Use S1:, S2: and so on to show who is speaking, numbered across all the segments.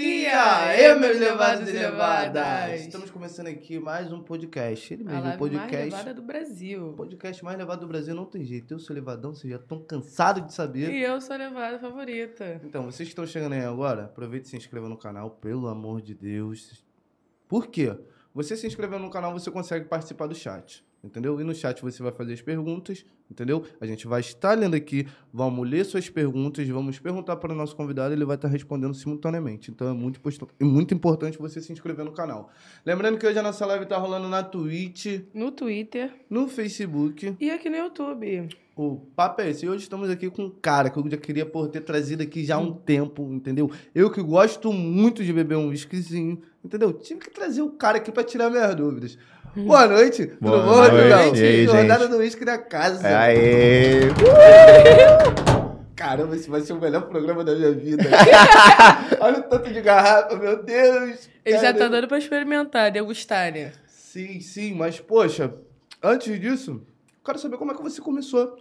S1: dia! Aê, meus levados e levadas! Estamos começando aqui mais um podcast. Ele
S2: A
S1: mesmo,
S2: live
S1: um
S2: mais
S1: podcast.
S2: levada do
S1: O
S2: Brasil.
S1: podcast mais levado do Brasil não tem jeito. Eu sou levadão, vocês já estão cansados de saber.
S2: E eu sou a levada favorita.
S1: Então, vocês que estão chegando aí agora, aproveita e se inscreva no canal, pelo amor de Deus. Por quê? Você se inscrevendo no canal, você consegue participar do chat. Entendeu? E no chat você vai fazer as perguntas, entendeu? A gente vai estar lendo aqui, vamos ler suas perguntas, vamos perguntar para o nosso convidado, ele vai estar respondendo simultaneamente. Então é muito, posto- é muito importante você se inscrever no canal. Lembrando que hoje a nossa live está rolando na Twitch,
S2: No Twitter
S1: no Facebook,
S2: e aqui no YouTube.
S1: o papo é esse. E hoje estamos aqui com um cara que eu já queria por ter trazido aqui já há
S2: Hum.
S1: um tempo, entendeu? Eu que gosto muito de beber um whiskyzinho, entendeu? Tive que trazer o cara aqui pra tirar minhas dúvidas.
S2: Hum.
S1: Boa noite. Tudo
S3: Boa
S1: bom, Rodrigão?
S3: noite. É, E aí,
S1: Jornada do whisky na casa.
S3: Aê!
S1: Caramba, esse vai ser o melhor programa da minha vida. Olha o tanto de garrafa, meu Deus.
S2: Ele já tá
S1: Caramba.
S2: dando pra experimentar, degustar, né?
S1: Sim, sim, mas poxa, antes disso, quero saber como é que você começou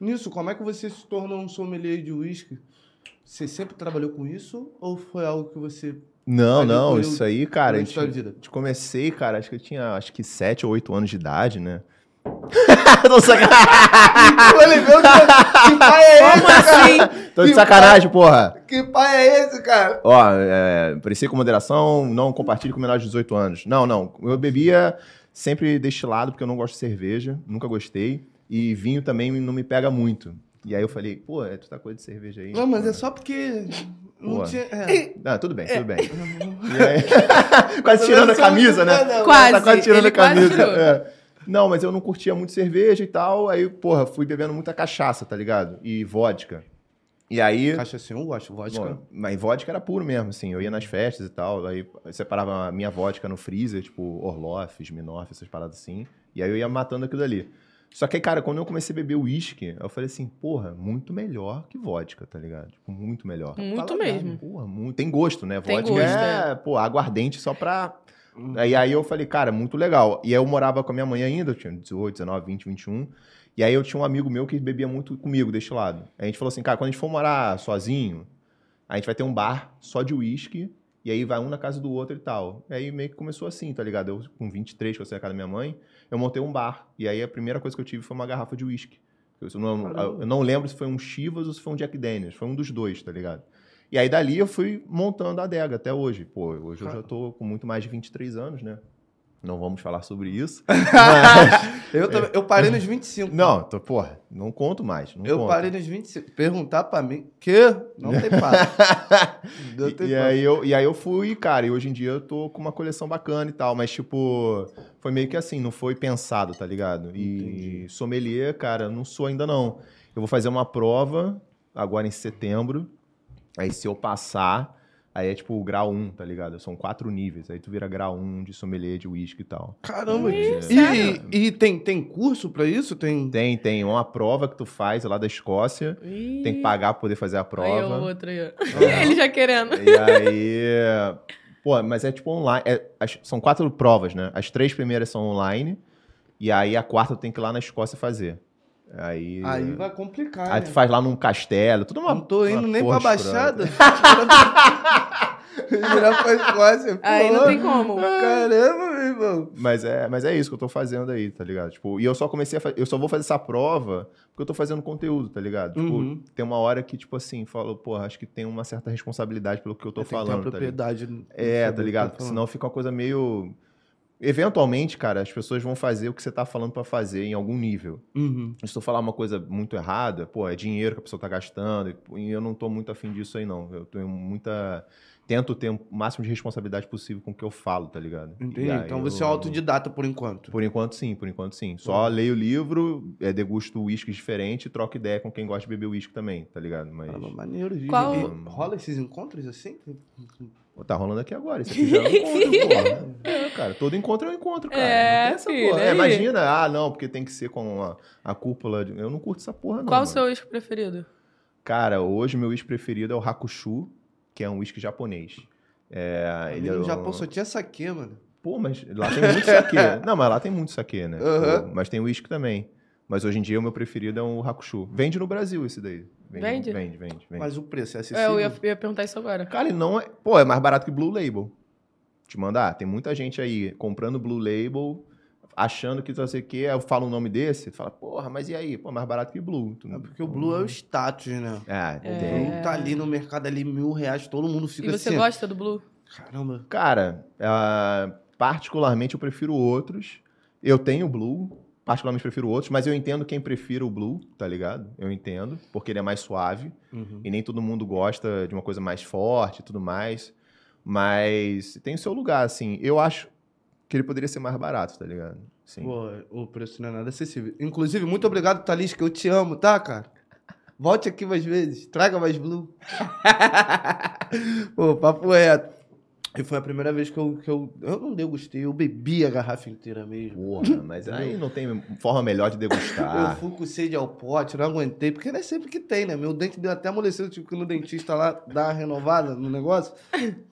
S1: nisso, como é que você se tornou um sommelier de uísque? Você sempre trabalhou com isso ou foi algo que você
S3: Não,
S1: Ali
S3: não,
S1: foi
S3: isso aí, cara. a
S1: durante a sua
S3: gente-
S1: vida?
S3: eu comecei, cara, acho que eu tinha acho que 7 ou 8 anos de idade, né? Tô de
S1: Olha, meu
S3: sacanagem.
S1: Deus, que pai é esse,
S4: assim?
S1: cara?
S2: assim?
S3: Tô de sacanagem, porra.
S1: Que pai é esse, cara?
S3: Ó, é, aprecie com moderação, não compartilhe com menores de 18 anos. Não, não. Eu bebia sempre destilado, porque eu não gosto de cerveja, nunca gostei. E vinho também não me pega muito. E aí eu falei, pô, é tu tá coisa de cerveja aí.
S1: Não, mas é só porque não
S3: Pô.
S1: tinha... é. é
S3: Ah, tudo bem, tudo bem. E aí-
S1: Tá
S3: Quase tirando a
S1: Não, não,
S3: camisa, né?
S1: não, não.
S2: Quase.
S3: Tá quase tirando
S2: ele
S3: a camisa.
S2: Quase tirou.
S3: é. Não, mas eu não curtia muito cerveja e tal. Aí, porra, fui bebendo muita cachaça, tá ligado? E vodka. E aí.
S1: Caixa assim, eu gosto, vodka.
S3: Bom, mas vodka era puro mesmo, assim. Eu ia nas festas e tal. Aí eu separava a minha vodka no freezer, tipo Orloff, Smirnoff, essas paradas assim. E aí eu ia matando aquilo ali. Só que, aí, cara, quando eu comecei a beber uísque, eu falei assim, porra, muito melhor que vodka, tá ligado? Tipo, muito melhor.
S2: Muito
S1: paladar,
S2: mesmo.
S3: Porra, muito. Tem gosto, né?
S2: Tem
S3: Vodka
S2: gosto,
S3: é, pô, aguardente só pra
S1: Hum.
S3: Aí, aí eu falei, cara, muito legal. E aí eu morava com a minha mãe ainda, eu tinha 18, 19, 20, 21. E aí eu tinha um amigo meu que bebia muito comigo deste lado. Aí a gente falou assim, cara, quando a gente for morar sozinho, a gente vai ter um bar só de uísque, e aí vai um na casa do outro e tal. E aí meio que começou assim, tá ligado? Eu, com 23, que eu saí da casa da minha mãe, eu montei um bar. E aí a primeira coisa que eu tive foi uma garrafa de uísque. Eu não,
S1: Caramba.
S3: eu não lembro se foi um Chivas ou se foi um Jack Daniels. Foi um dos dois, tá ligado? E aí dali eu fui montando a adega até hoje. Pô, hoje eu já tô com muito mais de 23 anos, né? Não vamos falar sobre isso. mas-
S1: Eu, também, eu parei nos 25.
S3: não, tô, porra, não conto mais. Não
S1: Eu
S3: conto.
S1: parei nos 25. Perguntar pra mim. Que? Não tem papo. Não
S3: E,
S1: tem
S3: e
S1: papo.
S3: aí eu, e aí eu fui, cara, e hoje em dia eu tô com uma coleção bacana e tal, mas tipo, foi meio que assim, não foi pensado, tá ligado? E
S1: Entendi.
S3: sommelier, cara, não sou ainda não. Eu vou fazer uma prova agora em setembro, aí se eu passar, aí é tipo o grau 1, tá ligado? São quatro níveis, aí tu vira grau 1 de sommelier de uísque e tal.
S1: Caramba,
S3: Ih,
S1: gente.
S3: sério?
S1: E, e tem, tem curso pra isso? Tem.
S3: Tem, tem uma prova que tu faz lá da Escócia,
S2: Ih,
S3: tem que pagar pra poder fazer a
S2: Aí o
S3: prova.
S2: outro aí. ó.
S3: É.
S2: Ele já querendo.
S3: E aí. Pô, mas é tipo online. é- as- são quatro provas, né? As três primeiras são online. E aí a quarta tu tem que ir lá na Escócia fazer. Aí.
S1: Aí vai complicar. né?
S3: aí tu faz lá num castelo. Tudo uma.
S1: Não tô indo
S3: uma
S1: nem pra
S3: porra
S1: Baixada. Virar pra Escócia.
S2: Aí
S1: pô.
S2: não tem como.
S1: Caramba, meu irmão.
S3: Mas é, mas é isso que eu tô fazendo aí, tá ligado? Tipo, e eu só comecei a fa- Eu só vou fazer essa prova porque eu tô fazendo conteúdo, tá ligado? Tipo,
S1: Uhum.
S3: tem uma hora que, tipo assim, falo, porra, acho que tem uma certa responsabilidade pelo que eu tô
S1: É, Tem que ter uma
S3: falando. tá ligado?
S1: propriedade. no-
S3: É,
S1: sobre
S3: tá
S1: o que
S3: ligado?
S1: tá falando.
S3: Senão fica uma coisa meio. Eventualmente, cara, as pessoas vão fazer o que você tá falando pra fazer em algum nível.
S1: Uhum.
S3: E Se eu falar uma coisa muito errada, pô, é dinheiro que a pessoa tá gastando, e, pô, e eu não tô muito afim disso aí, não. Eu tenho muita. Tento ter o máximo de responsabilidade possível com o que eu falo, tá ligado?
S1: Entendi.
S3: E aí
S1: Então
S3: eu
S1: você é um
S3: não-
S1: autodidata por enquanto.
S3: Por enquanto, sim, por enquanto, sim. Só
S1: Uhum.
S3: leio o livro, é, degusto uísque diferente e troco ideia com quem gosta de beber uísque também, tá ligado? Mas.
S1: Caramba, maneiro. E-
S2: Qual-
S1: e rola esses encontros assim?
S3: Pô, tá rolando aqui agora. Isso aqui já é um encontro, porra. É, cara. Todo encontro é um encontro, cara.
S2: É,
S3: não tem essa
S2: filho,
S3: porra. É,
S2: aí.
S3: imagina, ah, não, porque tem que ser com a, a cúpula. de- Eu não curto essa porra, não.
S2: Qual o
S3: mano.
S2: seu uísque preferido?
S3: Cara, hoje meu uísque preferido é o Hakushu, que é um uísque japonês. É, ele é
S1: no
S3: um-
S1: Japão só tinha saque, mano.
S3: Pô, mas lá tem muito saquê. Não, mas lá tem muito saquê, né?
S1: Aham.
S3: Pô, Mas tem uísque também. Mas hoje em dia o meu preferido é o Hakushu. Vende no Brasil esse daí.
S2: Vende?
S3: Vende, vende, vende.
S1: Mas o preço é
S2: É,
S1: acessível.
S2: eu ia, eu ia perguntar isso agora.
S3: Cara, e não é. Pô, é mais barato que Blue Label. Te mandar. Tem muita gente aí comprando Blue Label, achando que não sei o quê. Eu falo um nome desse, fala, porra, mas e aí? Pô, é mais barato que Blue. Tu não-
S1: É porque o Blue é o status, né?
S3: É,
S1: O
S3: tem.
S1: Blue tá ali no mercado ali, mil reais, todo mundo fica
S2: E você
S1: assim.
S2: gosta do Blue?
S1: Caramba.
S3: Cara, ah, particularmente eu prefiro outros. Eu tenho Blue, particularmente prefiro outros, mas eu entendo quem prefira o Blue, tá ligado? Eu entendo, porque ele é mais suave.
S1: Uhum.
S3: e nem todo mundo gosta de uma coisa mais forte e tudo mais. Mas tem o seu lugar, assim. Eu acho que ele poderia ser mais barato, tá ligado? Sim.
S1: Pô, o preço não é nada acessível. Inclusive, muito obrigado, Thalys, que eu te amo, tá, cara? Volte aqui mais vezes, traga mais Blue. Pô, papo reto. E foi a primeira vez que eu, que eu. Eu não degustei, eu bebi a garrafa inteira mesmo.
S3: Porra, mas aí não tem forma melhor de
S1: Eu
S3: degustar.
S1: fui com sede ao pote, não aguentei, porque não é sempre que tem, né? Meu dente deu até amolecer, eu tive que ir no dentista lá dar uma renovada no negócio.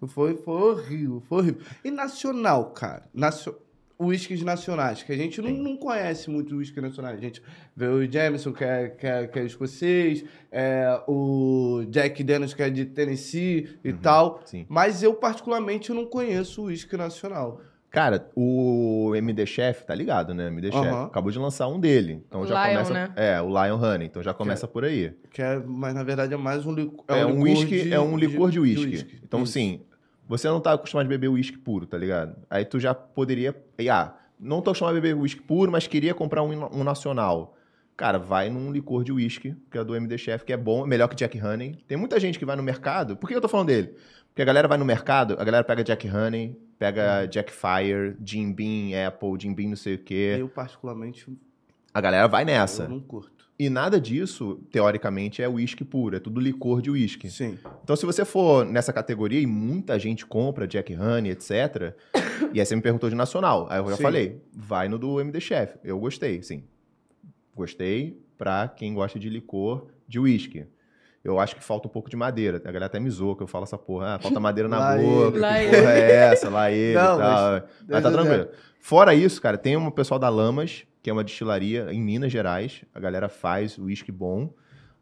S1: Foi, foi horrível, foi horrível. E nacional, cara. Nacio... Uísques nacionais, que a gente não,
S3: Tem.
S1: não conhece muito uísque nacional. A gente vê o Jameson, que é, que é, que é escocês, é, o Jack Daniels, que é de Tennessee e
S3: Uhum.
S1: tal.
S3: Sim.
S1: Mas eu, particularmente, não conheço o uísque nacional.
S3: Cara, o MD Chef, tá ligado, né? MD Chef.
S1: Aham.
S3: Acabou de lançar um dele. Então já
S2: Lion,
S3: começa.
S2: né?
S3: É, o Lion Honey. Então já começa por aí.
S1: Que é, mas, na verdade, é mais um licor.
S3: É, um
S1: licor
S3: whisky, é um licor de whisky. Então,
S1: Isso.
S3: assim, você não tá acostumado a beber whisky puro, tá ligado? Aí tu já poderia. e, ah, não tô acostumado a beber whisky puro, mas queria comprar um, um nacional. Cara, vai num licor de whisky, que é do MD Chef, que é bom, é melhor que Jack Honey. Tem muita gente que vai no mercado. Por que eu tô falando dele? Porque a galera vai no mercado, a galera pega Jack Honey, pega Jack Fire, Jim Beam Apple, Jim Beam não sei o quê.
S1: Eu, Uhum. particularmente,
S3: A galera vai nessa.
S1: eu não curto.
S3: E nada disso, teoricamente, é whisky puro. É tudo licor de whisky.
S1: Sim.
S3: Então, se você for nessa categoria e muita gente compra Jack Honey, etc., e aí você me perguntou de nacional. Aí eu já
S1: Sim.
S3: falei, vai no do MD Chef. Eu gostei, sim. Gostei pra quem gosta de licor de uísque. Eu acho que falta um pouco de madeira. A galera até me zoa que eu falo essa porra. Ah, falta madeira
S1: Lá
S3: na boca.
S1: ele.
S2: Lá
S3: que porra é essa? Lá ele
S1: Não,
S3: e tal. Mas,
S1: É,
S3: tá tranquilo. Fora isso, cara, tem um pessoal da Lamas, que é uma destilaria em Minas Gerais. A galera faz uísque bom.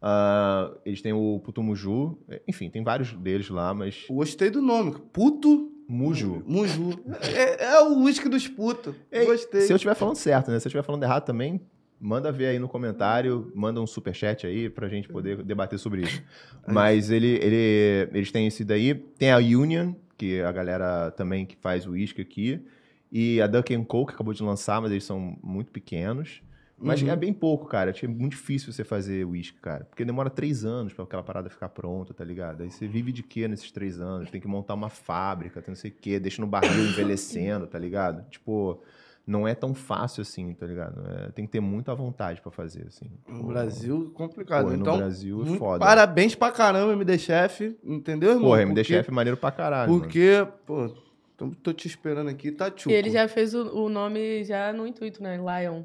S3: Ah, eles têm o Putumuju. Enfim, tem vários deles lá, mas...
S1: Eu é, Gostei do nome. Puto
S3: Muju.
S1: Muju. É, é o uísque dos putos.
S3: Ei,
S1: Gostei.
S3: Se eu estiver falando certo, né? Se eu estiver falando errado também, manda ver aí no comentário, manda um superchat aí pra gente poder debater sobre isso. Mas ele, ele- eles têm esse daí. Tem a Union, que é a galera também que faz uísque aqui. E a Duncan Co, que acabou de lançar, mas eles são muito pequenos. Mas
S1: Uhum.
S3: é bem pouco, cara. Acho que é muito difícil você fazer uísque, cara. Porque demora três anos pra aquela parada ficar pronta, tá ligado? Aí você vive de quê nesses três anos? Tem que montar uma fábrica, tem não sei o quê, deixa no barril envelhecendo, tá ligado? Tipo, não é tão fácil assim, tá ligado? É, tem que ter muita vontade pra fazer, assim.
S1: No Brasil, complicado.
S3: Pô, no
S1: então,
S3: Brasil é
S1: muito
S3: foda.
S1: parabéns pra caramba, MD Chef. Entendeu, irmão?
S3: Porra, MD
S1: Porque-
S3: Chef é maneiro pra caralho. mano.
S1: Porque, pô, tô, tô te esperando aqui, tá tchuco.
S2: E ele já fez o, o nome já no intuito, né? Lion.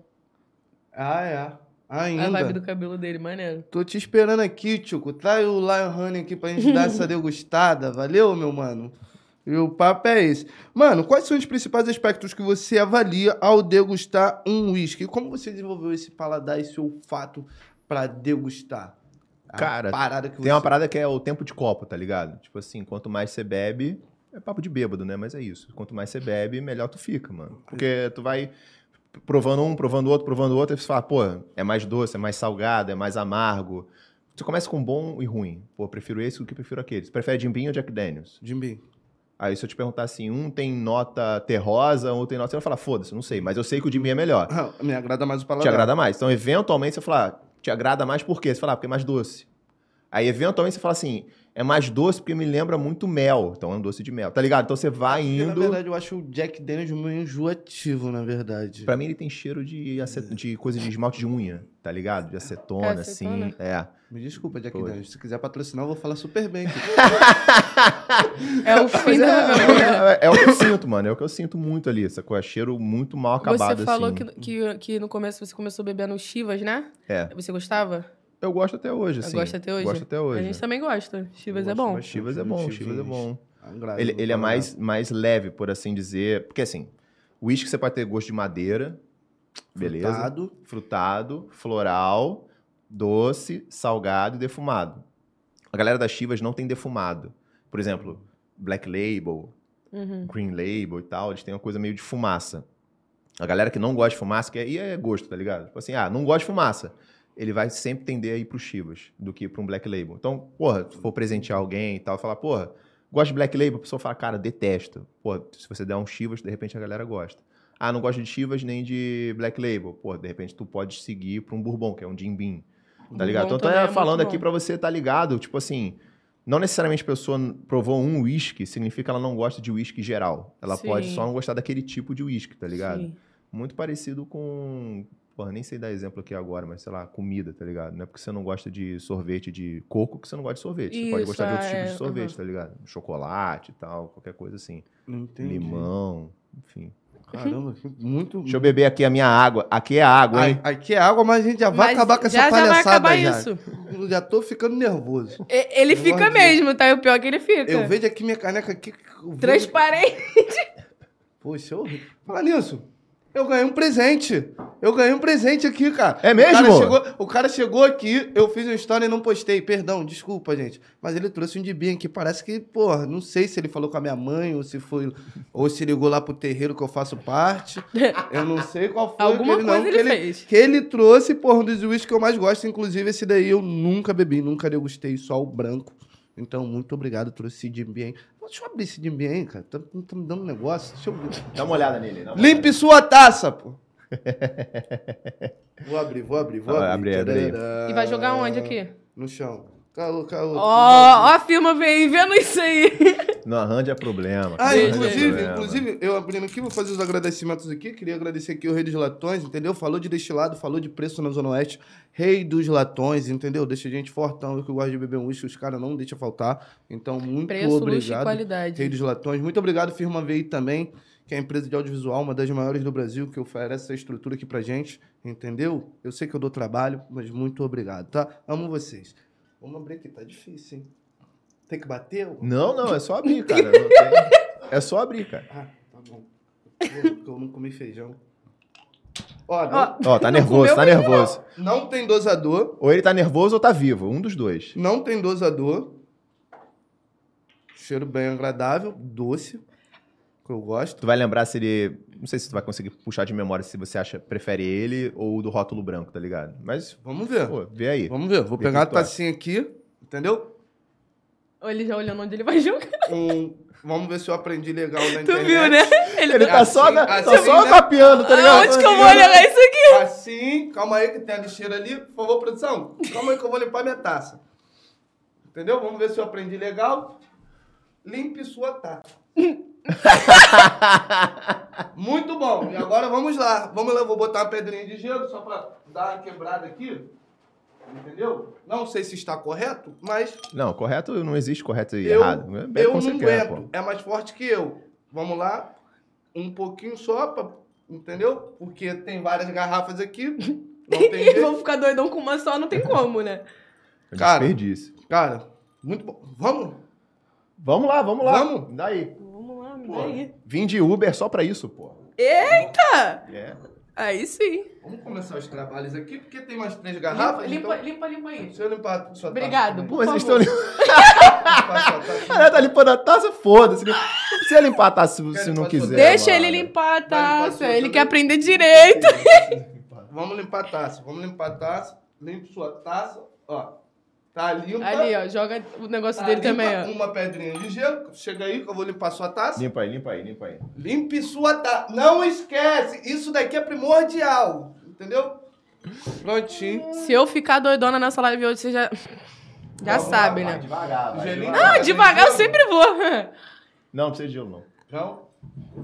S1: Ah, é.
S2: A vibe
S1: Ainda.
S2: do cabelo dele, maneiro.
S1: Tô te esperando aqui, Tchuco. Traz o Lion Honey aqui pra gente dar essa degustada. Valeu, meu mano. E o papo é esse. Mano, quais são os principais aspectos que você avalia ao degustar um uísque? Como você desenvolveu esse paladar, esse olfato pra degustar? A
S3: Cara,
S1: parada que
S3: Tem uma parada que é o tempo de copo, tá ligado? Tipo assim, quanto mais você bebe, é papo de bêbado, né? Mas é isso. Quanto mais você bebe, melhor tu fica, mano. Porque tu vai provando um, provando outro, provando outro, e você fala, pô, é mais doce, é mais salgado, é mais amargo. Você começa com bom e ruim. Pô, eu prefiro esse do que eu prefiro aquele. Você prefere Jim Beam ou Jack Daniels?
S1: Jimbi.
S3: Aí se eu te perguntar assim, um tem nota terrosa, outro tem nota... Você vai falar, foda-se, não sei. Mas eu sei que o Jim Beam é melhor
S1: Me agrada mais o paladar.
S3: te agrada mais. Então, eventualmente, você fala, ah, te agrada mais por quê? Você fala, ah, porque é mais doce. Aí, eventualmente, você fala assim, é mais doce porque me lembra muito mel. Então, é um doce de mel, tá ligado? Então, você vai
S1: Porque, Na
S3: indo...
S1: verdade, eu acho o Jack Daniels meio enjoativo, na verdade.
S3: Pra mim, ele tem cheiro de,
S1: É.
S3: acet... de coisa de esmalte de unha, tá ligado? De acetona,
S2: É, acetona.
S3: assim. É.
S1: Me desculpa, Jack
S3: Pois.
S1: Daniels. Se quiser patrocinar, eu vou falar super bem. aqui.
S2: É o fim
S3: Mas
S2: da novela.
S3: é, é, é o que eu sinto, mano. É o que eu sinto muito ali, sacou? É cheiro muito mal acabado,
S2: Você falou
S3: assim.
S2: que, que, que no começo você começou bebendo Chivas, né?
S3: É.
S2: Você gostava?
S3: Eu gosto até hoje,
S2: Eu
S3: assim.
S2: gosto até hoje.
S3: Gosto até
S2: A
S3: hoje.
S2: gente também gosta. Chivas
S1: é. Eu
S2: é
S1: gosto
S2: bom.
S1: bastante.
S3: Chivas é bom, Chivas é
S1: Chivas.
S3: bom.
S1: É um grave,
S3: Ele,
S1: vou
S3: ele é
S1: falar.
S3: mais, mais leve, por assim dizer. Porque assim, uísque você pode ter gosto de madeira, Beleza.
S1: Frutado.
S3: frutado, floral, doce, salgado e defumado. A galera das chivas não tem defumado. Por exemplo, Black Label,
S2: Uhum.
S1: tá
S3: Green Label e tal, eles têm uma coisa meio de fumaça. A galera que não gosta de fumaça, que aí é gosto, tá ligado? Tipo assim, ah, não gosta de fumaça. Ele vai sempre tender a ir pro Chivas do que pra um Black Label. Então, porra, se for presentear alguém e tal, falar, porra, gosta de Black Label, a pessoa fala, cara, detesto. Pô, se você der um Chivas, de repente a galera gosta. Ah, não gosta de Chivas nem de Black Label. Pô, de repente tu pode seguir pra um Bourbon, que é um Jim Beam. Tá
S2: Bourbon
S3: ligado? Então, tô
S2: também é muito
S3: falando aqui
S2: bom.
S3: pra você tá ligado, tipo assim, não necessariamente a pessoa provou um uísque, significa que ela não gosta de uísque geral. Ela
S2: Sim.
S3: pode só não gostar daquele tipo de uísque, tá ligado?
S2: Sim.
S3: Muito parecido com. Porra, nem sei dar exemplo aqui agora, mas sei lá, comida, tá ligado? Não é porque você não gosta de sorvete de coco que você não gosta de sorvete. você pode
S2: Isso,
S3: gostar de outros
S2: é,
S3: tipos de sorvete,
S2: aham.
S3: tá ligado? Chocolate e tal, qualquer coisa assim.
S1: Não entendi.
S3: Limão, enfim.
S1: Caramba, que muito.
S3: Deixa eu beber aqui a minha água. Aqui é água, hein?
S1: Ai, aqui é água, mas a gente já vai
S2: Mas
S1: acabar
S2: já,
S1: com essa
S2: já vai
S1: palhaçada
S2: acabar
S1: já.
S2: isso.
S1: Eu já tô ficando nervoso.
S2: E- Ele
S1: Pelo
S2: fica
S1: amor de
S2: mesmo, tá? E o pior é que ele fica.
S1: Eu vejo aqui minha caneca aqui. eu vejo-
S2: Transparente.
S1: Poxa, eu... Fala nisso. Eu ganhei um presente. Eu ganhei um presente aqui, cara.
S3: É mesmo?
S1: O cara chegou, o cara chegou aqui, eu fiz uma história e não postei. Perdão, desculpa, gente. Mas ele trouxe um de bem que parece que, porra, não sei se ele falou com a minha mãe ou se foi. Ou se ligou lá pro terreiro que eu faço parte. Eu não sei qual foi.
S2: Alguma
S1: que ele,
S2: coisa
S1: não,
S2: ele
S1: que
S2: fez.
S1: Que ele trouxe, porra, um dos uísques que eu mais gosto. Inclusive, esse daí eu nunca bebi, nunca degustei, só o branco. Então, muito obrigado, trouxe esse de bem. Deixa eu abrir esse de bem, cara. Tá, tá me dando um negócio. Deixa eu ver.
S3: Dá uma olhada nele. dá uma
S1: Limpe sua taça, pô. vou abrir, vou abrir, vou
S3: Ah,
S1: abrir.
S3: abre, abre.
S1: Tadadá.
S2: E vai jogar onde aqui?
S1: No chão. Calou, calou.
S2: Ó, ó a firma veio vendo isso aí.
S3: olhada. Não arranja problema.
S1: Ah,
S2: Não
S3: não arranja
S1: inclusive,
S3: problema.
S1: inclusive, eu abrindo aqui, vou fazer os agradecimentos aqui. Queria agradecer aqui o Rei dos Latões, entendeu? Falou de destilado, falou de preço na Zona Oeste. Rei dos Latões, entendeu? Deixa a gente fortão, eu que gosto de beber um uísque, os caras não deixam faltar. Então, muito
S2: Preço, luxo e
S1: obrigado.
S2: qualidade.
S1: Rei dos Latões. Muito obrigado, Firma VI também, que é a empresa de audiovisual, uma das maiores do Brasil, que oferece essa estrutura aqui pra gente, entendeu? Eu sei que eu dou trabalho, mas muito obrigado, tá? Amo vocês. Vamos abrir aqui, tá difícil, hein? Tem que bater? ô?
S3: Não, não, é só abrir, cara. Não tem- É só abrir, cara.
S1: Ah, tá bom. Eu, porque eu não comi feijão. Ó, não,
S2: Ó,
S3: Ó, tá
S2: Não
S3: nervoso,
S2: comeu
S3: tá
S2: mesmo,
S3: nervoso.
S1: não tem dosador,
S3: Ou ele tá nervoso ou tá vivo, um dos dois.
S1: não tem dosador. Cheiro bem agradável, doce, que eu gosto.
S3: Tu vai lembrar se ele. Não sei se tu vai conseguir puxar de memória se você acha, prefere ele ou o do rótulo branco, tá ligado? Mas,
S1: Vamos ver.
S3: pô, vê aí.
S1: Vamos ver, vou
S3: Vê o
S1: pegar a
S3: que tu acha.
S1: tacinha aqui, entendeu?
S2: Olha ele já olhando onde ele vai jogar.
S1: Um- vamos ver se eu aprendi legal na
S2: Tu
S1: internet.
S2: viu, né?
S3: Ele tá
S1: assim,
S3: só, na,
S1: assim,
S3: tá só
S1: né?
S3: capeando, tá ligado?
S2: Aonde que eu vou olhar isso aqui?
S1: Assim, calma aí que tem a lixeira ali. Por favor, produção, calma aí que eu vou limpar minha taça. Entendeu? Vamos ver se eu aprendi legal. Limpe sua taça. Muito bom. E agora vamos lá. Vamos lá, eu vou botar uma pedrinha de gelo só pra dar uma quebrada aqui. Entendeu? Não sei se está correto, mas
S3: Não, correto não existe correto e
S1: Eu,
S3: errado. É bem
S1: eu
S3: como
S1: não
S3: você quer,
S1: aguento.
S3: pô.
S1: É mais forte que eu. Vamos lá. Um pouquinho só, pra, entendeu? Porque tem várias garrafas aqui. Não tem
S2: Eles
S1: jeito.
S2: vão ficar doidão com uma só, não tem como, né?
S3: Eu
S1: Cara.
S3: É um desperdício.
S1: Cara, muito bom. Vamos?
S3: Vamos lá, vamos lá.
S1: Vamos?
S3: Daí.
S2: Vamos lá, me
S3: Pô,
S2: dá aí.
S3: vim de Uber só pra isso, pô.
S2: Eita!
S3: É.
S2: Aí sim.
S1: Vamos começar os trabalhos aqui, porque tem mais três garrafas.
S2: limpa,
S1: então...
S2: limpa, limpa aí.
S1: Deixa eu limpar a sua
S2: Obrigado.
S1: taça.
S3: Pô, vocês estão
S2: favor.
S3: limpando.
S1: Obrigado.
S3: Ela tá limpando a taça, foda-se. né? Não precisa limpar a taça se, se não quiser.
S2: Deixa
S3: É, mano.
S2: ele limpar a
S1: Vai limpar
S2: taça.
S1: tudo,
S2: Ele
S1: né?
S2: quer aprender direito.
S1: Vamos limpar a taça. Vamos limpar a taça. Limpe sua taça. Ó. Tá limpa.
S2: Ali, ó, joga o negócio
S1: Tá
S2: dele
S1: limpa.
S2: também, ó.
S1: Uma pedrinha de gelo. Chega aí que eu vou limpar sua taça.
S3: Limpa aí, limpa aí, limpa aí.
S1: Limpe sua taça. Não esquece, isso daqui é primordial, entendeu? Prontinho.
S2: Se eu ficar doidona nessa live hoje, você já. Já
S1: Vamos lá,
S2: sabe, né?
S3: Devagar, vai,
S1: Gelinho.
S3: devagar.
S2: Ah, devagar eu sempre vou.
S3: Não, não precisa de gelo, não.
S1: Não?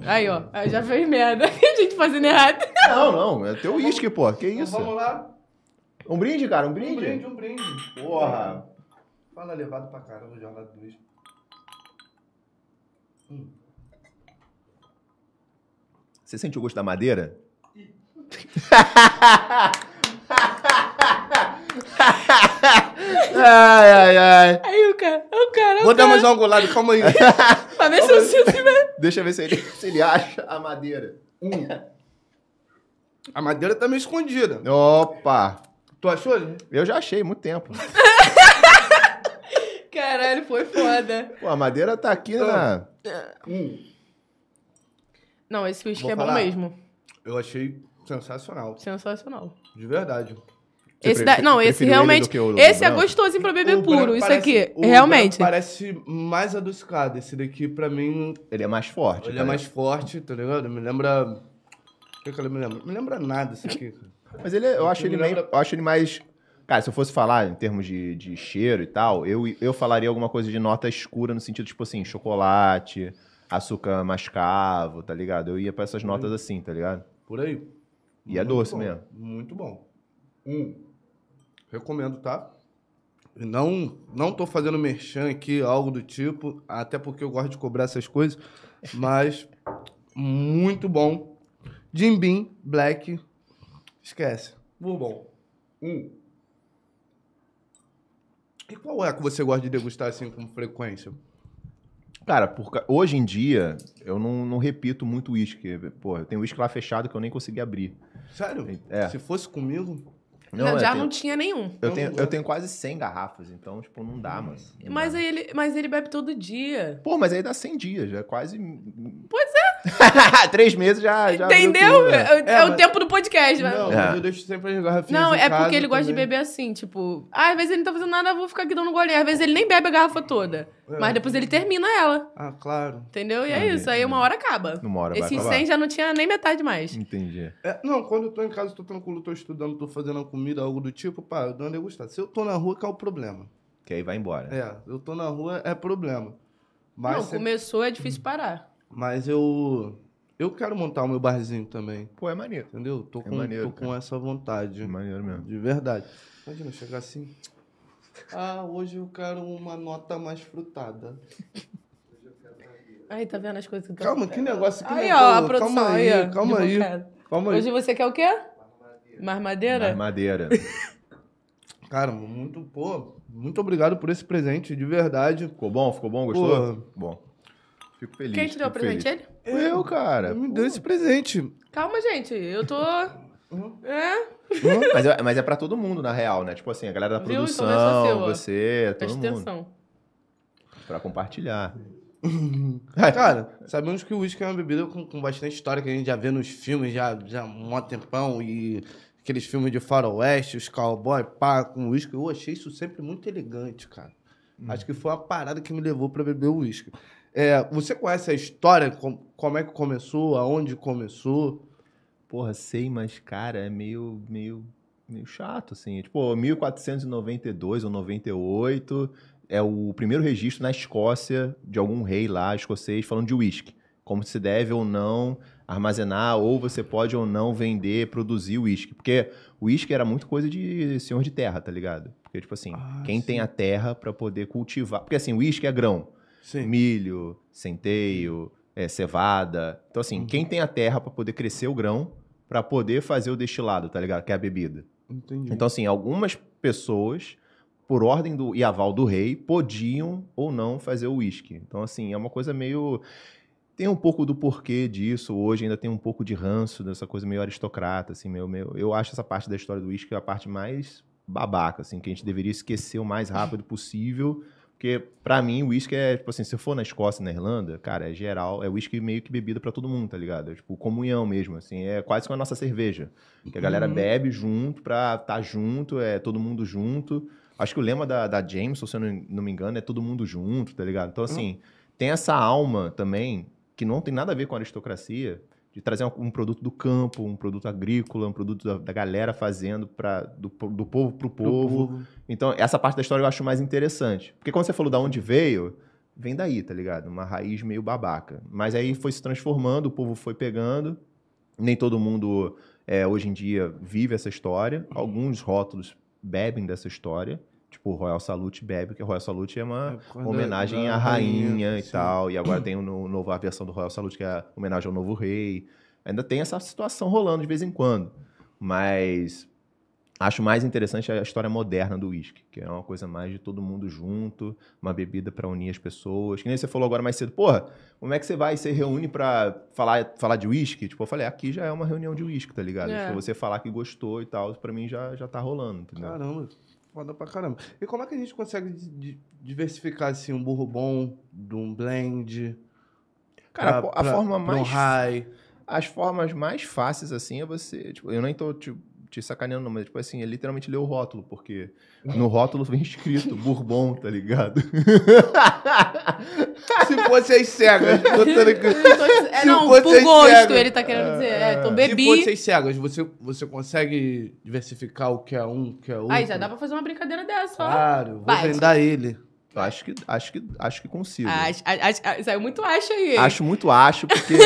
S2: Aí, ó. Aí já fez merda. A gente fazendo errado.
S3: Não, não, é teu uísque, pô. Que
S1: Então
S3: isso?
S1: vamos lá.
S3: Um brinde, cara, um
S1: Um
S3: brinde?
S1: brinde, um brinde.
S3: Porra.
S1: Fala levado pra caramba, jornada do bicho.
S3: Você sente o gosto da madeira? ai, ai, ai.
S2: Aí o cara. O cara.
S1: Vou dar mais uma golada, calma aí.
S2: Pra ver se eu sinto.
S3: Deixa eu ver se ele, se ele acha a madeira.
S1: Um. A madeira tá meio escondida.
S3: Opa!
S1: Tu achou, né?
S3: Eu já achei, muito tempo.
S2: Caralho, foi foda.
S3: Pô, a madeira tá aqui na.
S2: Não, esse uísque
S1: Vou
S2: é bom
S1: falar.
S2: mesmo.
S1: Eu achei sensacional.
S2: Sensacional.
S1: De verdade.
S3: Você
S2: esse
S3: pre-
S2: da-
S3: você
S2: Não, esse
S3: preferiu ele do
S2: realmente.
S3: que o- do
S2: Esse é
S3: branco?
S2: gostosinho pra beber
S1: O
S2: puro,
S1: branco
S2: isso
S1: parece-
S2: aqui.
S1: o branco
S2: Realmente.
S1: Parece mais adocicado. Esse daqui, pra mim,
S3: Ele é mais forte.
S1: ele é
S3: cara.
S1: mais forte, tá ligado? Me lembra. O que, que ele me lembra? Me lembra nada isso aqui, cara.
S3: Mas ele, é- eu acho ele, meio,
S1: Lembra-
S3: eu acho ele mais. Cara, se eu fosse falar em termos de, de cheiro e tal, eu, eu falaria alguma coisa de nota escura, no sentido, tipo assim, chocolate, açúcar mascavo, tá ligado? Eu ia pra essas notas assim, tá ligado?
S1: Por aí.
S3: E é
S1: Muito
S3: doce
S1: bom,
S3: mesmo.
S1: Muito bom. Hum. Recomendo, tá? E Não, não tô fazendo merchan aqui, algo do tipo, até porque eu gosto de cobrar essas coisas, mas muito bom. Jim Beam, Black, esquece. Bourbon. Hum. E qual é que você gosta de degustar assim com frequência?
S3: Cara, por ca- hoje em dia, eu não, não repito muito uísque. Porra, eu tenho uísque lá fechado que eu nem consegui abrir.
S1: Sério?
S3: É.
S1: Se fosse comigo,
S2: Não,
S3: é,
S2: já
S3: tem-
S2: não tinha nenhum.
S3: Eu tenho, eu tenho quase 100 garrafas, então, tipo, não dá, mano. Não
S2: Mas
S3: dá.
S2: aí ele, mas ele bebe todo dia.
S3: Pô, mas aí dá 100 dias, já é quase. Pois é. Três meses já.
S1: Tá
S3: já abriu
S2: Entendeu?
S3: tudo, né?
S2: É, é
S1: É,
S2: o
S1: mas-
S2: tempo do podcast, vai.
S1: não,
S3: É.
S2: Não,
S1: mas eu deixo sempre as garrafinhas em
S2: é
S1: casa
S2: porque ele gosta de
S1: também.
S2: beber assim, tipo, ah, às vezes ele não tá fazendo nada, eu vou ficar aqui dando um golinho. Às vezes ele nem bebe a garrafa toda.
S1: É.
S2: Mas depois ele termina ela.
S1: Ah, claro.
S2: Entendeu? E é
S3: Entendi,
S2: isso. Aí uma hora acaba.
S3: Numa hora vai
S2: Esse
S3: acabar.
S2: 100 já não tinha nem metade mais.
S3: Entendi.
S1: É, não, quando eu tô em casa, tô tranquilo, tô estudando, tô fazendo a comida, algo do tipo, pá, eu dou uma degustada. Se eu tô na rua, qual é o problema?
S3: Que aí vai embora.
S1: É, eu tô na rua, é problema. Mas,
S2: não,
S1: se-
S2: começou, é difícil parar.
S1: mas eu eu quero montar o meu barzinho também,
S3: Pô, é maneiro.
S1: entendeu? Tô com,
S3: maneiro,
S1: tô com essa vontade,
S3: É maneiro mesmo.
S1: de verdade. Imagina chegar assim, ah, hoje eu quero uma nota mais frutada.
S2: Aí, tá vendo as coisas que eu tô-
S1: Calma, que negócio, que
S2: Aí,
S1: negócio.
S2: ó, a produção
S1: é calma aí,
S2: aí, ó,
S1: calma aí,
S2: advogado.
S1: calma aí.
S2: Hoje você quer o quê? Mais madeira?
S3: Mas madeira.
S1: Cara, muito, pô, muito obrigado por esse presente, de verdade.
S3: Ficou bom? Ficou bom? Gostou?
S1: Pô.
S3: Bom. Fico feliz.
S2: Quem te deu o
S3: fico feliz.
S2: presente? Ele?
S3: Eu, cara.
S1: Me É, deu esse presente.
S2: Calma, gente. Eu tô. É?
S3: Mas é, mas é pra todo mundo, na real, né? Tipo assim, a galera da
S2: Viu? Então
S3: produção,
S2: vai só seu, ó.
S3: você, todo
S2: Presta
S3: mundo.
S2: atenção.
S3: Pra compartilhar.
S1: Cara, sabemos que o uísque é uma bebida com, com bastante história que a gente já vê nos filmes já, já há um tempão e aqueles filmes de faroeste, os cowboy, pá, com uísque. Eu achei isso sempre muito elegante, cara. Acho que foi uma parada que me levou pra beber o uísque. É, você conhece a história, com- como é que começou, aonde começou?
S3: Porra, sei, mas, cara, é meio, meio, meio chato, assim. É, tipo, 1492 ou 98 é o primeiro registro na Escócia de algum rei lá, escocês, falando de uísque. Como se deve ou não armazenar, ou você pode ou não vender, produzir uísque. Porque uísque era muito coisa de senhor de terra, tá ligado? Porque, tipo assim,
S1: Ah,
S3: quem
S1: sim.
S3: tem a terra pra poder cultivar. Porque, assim, uísque é grão
S1: Sim.
S3: milho, centeio, é, cevada. Então, assim,
S1: Uhum.
S3: quem tem a terra para poder crescer o grão, para poder fazer o destilado, tá ligado? Que é a bebida.
S1: Entendi.
S3: Então, assim, algumas pessoas, por ordem do, e aval do rei, podiam ou não fazer o uísque. Então, assim, é uma coisa meio. Tem um pouco do porquê disso hoje, ainda tem um pouco de ranço dessa coisa meio aristocrata, assim, meio, meio... Eu acho essa parte da história do uísque a parte mais babaca, assim, que a gente deveria esquecer o mais rápido possível, porque pra mim o uísque é, tipo assim, se eu for na Escócia, e na Irlanda, cara, é geral, é uísque meio que bebida pra todo mundo, tá ligado? É, tipo, comunhão mesmo, assim, é quase como a nossa cerveja, que a galera
S1: Uhum.
S3: bebe junto pra tá junto, é todo mundo junto. Acho que o lema da, da Jameson, se eu não, não me engano, é todo mundo junto, tá ligado? Então, assim, tem essa alma também, que não tem nada a ver com aristocracia, de trazer um, um produto do campo, um produto agrícola, um produto da, da galera fazendo pra, do, po- do povo pro
S1: Pro
S3: povo. Então, essa parte da história eu acho mais interessante. Porque quando você falou da onde veio, vem daí, tá ligado? Uma raiz meio babaca. Mas aí foi se transformando, o povo foi pegando. Nem todo mundo é, hoje em dia vive essa história. Alguns rótulos bebem dessa história. Tipo, o Royal Salute bebe, porque o Royal Salute é uma
S1: É por causa da-
S3: homenagem
S1: da
S3: à rainha e
S1: sim.
S3: tal. E agora tem o no- novo, a versão do Royal Salute, que é a homenagem ao novo rei. Ainda tem essa situação rolando de vez em quando. Mas Acho mais interessante a história moderna do uísque, que é uma coisa mais de todo mundo junto, uma bebida pra unir as pessoas. Que nem você falou agora mais cedo, porra, como é que você vai e se reúne pra falar, falar de uísque? Tipo, eu falei, aqui já é uma reunião de uísque, tá ligado?
S4: É.
S3: Tipo, você falar que gostou e tal, pra mim já, já tá rolando, entendeu?
S1: Caramba, foda pra caramba. E como é que a gente consegue di- di- diversificar assim um burro bom, de um blend?
S3: Cara,
S1: pra-
S3: a
S1: pra-
S3: forma
S1: pra um
S3: mais
S1: high.
S3: As formas mais fáceis, assim, é você. Tipo, eu nem tô te, te sacaneando, não, mas, tipo assim, é literalmente ler o rótulo, porque no rótulo vem escrito Bourbon, tá ligado?
S1: Se fosse as cegas, botando aqui.
S4: É,
S1: Se
S4: não,
S1: você
S4: por gosto,
S1: cega-
S4: ele tá querendo dizer. É, então
S1: Se fosse
S4: bebi.
S1: as cegas, você, você consegue diversificar o que é um, o que é outro?
S4: Aí já dá pra fazer uma brincadeira dessa, ó.
S1: Claro, vou
S4: Vai.
S1: vendar ele.
S3: Eu acho que, acho que, acho que consigo.
S4: Acho- acho- acho- saiu muito acho aí.
S3: Acho muito acho, porque.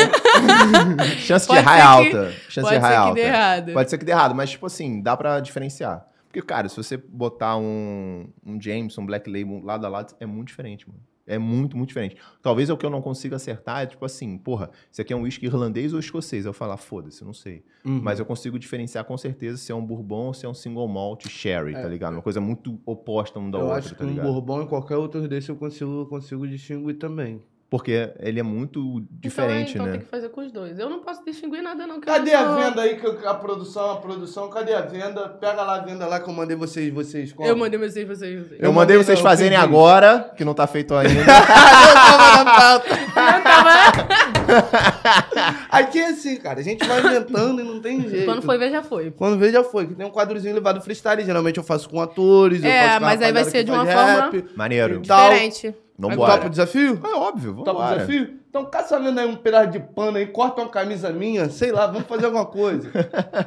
S3: Chance
S4: Pode
S3: de errar é
S4: ser que-
S3: alta. Chance
S4: Pode
S3: de
S4: ser
S3: errar
S4: que
S3: é
S4: dê
S3: alta.
S4: errado.
S3: Pode ser que dê errado, mas, tipo assim, dá pra diferenciar. Porque, cara, se você botar um, um Jameson, um Black Label lado a lado, é muito diferente, mano. É muito, muito diferente. Talvez o que eu não consiga acertar é, tipo assim, porra, isso aqui é um whisky irlandês ou escocês? Eu falar, foda-se, não sei.
S1: Uhum.
S3: Mas eu consigo diferenciar com certeza se é um bourbon ou se é um single malt sherry, tá ligado? Uma coisa muito oposta um da
S1: É. eu
S3: outra,
S1: acho que
S3: tá
S1: um
S3: ligado?
S1: bourbon e qualquer outro desse eu consigo, eu consigo distinguir também.
S3: Porque ele é muito diferente,
S4: então, é, então
S3: né?
S4: tem que fazer com os dois. Eu não posso distinguir nada, não. que eu
S1: Cadê a
S4: sou-
S1: venda aí, que eu- a produção, a produção, cadê a venda? Pega lá a venda lá que eu mandei vocês, vocês
S4: Eu mandei vocês, vocês, vocês.
S3: Eu,
S1: Eu mandei,
S3: mandei vocês
S1: não, eu
S3: fazerem
S1: pedi.
S3: agora, que não tá feito ainda.
S1: Ah, tava na pauta.
S4: Eu tava...
S1: Aqui é assim, cara, a gente vai inventando e não tem jeito.
S4: Quando foi ver, já foi.
S1: Quando vê, já foi. Que tem um quadrozinho levado freestyle. Geralmente eu faço com atores, eu
S4: É,
S1: faço com a
S4: mas aí vai
S1: rapaziada
S4: ser
S1: que
S4: de uma
S1: faz
S4: forma-
S1: rap.
S3: Maneiro.
S1: Dá o-
S4: Diferente.
S3: Não
S1: Topa o
S3: bora.
S1: desafio?
S3: É óbvio,
S1: Topa o
S3: vambora.
S1: desafio? Então caça vendo aí um pedaço de pano aí, corta uma camisa minha, sei lá, vamos fazer alguma coisa.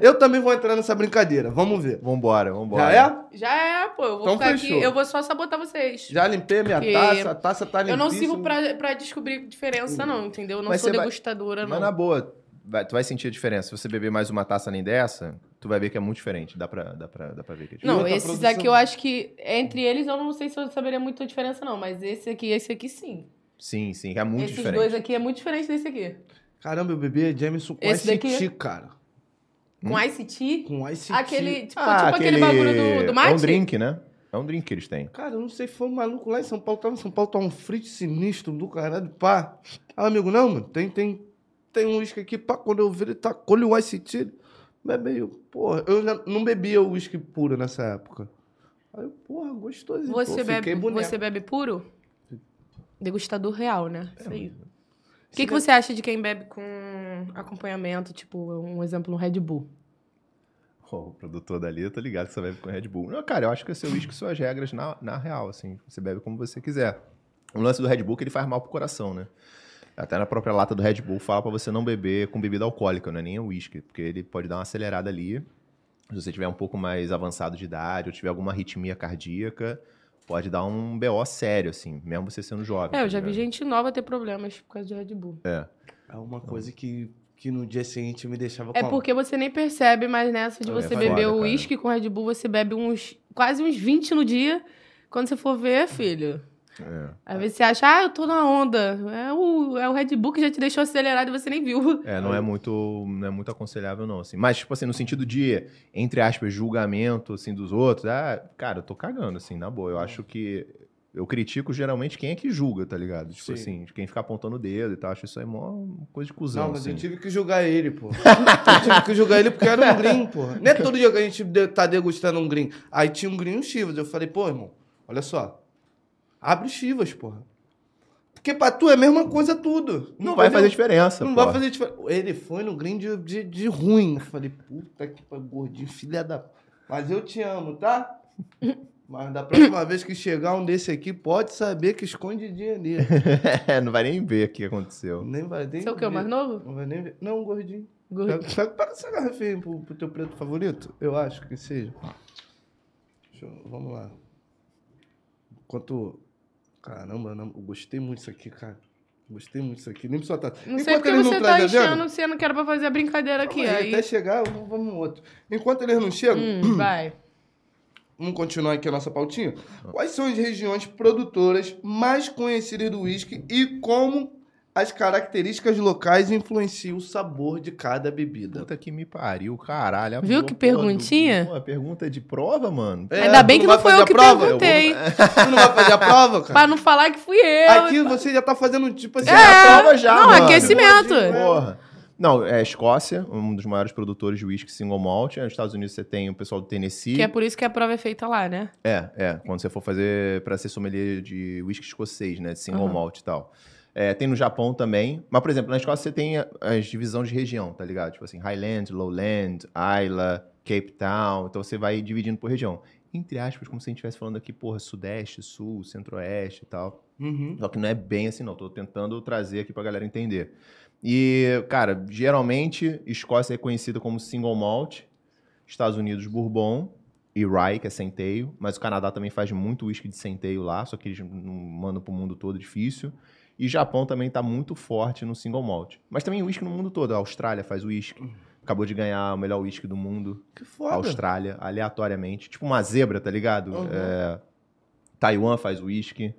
S1: eu também vou entrar nessa brincadeira, vamos ver.
S3: Vambora, vambora.
S1: Já é?
S4: Já é, pô. Eu vou
S1: Então
S4: ficar
S1: fechou.
S4: aqui. Eu vou só sabotar vocês.
S1: Já limpei minha
S4: Que-
S1: taça, a taça tá limpíssima.
S4: eu não sirvo pra, pra descobrir diferença, não, entendeu? Eu não
S3: Mas
S4: sou
S3: você vai-
S4: degustadora, não.
S3: Mas na boa, vai- tu vai sentir a diferença. Se você beber mais uma taça nem dessa, tu vai ver que é muito diferente. Dá pra, dá pra, dá pra ver que é diferente.
S4: Não,
S1: outra
S4: esses
S1: produção-
S4: aqui eu acho que entre eles eu não sei se eu saberia muita diferença, não. Mas esse aqui e esse aqui sim.
S3: Sim, sim, é muito
S4: Esses
S3: diferente.
S4: dois aqui é muito diferente desse aqui.
S1: Caramba, eu bebi Jameson com
S4: Esse daqui-
S1: ICT, cara.
S4: Com Ice Tea,
S1: Com ICT.
S4: aquele. Tipo,
S3: Ah,
S4: tipo aquele... bagulho do, do mate.
S3: É um drink, né? É um drink que eles têm.
S1: Cara, eu não sei, foi um maluco lá em São Paulo. Tava em São Paulo, tava um frito sinistro do caralho, pá. Aí, amigo, não, mano, tem, tem, tem um uísque aqui, pá. Quando eu vi ele tacou o Ice Tea. Bebei, eu, é porra, eu já não bebia uísque puro nessa época. Aí eu, porra, gostosinho. pô,
S4: Você,
S1: fiquei
S4: bebe,
S1: boneco.
S4: você bebe puro? Degustador real, né?
S3: É,
S4: Isso aí. O que,
S1: Esse
S4: que você acha de quem bebe com acompanhamento, tipo, um exemplo, um Red Bull?
S3: Pô, o produtor dali, eu tô ligado que você bebe com Red Bull. Não, cara, eu acho que é seu uísque suas regras na, na real, assim. Você bebe como você quiser. O lance do Red Bull é que ele faz mal pro coração, né? Até na própria lata do Red Bull fala pra você não beber com bebida alcoólica, não é nem o uísque, porque ele pode dar uma acelerada ali. Se você tiver um pouco mais avançado de idade ou tiver alguma arritmia cardíaca, pode dar um BO sério, assim, mesmo você sendo jovem.
S4: É, eu
S3: tá
S4: já vi
S3: ligado?
S4: gente nova ter problemas por causa de Red Bull.
S1: É uma coisa que, que no dia seguinte me deixava
S4: É
S1: com a-
S4: porque você nem percebe mais nessa de
S3: É,
S4: você
S3: foda,
S4: beber
S3: cara.
S4: o uísque com Red Bull, você bebe uns quase uns 20 no dia. Quando você for ver, filho.
S3: É.
S4: Às vezes você acha, ah, eu tô na onda. É o, é o Red Bull que já te deixou acelerado e você nem viu.
S3: É, não é muito, não é muito aconselhável, não, assim. Mas, tipo assim, no sentido de, entre aspas, julgamento, assim, dos outros, ah, cara, eu tô cagando, assim, na boa. Eu acho que... Eu critico, geralmente, quem é que julga, tá ligado? Tipo
S1: Sim.
S3: assim, quem fica apontando o dedo e tal. Acho isso aí mó coisa de cuzão,
S1: Não, mas
S3: assim.
S1: eu tive que julgar ele, pô. eu tive que julgar ele porque era um green, pô. Não é todo dia que a gente de- tá degustando um green. Aí tinha um green e um Chivas. Eu falei, pô, irmão, olha só. Abre o Chivas, porra. Porque pra tu é a mesma coisa tudo.
S3: Não vai fazer
S1: Entendeu?
S3: diferença,
S1: Não
S3: pô.
S1: vai fazer diferença. Ele foi no green de, de, de ruim. Eu falei, puta que pariu, gordinho, filha da. Mas eu te amo, tá? Mas da próxima vez que chegar um desse aqui, pode saber que esconde dinheiro.
S3: É, não vai nem ver o que aconteceu.
S1: Nem vai nem. Tá.
S4: Você é o quê? O
S1: ver.
S4: mais novo?
S1: Não vai nem ver. Não, gordinho.
S4: Gordo.
S1: Pega, pega, pega essa garrafinha aí pro, pro teu preto favorito. Eu acho que seja. Deixa eu- vamos lá. Enquanto. Caramba, eu não- eu gostei muito disso aqui, cara. Gostei muito disso aqui. Nem só tá.
S4: Não sei porque
S1: eles
S4: você
S1: trazem
S4: tá
S1: a venda,
S4: enchendo, sendo que era pra fazer a brincadeira aqui.
S1: calma aí, tá
S4: Aí.
S1: Até chegar, eu vou- vamos no outro. Enquanto eles não chegam,
S4: Hum, vai.
S1: vamos continuar aqui a nossa pautinha. Quais são as regiões produtoras mais conhecidas do uísque e como As características locais influenciam o sabor de cada bebida.
S3: Puta que me pariu, caralho.
S4: Viu
S3: abusou
S4: que
S3: todo.
S4: perguntinha?
S3: Pô, pergunta de prova, mano.
S1: É,
S4: Ainda bem
S1: tu
S4: que
S1: vai
S4: não foi
S1: fazer
S4: eu
S1: a
S4: que
S1: prova?
S4: perguntei.
S1: Tu não vai fazer a prova, cara?
S4: Pra não falar que fui eu.
S1: Aqui você já tá fazendo tipo assim.
S3: É, prova já,
S4: não,
S3: mano.
S4: aquecimento.
S3: Porra. Não, é Escócia, um dos maiores produtores de whisky single malt. Nos Estados Unidos você tem o pessoal do Tennessee.
S4: Que é por isso que a prova é feita lá, né?
S3: É, é. Quando você for fazer pra ser sommelier de whisky escocês, né? De single
S4: Aham.
S3: malt e tal. É, tem no Japão também. Mas, por exemplo, na Escócia você tem a- as divisões de região, tá ligado? Tipo assim, Highland, Lowland, Isla, Cape Town. Então você vai dividindo por região. Entre aspas, como se a gente estivesse falando aqui, porra, Sudeste, Sul, Centro-Oeste e tal.
S1: Uhum.
S3: Só que não é bem assim, não. Tô tentando trazer aqui pra galera entender. E, cara, geralmente, Escócia é conhecida como single malt, Estados Unidos, bourbon e rye, que é centeio. Mas o Canadá também faz muito whisky de centeio lá, só que eles não mandam pro mundo todo, é difícil. E Japão também tá muito forte no single malt. Mas também whisky no mundo todo. A Austrália faz whisky. Acabou de ganhar o melhor whisky do mundo.
S1: Que
S3: A
S1: foda.
S3: Austrália, aleatoriamente. Tipo uma zebra, tá ligado?
S1: Uhum.
S3: É, Taiwan faz uísque.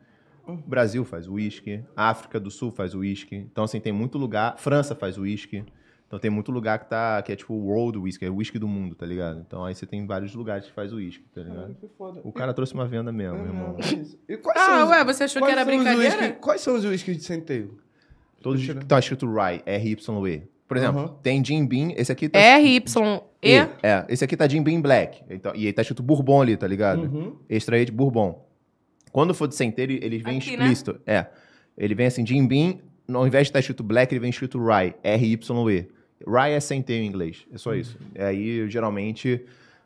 S1: Uhum.
S3: Brasil faz uísque. África do Sul faz uísque. Então, assim, tem muito lugar. França faz uísque. Então tem muito lugar que tá. que é tipo World Whisky, é whisky do mundo, tá ligado? Então aí você tem vários lugares que faz uísque, tá ligado?
S1: Caralho, que foda. É
S3: O cara trouxe uma venda mesmo, meu
S1: Uhum.
S3: irmão.
S1: E quais
S4: Ah,
S1: são os-
S4: ué, você achou que
S1: quais
S4: era
S1: são os
S4: brincadeira?
S1: whisky- quais são os uísques de centeio?
S3: Todos
S1: Mentira.
S3: que tá escrito Rye, R-Y-E. Por exemplo,
S1: Uhum.
S3: tem Jim Beam, esse aqui tá.
S4: É? R-Y-E.
S3: É, esse aqui tá Jim Beam Black. Então, e aí tá escrito Bourbon ali, tá ligado?
S1: Uhum.
S3: extrair de bourbon. Quando for de centeio, ele- ele vem
S4: Aqui, né?
S3: explícito. É. Ele vem assim, Jim Beam, no- ao invés de estar escrito black, ele vem escrito rye, R-Y-E. Rye é centeio em inglês, é
S4: Hum.
S3: só isso. Aí, geralmente,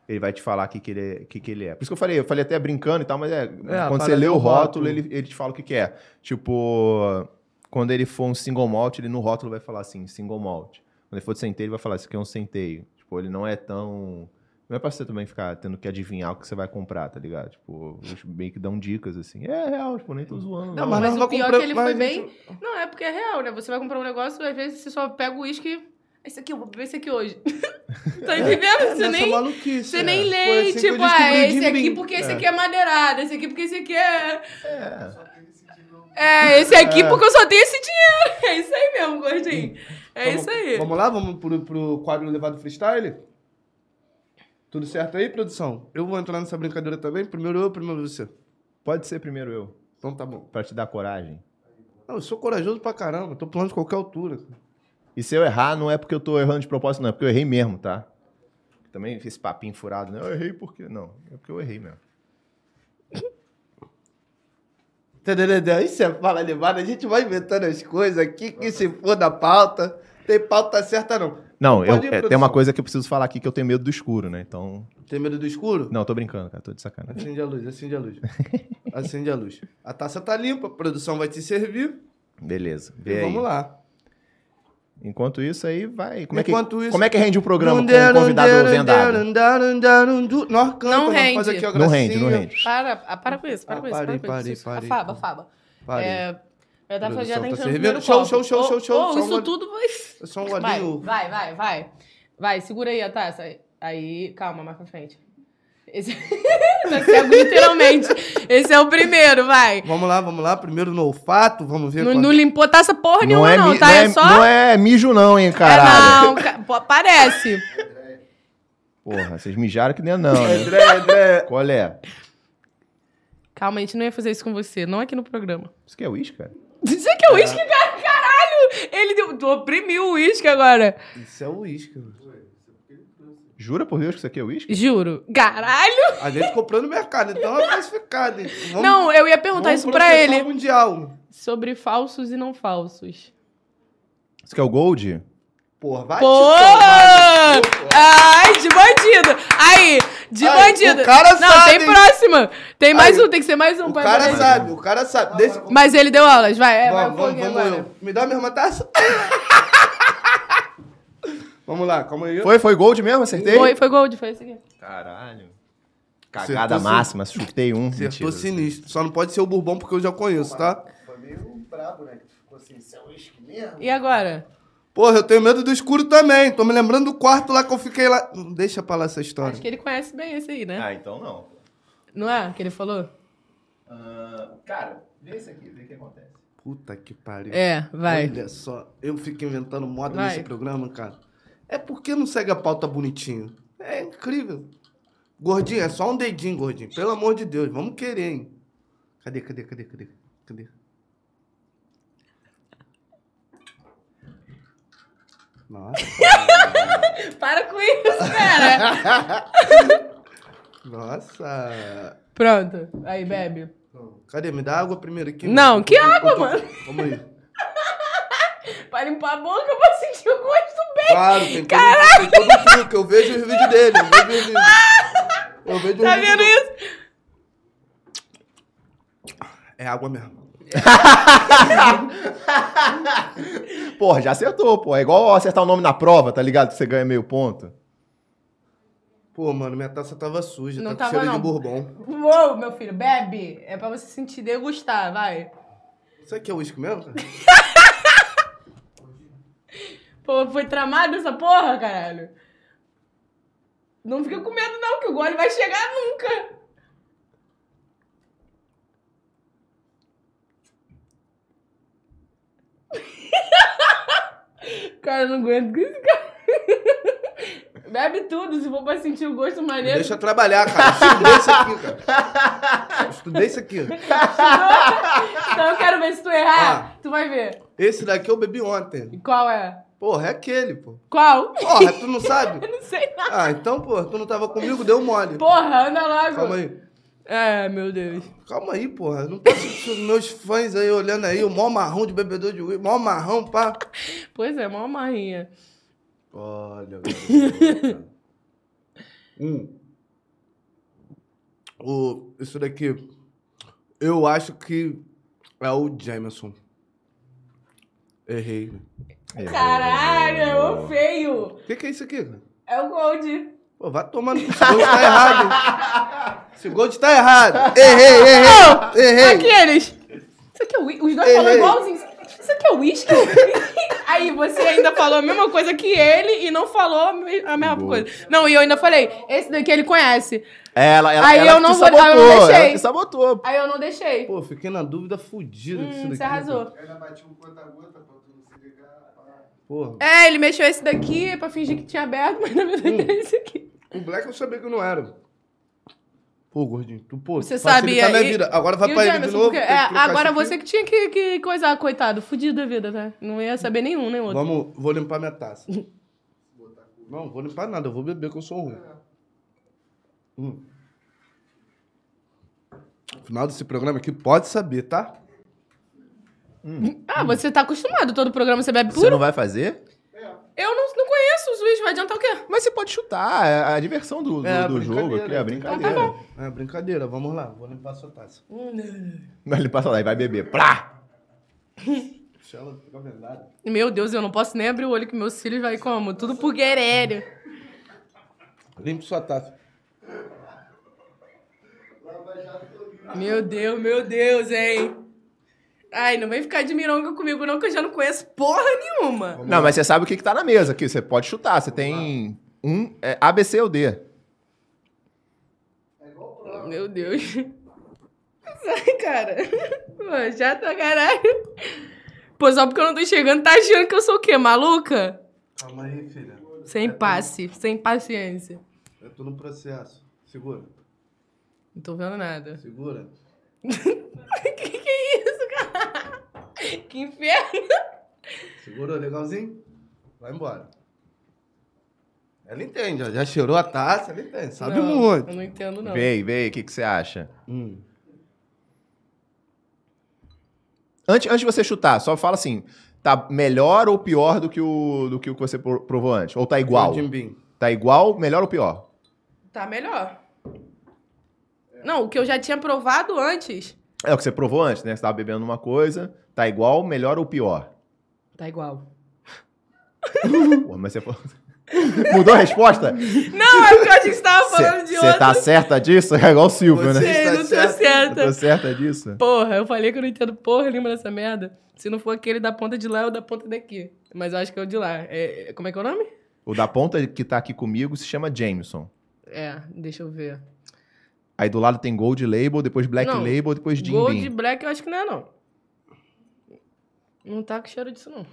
S3: ele vai te falar o que, que, ele, é- que, que ele é. Por isso que eu falei, eu falei até brincando e tal, mas é, quando você
S1: parece
S3: lê o
S1: um
S3: rótulo,
S1: rótulo.
S3: ele, ele te fala o que, que é. Tipo, quando ele for um single malt, ele no rótulo vai falar assim, single malt. Quando ele for de centeio, ele vai falar, isso aqui é um centeio. Tipo, ele não é tão... Não é pra você também ficar tendo que adivinhar o que você vai comprar, tá ligado? Tipo, eles meio que dão dicas, assim. É real, tipo, nem tô
S4: Não,
S3: zoando.
S1: nós
S4: mas o
S1: vamos
S4: pior é
S1: comprar-
S4: que ele
S1: mas tipo, a
S4: foi bem-
S1: gente-
S4: Não, é porque é real, né? Você vai comprar um negócio e às vezes você só pega o uísque. "Ah, Esse aqui, eu vou beber esse aqui hoje. tá entendendo? Você
S1: É, Nessa
S4: nem,
S1: maluquice,
S4: você
S1: é.
S4: nem
S1: Foi
S4: lê,
S1: assim que eu
S4: tipo, ah,
S1: descobri o Jim
S4: esse aqui
S1: Beam.
S4: porque
S1: É.
S4: esse aqui é madeirado, esse aqui porque esse aqui é.
S3: É.
S4: É, esse aqui
S1: É.
S4: porque eu só tenho esse dinheiro. É isso aí mesmo, gordinho. É
S1: Vamos-
S4: isso aí.
S1: Vamos lá, vamos pro, pro quadro Levado Freestyle? Tudo certo aí, produção? Eu vou entrar nessa brincadeira também. Primeiro eu, primeiro você.
S3: Pode ser primeiro eu,
S1: Então tá bom.
S3: pra te dar coragem.
S1: Não, eu sou corajoso pra caramba. Tô pulando de qualquer altura.
S3: E se eu errar, não é porque eu tô errando de propósito, não. É porque eu errei mesmo, tá? Também fiz esse papinho furado, né? Eu errei porque... Não, é porque eu errei mesmo.
S1: Tadadadã, Isso é fala levada. A gente vai inventando as coisas aqui que se for da pauta. Tem pauta certa, não.
S3: Não, eu,
S1: Pode ir,
S3: é, tem
S1: produção.
S3: uma coisa que eu preciso falar aqui que eu tenho medo do escuro, né? Então...
S1: Tem medo do escuro?
S3: Não, eu tô brincando, cara. Tô de sacanagem.
S1: Acende a luz, acende a luz. Acende a luz. A taça tá limpa, a produção vai te servir.
S3: Beleza.
S1: E
S3: Vê
S1: vamos
S3: aí.
S1: lá.
S3: Enquanto isso aí, vai... Como é
S1: Enquanto
S3: que,
S1: isso-
S3: Como é que rende o programa com o convidado vendado?
S1: Nós canta,
S4: Não
S1: nós faz
S4: rende.
S1: aqui a
S3: Não rende, não
S1: gracinha.
S3: rende.
S4: Para, ah, para com isso, para
S1: Ah,
S4: com isso.
S1: parei,
S4: para com isso.
S1: parei, parei.
S4: Afaba, afaba.
S1: Parei.
S4: É, eu tava
S1: Produção
S4: já
S1: tá
S4: tentando
S1: servindo.
S4: primeiro
S1: Show,
S4: copo.
S1: show, show,
S4: Oh,
S1: show, show,
S4: oh,
S1: só um
S4: isso
S1: gole-
S4: tudo
S1: É só um
S4: vai... Vai,
S1: olhinho.
S4: vai, vai, vai. Vai, segura aí a taça. Aí, calma, mais pra frente. Esse... tá cego literalmente. Esse é o primeiro, vai.
S1: Vamos lá, vamos lá. Primeiro no olfato, vamos ver.
S4: Não,
S1: quanto-
S4: não limpou taça porra nenhuma, não,
S3: mi-
S4: tá?
S3: não
S4: é,
S3: é-
S4: só...
S3: não é mijo, não, hein,
S4: É,
S3: caralho.
S4: não, ca- pô, parece.
S3: Porra, vocês mijaram que nem é não, né?
S1: André, André.
S3: Qual é?
S4: Calma, a gente não ia fazer isso com você, não aqui no programa.
S3: Isso que é uísque, cara?
S4: Dizer que é uísque, cara, caralho! Ele deu, tu oprimiu o uísque agora.
S1: Isso é o uísque. mano.
S3: Jura por Deus que isso aqui é uísque?
S4: Juro. Caralho!
S1: A gente comprou no mercado, então é classificado. hein? Vamos-
S4: não, eu ia perguntar
S1: vamos
S4: isso pra
S1: processar
S4: ele.
S1: o mundial.
S4: Sobre falsos e não falsos.
S3: Isso que é o Gold?
S1: Porra, vai
S4: Pô!
S1: te tomar. no cu, porra.
S4: Ai, de bandido! Aí, de
S1: Ai,
S4: bandido!
S1: o cara
S4: não,
S1: sabe,
S4: tem
S1: hein?
S4: próxima! Tem mais
S1: Aí,
S4: um, tem que ser mais um.
S1: O
S4: pai,
S1: cara
S4: peraí.
S1: sabe, o cara sabe. Desse-
S4: Mas ele deu aulas, vai. É, vai
S1: vamos,
S4: um
S1: vamos,
S4: pouquinho
S1: vamos
S4: agora.
S1: eu. Me dá a mesma taça? vamos lá, calma aí.
S3: Foi, foi Gold mesmo? Acertei?
S4: Foi, foi gold, foi esse aqui.
S3: Caralho. Cagada
S1: Cagada
S3: máxima, chutei um.
S1: Acertou
S3: Mentira.
S1: sinistro. Só não pode ser o Bourbon porque eu já conheço, tá?
S5: Foi meio brabo, né? Que tu ficou assim, isso é uísque mesmo?
S4: E agora?
S1: Porra, eu tenho medo do escuro também. Tô me lembrando do quarto lá que eu fiquei lá. Não, Deixa pra lá essa história.
S4: Acho que ele conhece bem esse aí, né?
S3: Ah, então não.
S4: Não é? Que ele falou?
S3: Ah, cara, vê isso aqui, vê o que acontece.
S1: Puta que pariu.
S4: É, vai.
S1: Olha só, eu fico inventando moda
S4: Vai.
S1: nesse programa, cara. É porque não segue a pauta bonitinho. É incrível. Gordinho, é só um dedinho, gordinho. Pelo amor de Deus, vamos querer, hein? Cadê, cadê, cadê, cadê? Cadê? Nossa.
S4: Para com isso, cara.
S1: Nossa.
S4: Pronto. Aí, bebe.
S1: Cadê? Me dá água primeiro aqui.
S4: Não,
S1: mano.
S4: que
S1: Eu tô-
S4: água,
S1: eu tô-
S4: mano?
S1: Calma aí.
S4: Pra limpar a boca, eu vou sentir o gosto bem.
S1: Claro, tem todo, tem todo um truque. Eu vejo os vídeos dele. Eu vejo os vídeos. Eu vejo os
S4: Tá
S1: vídeos
S4: vendo
S1: dele.
S4: isso?
S1: É água mesmo.
S3: Porra, já acertou, pô. É igual acertar o nome na prova, tá ligado? Que você ganha meio ponto.
S1: Pô, mano, minha taça tava suja.
S4: Não
S1: tá
S4: tava,
S1: com cheiro
S4: não.
S1: de bourbon.
S4: Uou, meu filho, bebe. É pra você sentir degustar, vai.
S1: Isso aqui é uísque mesmo, cara?
S4: Pô, foi tramado essa porra, caralho. Não fica com medo, não, que o gole vai chegar nunca. Cara, eu não aguento com esse cara. Bebe tudo, se for pra sentir o gosto
S1: Me
S4: maneiro.
S1: deixa eu trabalhar, cara. Eu estudei isso aqui, cara. Eu estudei isso aqui.
S4: Então eu quero ver se tu errar.
S1: Ah.
S4: Tu vai ver.
S1: Esse daqui eu bebi ontem.
S4: E Qual é?
S1: Porra, é aquele, pô.
S4: Qual?
S1: Porra, tu não sabe?
S4: Eu não sei nada.
S1: Ah, então, porra, tu não tava comigo, deu mole.
S4: Porra, anda logo.
S1: Calma aí.
S4: É, meu Deus.
S1: Calma aí, porra. Eu Não posso meus fãs aí olhando aí, o maior marrão de bebedor de uísque, o maior marrão, pá.
S4: Pois é, mó marrinha.
S1: Olha, garota. hum. o, isso daqui, eu acho que é o Jameson. Errei.
S3: É.
S4: Caralho, é o feio.
S1: O que, que é isso aqui? cara?
S4: É o Gold.
S1: Pô, vai tomando. Esse gold tá errado. Esse gold tá errado. Errei, errei. Errei.
S4: Aqueles. Isso aqui é whisky. Os dois
S1: Ei,
S4: falam
S1: ei.
S4: igualzinhos. Isso aqui é whisky? Aí você ainda falou a mesma coisa que ele e não falou a me- a mesma
S3: Boa.
S4: coisa. Não, e eu ainda falei, esse daqui ele conhece.
S3: Ela, ela,
S4: Aí
S3: ela
S4: eu
S3: que
S4: não
S3: te
S4: vou-
S3: sabotou,
S4: ah, eu não deixei.
S3: ela que sabotou.
S4: Aí eu não deixei.
S1: Pô, fiquei na dúvida fudida com isso
S4: Hum,
S1: daqui.
S4: você arrasou.
S6: Eu ainda bati um conta-gota pra tu não se ligar. pá.
S1: Pô,
S4: É, ele mexeu esse daqui pra fingir que tinha aberto, mas na
S1: Hum.
S4: verdade é esse aqui.
S1: o Black eu sabia que não era. Pô, gordinho, tu, pô,
S4: Você
S1: facilita
S4: sabe,
S1: a minha
S4: e-
S1: vida. Agora vai
S4: E o
S1: pra ele de
S4: Jamerson,
S1: novo.
S4: porque-
S1: tem
S4: é,
S1: que trocar
S4: agora
S1: isso aqui.
S4: você que tinha que, que coisar, coitado. Fudido da vida, tá? Não ia saber nenhum, nem outro.
S1: Vamos, vou limpar minha taça. Não, vou limpar nada, eu vou beber que eu sou ruim. Hum. Final desse programa aqui, pode saber, tá?
S4: Ah, você tá acostumado, todo programa você bebe
S3: Você
S4: puro.
S3: não vai fazer?
S4: Eu não, não conheço os juiz, vai adiantar o quê?
S3: Mas você pode chutar. É a diversão do, do,
S1: É,
S3: do jogo aqui, é a
S1: brincadeira.
S4: Então tá
S3: brincadeira.
S1: É brincadeira, vamos lá, vou limpar sua taça.
S4: tá
S3: Mas ele passa lá e vai beber. Plá!
S1: Deixa ela ficar vendada.
S4: Meu Deus, eu não posso nem abrir o olho que meus filhos vai como? Tudo por guerreiro.
S1: Limpe sua taça.
S4: Meu Deus, meu Deus, hein? Ai, não vem ficar de mironga comigo não, que eu já não conheço porra nenhuma.
S3: Não, mas você sabe o que, que tá na mesa aqui. Você pode chutar. Você tem um é, A, B, C ou D.
S4: Meu Deus. Sai, cara. Pô, já tá caralho. Pô, só porque eu não tô chegando, tá achando que eu sou o quê, maluca?
S1: Calma aí, filha.
S4: Sem passe, sem paciência.
S1: Eu tô no processo. Segura,
S4: Não tô vendo nada.
S1: segura.
S4: que que é isso, cara? Que inferno.
S1: Segurou, legalzinho? Vai embora. Ela entende, ó, já cheirou a taça, ela entende, sabe
S4: Não,
S1: muito.
S4: Eu não entendo, não.
S3: Vê, vê, o que, que você acha?
S1: Hum.
S3: Antes, antes de você chutar, só fala assim: tá melhor ou pior do que o, do que, o que você pro- provou antes? Ou tá igual?
S1: Jim Beam.
S3: Tá igual, melhor ou pior?
S4: Tá melhor. Não, o que eu já tinha provado antes.
S3: É o que você provou antes, né? Você tava bebendo uma coisa, tá igual, melhor ou pior?
S4: Tá igual.
S3: Pô, mas você falou- Mudou a resposta?
S4: Não, é porque a gente tava falando de
S3: Você
S4: outro.
S3: tá certa disso? É igual o Silvio, né?
S1: Você-
S4: Sei, não tô
S1: Tá certo.
S4: certa.
S3: Tá certa disso?
S4: Porra, eu falei que eu não entendo porra nenhuma dessa merda. Se não for aquele da ponta de lá, é o da ponta daqui. Mas eu acho que é o de lá. É, é- como é que é o nome?
S3: O da ponta que tá aqui comigo se chama Jameson.
S4: É, deixa eu ver.
S3: Aí do lado tem Gold Label, depois Black
S4: Não,
S3: Label, depois Jim
S4: Gold
S3: Beam.
S4: Black eu acho que não é, não. Não tá com cheiro disso, não.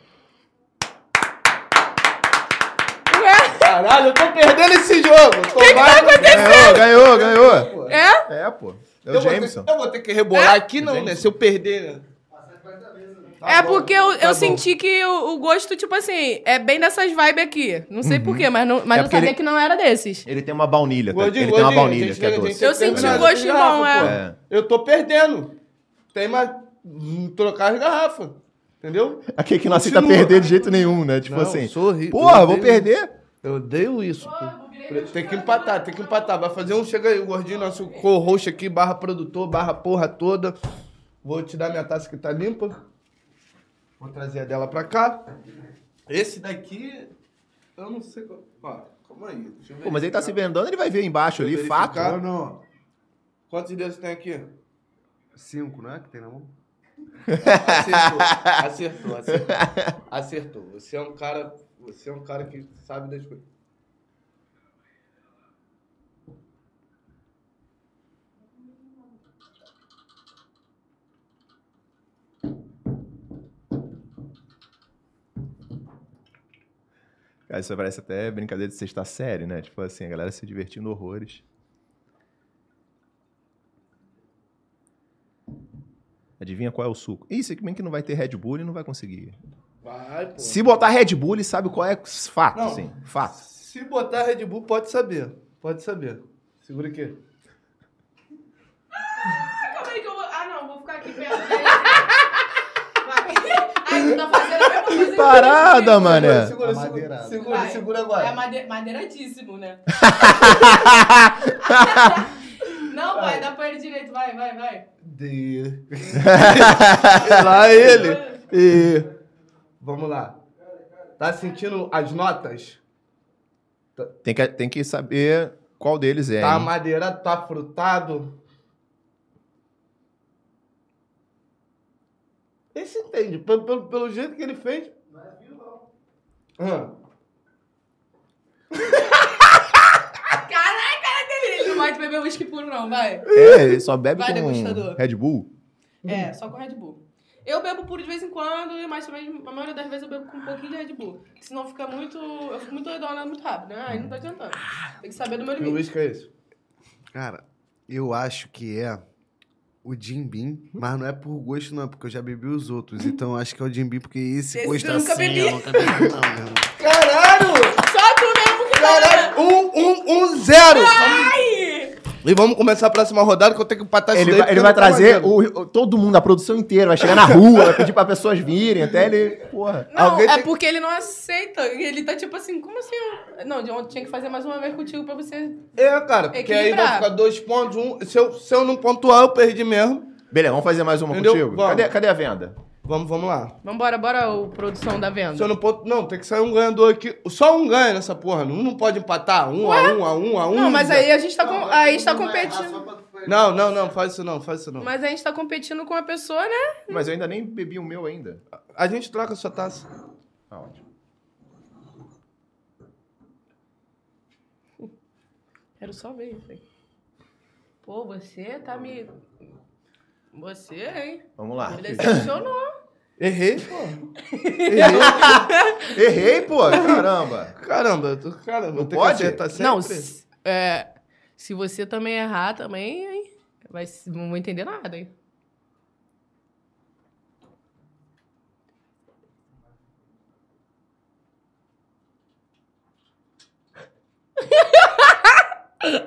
S1: Caralho, eu tô perdendo esse jogo. O que, tá
S3: Ganhou, ganhou, ganhou.
S1: acontecendo?
S4: É?
S3: É, pô. É o
S1: Eu vou, ter,
S3: Jameson.
S1: eu vou ter que
S4: Ah!
S1: rebolar aqui, não, né? Se eu perder. né? Tá
S4: é
S1: bom,
S4: porque eu,
S1: tá
S4: eu
S1: bom.
S4: senti que o, o gosto, tipo assim, é bem dessas vibes aqui. Não sei porquê, mas, não, mas
S3: É
S4: eu
S3: porque
S4: sabia
S3: ele-
S4: que não era desses.
S3: Ele tem uma baunilha, tá?
S1: Gordinho,
S3: Ele tem uma
S1: gordinho,
S3: baunilha
S1: gente,
S3: que é
S1: gente,
S3: doce.
S1: tem
S4: Eu senti
S1: terminar
S4: um gosto
S1: essas garrafas,
S4: bom, é.
S1: pô.
S3: É.
S1: né? Eu tô perdendo. Tem mais. hum, Trocar as garrafas. Entendeu?
S3: Aquele que não aceita
S1: Continua.
S3: perder de jeito nenhum, né? Tipo
S1: Não,
S3: assim.
S1: sou horrível.
S3: Porra,
S1: Eu
S3: vou
S1: odeio-
S3: perder.
S1: Eu odeio isso. pô. Tem que empatar, tem que empatar. Vai fazer um. Chega aí, o gordinho, nosso co-host aqui, barra produtor, barra porra toda. Vou te dar minha taça que tá limpa. Vou trazer a dela pra cá. Esse daqui. Eu não sei qual. Ó, calma aí. Deixa eu
S3: Pô, mas ele tá se
S1: verificar.
S3: vendando, ele vai ver embaixo ali,
S1: Deixa eu
S3: fato.
S1: verificar.
S7: Não,
S1: Quantos dedos tem aqui?
S7: cinco, não é que tem na mão?
S1: Acertou, acertou, acertou. Acertou. Você é um cara, você é um cara que sabe das coisas.
S3: Cara, isso parece até brincadeira de sexta série, né? Tipo assim, a galera se divertindo horrores. Adivinha qual é o suco? Ih, se bem que não vai ter Red Bull, ele não vai conseguir.
S1: Vai, pô.
S3: Se botar Red Bull, ele sabe qual é fato,
S1: Não.
S3: assim. Fato.
S1: Se botar Red Bull, pode saber. Pode saber. Segura aqui.
S4: Calma aí que eu vou. Ah, não, vou ficar aqui perto. Ai, tu tá fazendo a mesma coisa
S3: Que parada, mané!
S1: Segura, segura,
S7: Amadeirado.
S1: segura, segura,
S4: É
S1: segura agora.
S4: madeiradíssimo, né? não, vai, dá pra ele direito, vai, vai, vai.
S1: De... lá ele. E... Vamos lá. Tá sentindo as notas?
S3: Tem que, tem que saber qual deles é.
S1: Tá
S3: hein?
S1: madeirado, tá frutado. Esse entende, pelo, pelo, pelo jeito que ele fez. Ah,
S4: Caraca, cara dele, ele não vai te beber uísque puro, não, vai.
S3: É, ele só bebe
S4: Vai,
S3: com
S4: degustador.
S3: Red Bull.
S4: É, só com Red Bull. Eu bebo puro de vez em quando, mas também a maioria das vezes eu bebo com um pouquinho de Red Bull. Porque senão fica muito. Eu fico muito doidona muito rápido, né? Aí não tá adiantando. Tem que saber do meu
S1: que
S4: limite.
S1: uísque é esse?
S7: Cara, eu acho que é o Jim Beam, mas não é por gosto, não, porque eu já bebi os outros. Então eu acho que é o Jim Beam, porque esse
S4: Esse
S7: gosto
S4: eu nunca
S7: assim
S4: bebi.
S7: eu nunca bebi, não, meu irmão.
S1: Caralho!
S4: Só tu mesmo que tá.
S1: Caralho! Um, um, um, zero! E vamos começar a próxima rodada que eu tenho que empatar
S3: Ele
S1: isso daí,
S3: vai, ele
S1: porque
S3: vai
S1: eu não tô
S3: trazer
S1: aguentando.
S3: o- o- todo mundo, a produção inteira, vai chegar na rua, vai pedir pra pessoas virem, até ele. Porra.
S4: Não,
S1: Alguém
S4: é
S1: tem-
S4: porque ele não aceita. Ele tá tipo assim, como assim? eu- Não, de ontem tinha que fazer mais uma vez contigo pra você.
S1: É, cara, porque aí vai
S4: Equilibrar.
S1: ficar dois pontos, um. Se eu, se eu não pontuar, eu perdi mesmo.
S3: Beleza, vamos fazer mais uma
S1: Entendeu?
S3: contigo?
S1: Vamos.
S3: Cadê, cadê a venda?
S1: Vamos, vamos lá.
S4: Vambora, bora, ô, produção da
S1: Se eu
S4: venda.
S1: não ponto. Não, tem que sair um ganhador aqui. Só um ganha nessa porra. Um não pode empatar. Um a um, a um, a um.
S4: Não, mas aí a gente tá, com... aí a gente tá
S8: Não vai errar
S4: competindo.
S8: só pra-
S1: Não, não, não, faz isso não, faz isso não.
S4: Mas aí a gente tá competindo com a pessoa, né?
S3: Mas eu ainda nem bebi o meu ainda.
S1: A gente troca sua taça.
S3: Ah, ótimo.
S4: Quero só ver isso aí. Pô, você tá me. Você, hein?
S3: Vamos lá.
S4: Me decepcionou.
S1: Errei, pô. Errei.
S3: Errei, pô! Caramba!
S1: Caramba, eu tô, caramba, eu tenho
S3: pode?
S1: que acertar sempre.
S4: Não, se, é, se você também errar, também, hein? Vai, se- não vou entender nada, hein?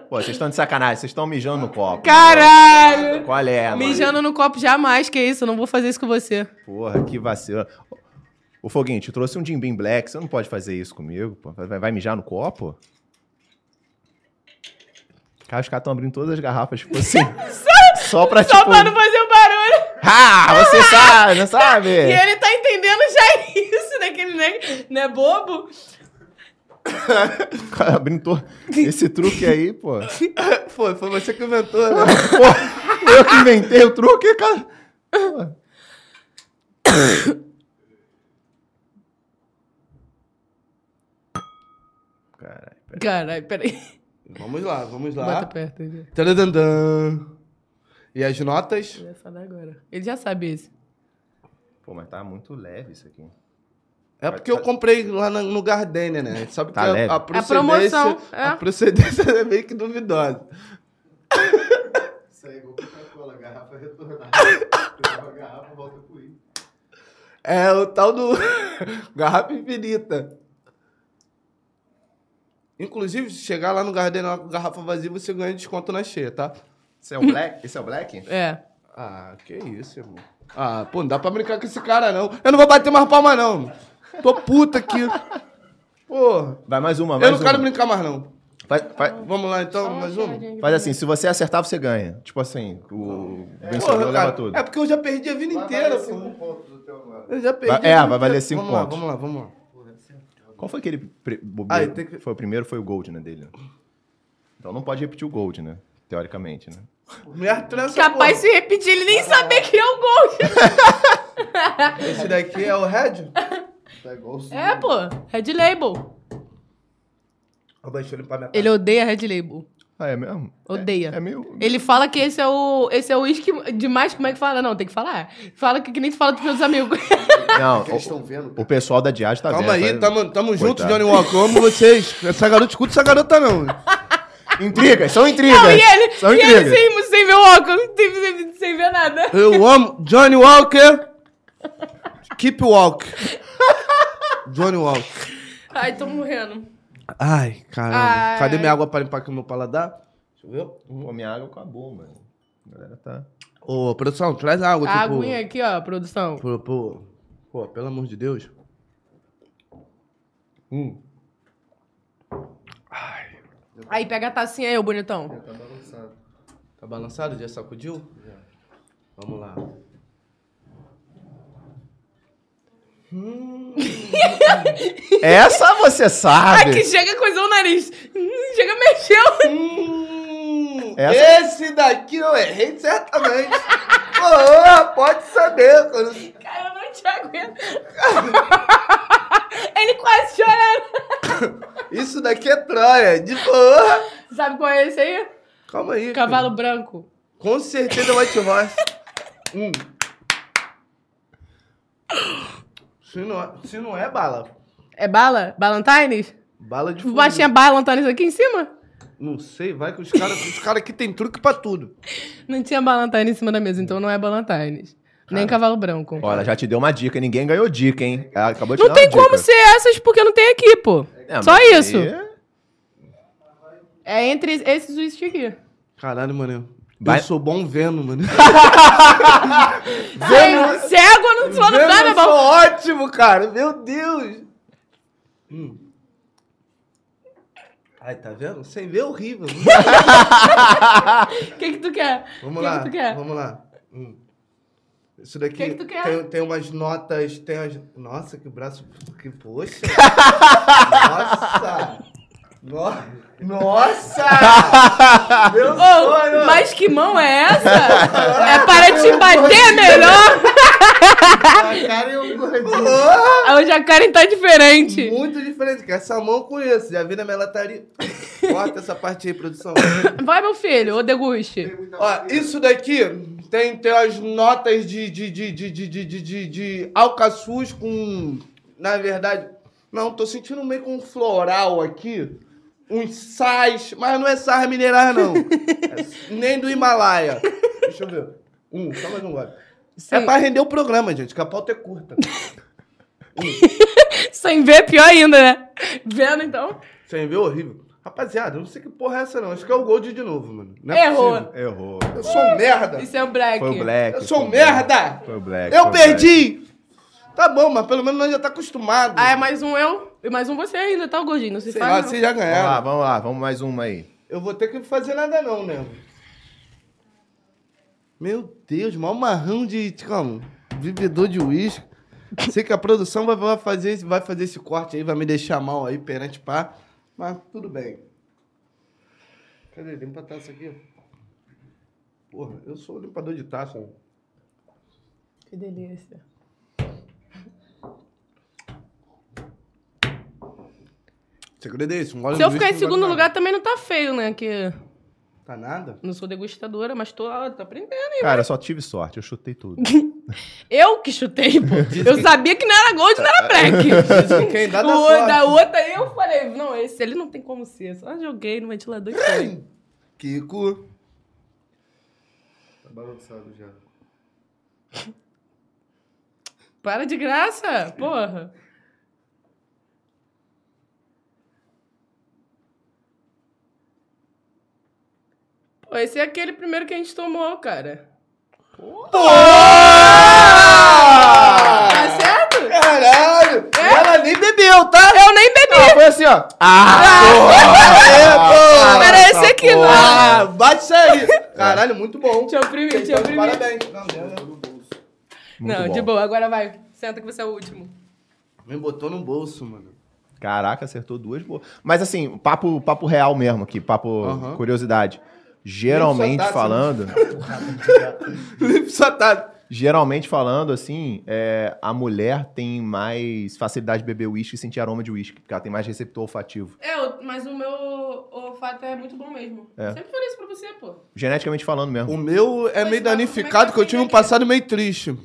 S3: Pô, vocês estão de sacanagem, vocês estão mijando no copo.
S4: Caralho!
S3: Qual é, mano?
S4: Mijando no copo jamais, que isso? Eu não vou fazer isso com você.
S3: Porra, que vacilo. Ô, Foguinho, te trouxe um Jim Beam Black, você não pode fazer isso comigo, pô. Vai, vai mijar no copo? Cara, os caras estão abrindo todas as garrafas, tipo assim. só pra,
S4: Só
S3: tipo...
S4: pra não fazer o barulho.
S3: Ah, você sabe, não
S4: E
S3: sabe?
S4: ele tá entendendo já isso, né? Que ele não é, não é bobo.
S3: Cara, abrindo to... esse truque aí, pô.
S1: Foi, foi você que inventou, né?
S3: Pô, eu que inventei o truque, cara. Caralho.
S4: Caralho, peraí.
S1: vamos lá, vamos
S4: Bota
S1: lá.
S4: perto. aí.
S1: Tadadandã. E as notas?
S4: é Ele vai falar agora. Ele já sabe esse.
S3: Pô, mas tá muito leve isso aqui.
S1: É porque eu comprei lá na- no Gardenia, né? Sabe
S3: Tá
S1: que
S3: leve.
S1: a, a
S3: É
S1: procedência,
S4: promoção, é.
S1: a procedência é meio que duvidosa.
S7: Isso aí é igual Coca-Cola, a garrafa é retornada. Pegava a garrafa, volta pro I.
S1: É o tal do garrafa infinita. Inclusive, se chegar lá no Gardenia lá com garrafa vazia, você ganha desconto na cheia, tá?
S3: Esse é o Black? Esse é o Black?
S4: É.
S1: Ah, que isso, irmão. Ah, pô, não dá pra brincar com esse cara, não. Eu não vou bater mais palma, não. Tô puta aqui. Porra.
S3: Vai mais uma, mais
S1: Eu não
S3: uma.
S1: quero brincar mais, não.
S3: Faz, faz-
S1: Vamos lá, então, mais
S4: Só uma
S1: um.
S4: cheiradinha
S3: faz
S4: de
S3: assim, se você acertar, você ganha. Tipo assim, o vencedor
S1: Porra,
S3: leva
S1: cara,
S3: tudo.
S1: é porque eu já perdi a vida
S7: Vai
S1: inteira,
S7: valer
S1: pô.
S7: cinco pontos do teu lado.
S1: Eu já perdi.
S3: Vai- é,
S1: a vida
S3: vai
S1: inteira.
S3: valer cinco
S1: vamos
S3: pontos.
S1: Lá, vamos lá, vamos lá.
S3: Qual foi aquele pre- bobeiro?
S1: Aí, tem Ah, que-
S3: Foi o primeiro, foi o Gold, né, dele? Então não pode repetir o Gold, né? Teoricamente, né?
S1: Minha trança,
S4: Capaz
S1: pô.
S4: se repetir, ele nem saber que é o Gold.
S1: Esse daqui é o Red?
S7: Tá igual o
S4: É, pô. Red Label.
S1: Ô, Deixa eu limpar minha
S4: Ele odeia Red Label.
S3: Ah, é mesmo?
S4: Odeia.
S3: É, é meio...
S4: Ele fala que esse é o esse é o uísque demais. Como é que fala? Não, tem que falar. Fala que, que nem tu fala dos meus amigos.
S3: Não,
S7: que eles
S3: o,
S7: estão vendo,
S3: o pessoal da Diage tá
S1: Calma
S3: vendo.
S1: aí,
S3: tá-
S1: tamo, tamo junto,
S3: Coitado.
S1: Johnny Walker. Amo vocês. Essa garota escuta essa garota, não.
S3: Intrigas, são intrigas.
S4: Não, e é- ele,
S3: É, são
S4: e
S3: intrigas.
S4: ele sem, sem ver o óculos, sem, sem, sem ver nada.
S1: Eu amo Johnny Walker. Keep Walk. Johnny Walk.
S4: Ai, tô morrendo.
S3: Tipo,
S1: Ai, caramba.
S4: Ai.
S1: Cadê minha água pra limpar aqui no meu paladar? Deixa eu ver.
S3: Pô, minha um água acabou, mano. A galera tá...
S1: Ô, produção, traz a água
S4: A
S1: aqui pro-
S4: aguinha aqui, ó, produção.
S1: Pô, pô, pô, pelo amor de Deus. Hum.
S4: Aí pega a tacinha aí, ô bonitão.
S7: Tá balançado.
S1: Tá balançado? Já sacudiu? Vamos lá.
S3: Essa você sabe.
S4: Ai, que chega coisou o nariz. Hum, Chega mexeu.
S1: Hum,
S3: Essa-
S1: Esse daqui eu errei certamente. Pô, pode saber. quando-
S4: Cara, eu não te aguento. Ele quase chorando.
S1: Isso daqui é Troia. De boa.
S4: Sabe qual é esse aí?
S1: Calma aí. cara.
S4: Cavalo branco.
S1: Com certeza é White Horse. Hum. Se não, se não é bala,
S4: É bala? Balantines?
S1: bala de
S4: Tipo,
S1: fundo.
S4: baixinha Balantines aqui em cima?
S1: Não sei, vai que os caras os cara aqui tem truque pra tudo.
S4: Não tinha Balantines em cima da mesa, então não é Balantines. Nem cavalo branco.
S3: Olha, já te deu uma dica. Ninguém ganhou dica, hein? Ela acabou de
S4: Não
S3: dar
S4: tem
S3: uma dica.
S4: como ser essas porque não tem aqui, pô.
S3: É,
S4: Só
S3: mas
S4: isso.
S3: aí-
S4: É entre esses uísques aqui.
S1: Caralho, mano.
S3: Vai-
S1: Eu sou bom vendo, mano.
S4: Ai, Cego, não sou
S1: Vendo
S4: nada,
S1: eu
S4: bom.
S1: sou ótimo, cara. Meu Deus. Hum. Ai, tá vendo? Sem ver é horrível.
S4: O que que tu quer?
S1: Vamos
S4: que
S1: lá.
S4: Que tu quer?
S1: Vamos lá. Hum. Isso daqui
S4: Que que tu quer?
S1: Tem, tem umas notas, tem as... Nossa, que braço... Que poxa. Nossa. No- Nossa! Meu
S4: Ô,
S1: sonho!
S4: mas que mão é essa? é para te bater melhor?
S7: A cara e o gordinho.
S4: Hoje a Karen tá diferente.
S1: Muito diferente, que essa mão eu conheço. Já vi na minha lataria. Corta essa parte aí, produção.
S4: Vai, meu filho, ô deguste.
S1: Ó, isso daqui tem, tem as notas de, de, de, de, de, de, de, de, de alcaçuz com. Na verdade. Não, tô sentindo meio com um floral aqui. Uns sais, mas não é sais minerais, não. É nem do Himalaia. Deixa eu ver. Um, só mais um gole. É
S4: Sim.
S1: pra render o programa, gente, que a pauta é curta.
S4: Sem ver, pior ainda, né? Vendo, então?
S1: Sem ver, é horrível. Rapaziada, eu não sei que porra é essa, não. Acho que é o Gold de novo, mano. Não é
S4: Errou.
S1: possível.
S3: Errou.
S1: Eu sou um merda.
S4: Isso é o Black.
S3: Foi o Black.
S1: Eu
S3: foi
S1: sou um
S3: o Black.
S1: merda.
S3: Foi o Black. foi
S1: Eu
S3: o Black.
S1: perdi. Tá bom, mas pelo menos nós já tá acostumado.
S4: Ah, é mais um eu e mais um você ainda, tá, o gordinho? Não se
S1: Sei
S4: faz,
S1: lá,
S4: não.
S1: vocês já
S3: Vamos lá,
S1: ganharam.
S3: vamos lá. Vamos mais uma aí.
S1: Eu vou ter que fazer nada não, né? Meu Deus, maior marrão de... Calma, bebedor de uísque. Sei que a produção vai, vai fazer, esse- vai fazer esse corte aí, vai me deixar mal aí perante pá. Mas tudo bem. Cadê? Limpa a taça aqui. Porra, eu sou limpador de taça.
S4: Que delícia.
S1: Segredo é esse. Um gole
S4: Se eu
S1: de
S4: ficar em
S1: uísque não vale
S4: segundo
S1: nada.
S4: lugar também não tá feio, né? Que...
S1: Tá nada?
S4: Não sou degustadora, mas tô, tô aprendendo.
S3: Cara, eu só tive sorte, eu chutei tudo.
S4: Eu que chutei, pô.
S1: Diz
S4: Eu
S1: que-
S4: sabia que não era gold, não era black.
S1: Diz que quem dá dá
S4: O da
S1: sorte.
S4: outra, eu falei, não, esse ele não tem como ser. Só joguei no ventilador e foi.
S1: Kiko.
S9: Tá balançado já.
S4: Para de graça, porra. Pô, esse é aquele primeiro que a gente tomou, cara. Tá certo?
S1: Caralho! Ela nem bebeu, tá?
S4: Eu nem bebi.
S3: Ah, foi assim, ó. Ah,
S1: É, pô!
S4: Era esse aqui, mano.
S1: Ah, bate isso aí! Caralho, muito bom.
S4: Te oprimi, te oprimi.
S1: Parabéns. Não, dela.
S3: Muito
S4: Não,
S3: bom.
S4: de boa, agora vai. Senta que você é o último.
S1: Me botou no bolso, mano.
S3: Caraca, acertou duas boas. Mas assim, papo, papo real mesmo aqui, papo
S1: Aham.
S3: curiosidade. Geralmente
S1: Nem só tá,
S3: falando,
S1: Felipe Satado.
S3: geralmente falando, assim, é, a mulher tem mais facilidade de beber uísque e sentir aroma de uísque, porque ela tem mais receptor olfativo.
S4: É, o- mas o meu olfato é muito bom mesmo.
S3: É.
S4: Sempre falei isso pra você, pô.
S3: Geneticamente falando mesmo.
S1: O meu é meio danificado, que eu tive um passado meio triste.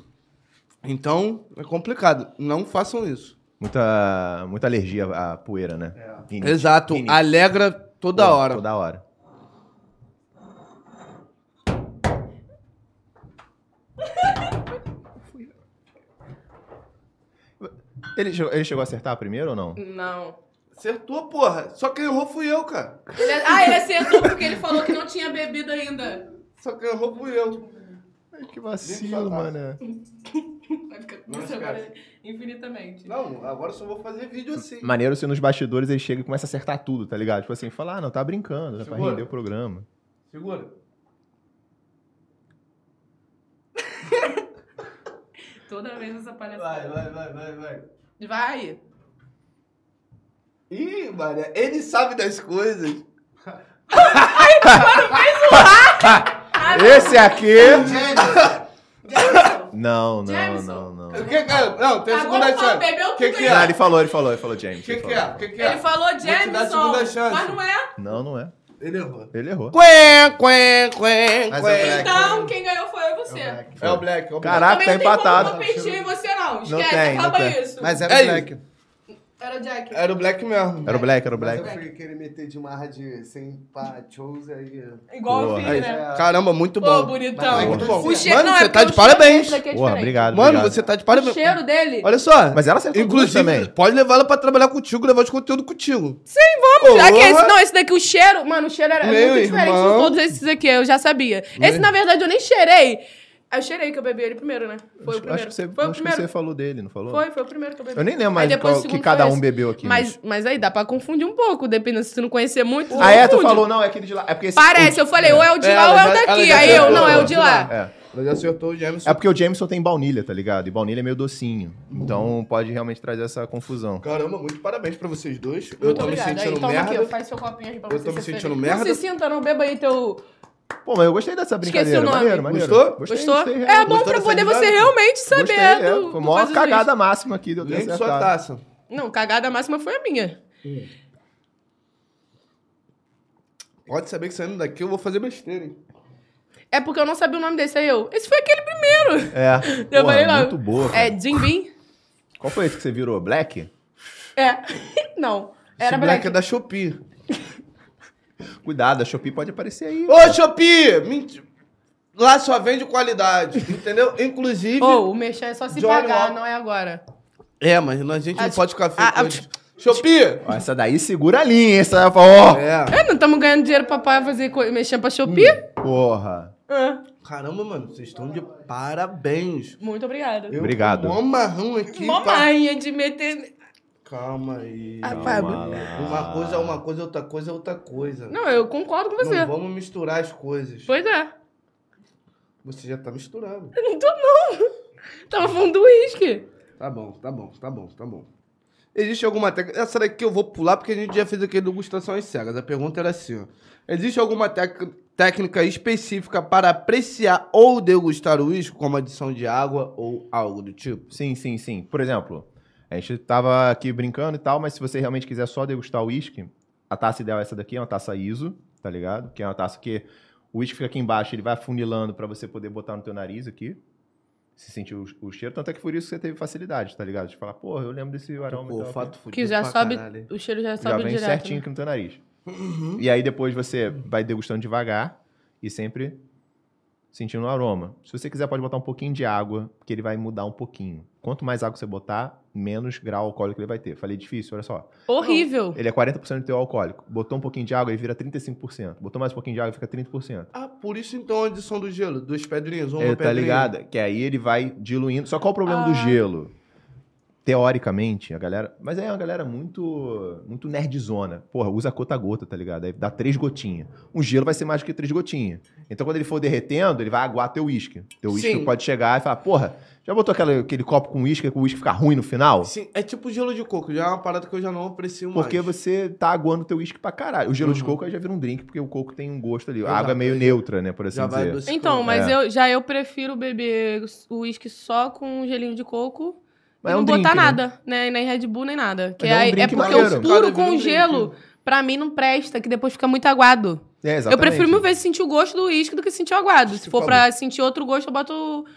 S1: Então, é complicado. Não façam isso.
S3: Muita, muita alergia à poeira, né?
S1: É.
S3: Rinite.
S1: Exato.
S3: Rinite.
S1: Alegra toda
S3: Pô,
S1: hora.
S3: Toda hora. Ele, chegou- ele chegou a acertar primeiro ou não?
S4: Não.
S1: Acertou, porra. Só quem errou fui eu, cara.
S4: Ele- ah, ele acertou porque ele falou que não tinha bebido ainda.
S1: Só quem errou fui eu.
S3: Ai, que
S1: Deixa eu
S3: vacilo,
S1: falar.
S3: mano.
S4: Vai ficar com
S1: Não
S4: isso agora
S1: esquece.
S4: infinitamente.
S1: Não, agora eu só vou fazer vídeo assim.
S3: Maneiro se nos bastidores ele chega e começa a acertar tudo, tá ligado? Tipo assim, fala, ah, não, tá brincando, né? Pra
S1: Segura.
S3: render o programa.
S1: Segura.
S4: Toda vez essa
S1: Vai,
S4: palhaçada.
S1: vai, vai, vai, vai.
S4: Vai.
S1: Ih, Maria, ele sabe das coisas.
S4: Ah,
S3: Esse aqui!
S1: Gente,
S4: Jameson.
S3: Não, não,
S4: Jameson.
S3: não, não.
S1: o que que é? Não, tem a segunda
S4: Agora fala,
S1: chance.
S4: bebeu
S1: O que
S4: tudo
S1: que
S4: aí.
S3: Não,
S1: é?
S3: ele falou, ele falou, ele falou, James.
S1: O que
S3: ele
S1: que é?
S3: falou.
S1: O que que
S4: Ele
S1: é?
S4: falou
S1: te dar
S4: Jameson,
S1: segunda chance.
S4: mas não é.
S3: Não, não é.
S1: Ele errou.
S3: Ele errou.
S1: Quen, quen, quen,
S3: Mas
S1: quen.
S3: é o Black.
S4: Então, quem ganhou foi eu e você.
S1: É o Black, é o Black.
S3: Caraca,
S4: Também não
S3: tá
S4: tem
S3: empatado.
S4: como competir em você, não. Esquece,
S3: tem, não
S4: acaba
S3: tem.
S4: isso.
S7: Mas era
S1: É
S7: black.
S4: Era Jack.
S1: Era o Black mesmo.
S3: Era o Black, era o
S7: Mas
S3: Black.
S7: eu
S1: é
S7: fui querer meter de marra de sem pá, chose aí.
S1: é.
S4: Igual
S3: Boa.
S4: eu
S1: Aí,
S4: fiz, né?
S1: Caramba, muito
S4: Pô,
S1: bom. é
S4: bonitão.
S7: Mas-
S1: Muito bom.
S4: O cheiro
S1: Mano,
S4: não
S1: você
S4: é
S1: tá de
S4: porque o cheiro
S1: parabéns.
S4: dele aqui é
S3: Porra,
S4: diferente.
S3: obrigado.
S1: Mano,
S3: obrigado.
S1: você tá de
S4: O
S1: parabéns.
S4: cheiro dele.
S1: Olha só.
S3: Mas ela acertou duas
S1: Inclusive,
S3: também.
S1: pode levar ela pra trabalhar contigo, levar os conteúdos contigo. Sim,
S4: Vamos, já que é esse, não, esse daqui, o cheiro, mano, o cheiro era
S1: Meu
S4: muito diferente
S1: irmão.
S4: de todos esses aqui, eu já sabia. Esse, na verdade, eu nem cheirei. Ah, Eu cheirei que eu bebi ele primeiro, né? Foi o
S3: Acho,
S4: primeiro.
S3: acho que você,
S4: foi o
S3: acho que
S4: primeiro.
S3: você falou dele, não falou?
S4: Foi, foi o primeiro que eu bebi.
S3: Eu nem lembro mais
S4: Aí depois
S3: qual-
S4: o
S3: que
S4: segundo
S3: cada
S4: foi
S3: um
S4: esse.
S3: bebeu aqui.
S4: Mas, mas aí dá pra confundir um pouco, dependendo se tu não conhecer muito.
S3: Ah, é? Tu
S4: confunde.
S3: falou, não, é aquele de lá. É porque esse-
S4: Parece, eu falei, ou é o de
S1: É,
S4: lá ou é
S1: ela
S4: o
S1: já-
S4: daqui.
S1: ela já
S4: Aí eu,
S1: acertou,
S4: não, é o
S1: ela
S4: de
S1: já
S4: lá.
S3: É.
S1: Ela já acertou o Jameson.
S3: É porque o Jameson tem baunilha, tá ligado? E baunilha é meio docinho. Então pode realmente trazer essa confusão.
S1: Caramba, muito parabéns pra vocês dois. eu
S4: Muito
S1: tô
S4: obrigada.
S1: me sentindo
S4: aí, toma
S1: merda.
S4: aqui, ó, faz seu copinho aí pra
S1: Eu
S4: você
S1: tô me
S4: ser
S1: sentindo
S4: feliz.
S1: merda.
S4: Não se sinta, não. Beba aí teu...
S3: Pô, mas eu gostei dessa brincadeira.
S4: Esqueci o nome.
S3: Maneiro, maneiro.
S1: Gostou?
S3: Gostei,
S4: Gostou?
S3: gostei,
S4: é bom
S1: Gostou
S4: pra
S1: dessa
S4: poder você
S1: dinâmica?
S4: realmente saber
S3: Gostei, é.
S4: do,
S3: Foi a
S4: do
S3: maior
S4: coisa do
S3: cagada máxima aqui de eu ter
S1: Nem sua
S3: acertado.
S1: taça.
S4: juiz. Não, cagada máxima foi a minha.
S1: Pode saber que saindo daqui eu vou fazer besteira, hein?
S4: É porque eu não sabia o nome desse, aí eu... Esse foi aquele primeiro.
S3: É.
S4: Eu
S3: Porra,
S4: falei logo.
S3: muito boa. cara.
S4: É Jim Beam?
S3: Qual foi esse que você virou? Black?
S4: É. não.
S1: Esse
S4: Era
S1: black.
S4: Black.
S1: é da Shopee.
S3: Cuidado, a Shopee pode aparecer aí.
S1: Ô, Shopee! Menti- Lá só vende qualidade, entendeu? Inclusive...
S4: Ou o merchan é só se
S1: Johnny
S4: pagar,
S1: Walker.
S4: não é agora.
S1: É, mas a gente
S4: Ah,
S1: não pode ficar feio
S4: ah,
S1: com
S4: ah,
S1: isso. Shopee!
S3: Ó, essa daí segura a linha, hein? essa. Ó!
S1: É.
S4: É, não estamos ganhando dinheiro pra pai fazer co- merchan pra Shopee?
S1: Hum.
S3: Porra.
S4: Ah,
S1: Caramba, mano, vocês estão de parabéns.
S4: muito obrigada.
S1: Eu
S3: Obrigado.
S1: tô mó marrão aqui. tá. pra-
S4: Mamãe é de meter...
S1: Calma aí.
S4: Ah,
S3: Calma
S4: Fábio.
S3: lá.
S1: Uma coisa é uma coisa, outra coisa é outra coisa.
S4: Não, eu concordo com você.
S1: Não vamos misturar as coisas.
S4: Pois é.
S1: Você já tá misturando.
S4: Tava falando do uísque.
S1: Tá bom, tá bom, tá bom, tá bom. Existe alguma técnica. Essa daqui eu vou pular porque a gente já fez aqui degustação às cegas. A pergunta era assim: ó. Existe alguma tec- técnica específica para apreciar ou degustar o uísque, como adição de água ou algo do tipo?
S3: Sim, sim, sim. Por exemplo, a gente tava aqui brincando e tal, mas se você realmente quiser só degustar o uísque, a taça ideal é essa daqui, é uma taça ISO, tá ligado? Que é uma taça que o uísque fica aqui embaixo, ele vai funilando pra você poder botar no teu nariz aqui. Se sentir o, o cheiro, tanto é que por isso que você teve facilidade, tá ligado? De falar, porra, eu lembro desse aroma. e
S1: Pô,
S3: tal.
S1: fato fudido
S4: Que já
S1: pra
S4: sobe,
S1: caralho.
S4: o cheiro já
S3: já
S4: sobe
S3: vem
S4: direto.
S3: certinho
S4: né?
S3: aqui no teu nariz. E aí depois você vai degustando devagar e sempre sentindo o aroma. Se você quiser, pode botar um pouquinho de água, porque ele vai mudar um pouquinho. Quanto mais água você botar, menos grau alcoólico ele vai ter. Falei difícil, olha só.
S4: Horrível.
S3: Ele é 40% do teu alcoólico. Botou um pouquinho de água, ele vira 35%. Botou mais um pouquinho de água, fica 30%.
S1: Ah, por isso então a adição do gelo, duas pedrinhas, uma
S3: É,
S1: pedrinha.
S3: tá ligado? Que aí ele vai diluindo. Só qual o problema
S4: Ah.
S3: do gelo? Teoricamente, a galera. Mas é uma galera muito muito nerdzona. Porra, usa gota a gota, tá ligado? Aí dá três gotinhas. Um gelo vai ser mais do que três gotinhas. Então, quando ele for derretendo, ele vai aguar teu uísque. Teu uísque
S1: Sim.
S3: pode chegar e falar, porra, já botou aquela- aquele copo com uísque que o uísque fica ruim no final?
S1: Sim, é tipo gelo de coco, já é uma parada que eu já não aprecio mais.
S3: Porque você tá aguando teu uísque pra caralho. O gelo de
S1: Uhum.
S3: coco aí já vira um drink, porque o coco tem um gosto ali. A
S1: Exato,
S3: água é meio
S1: aí já-
S3: neutra, né? Por assim
S1: já vai
S3: dizer.
S1: adocicando.
S4: Então, mas
S3: É.
S4: eu já eu prefiro beber o uísque só com um gelinho de coco
S3: Mas
S4: e
S3: é um
S4: não
S3: drink,
S4: botar
S3: né?
S4: nada, né? Nem Red Bull, nem nada. Que
S3: é um
S4: aí- é,
S3: drink
S4: porque
S3: maneiro.
S4: o puro
S1: Cara, vira um
S4: com
S1: drink.
S4: gelo, pra mim, não presta, que depois fica muito aguado.
S3: É,
S4: Eu prefiro
S3: exatamente.
S4: mil vezes sentir o gosto do uísque do que sentir o aguado. Se
S1: Por
S4: for
S1: favor.
S4: pra sentir outro gosto, eu boto.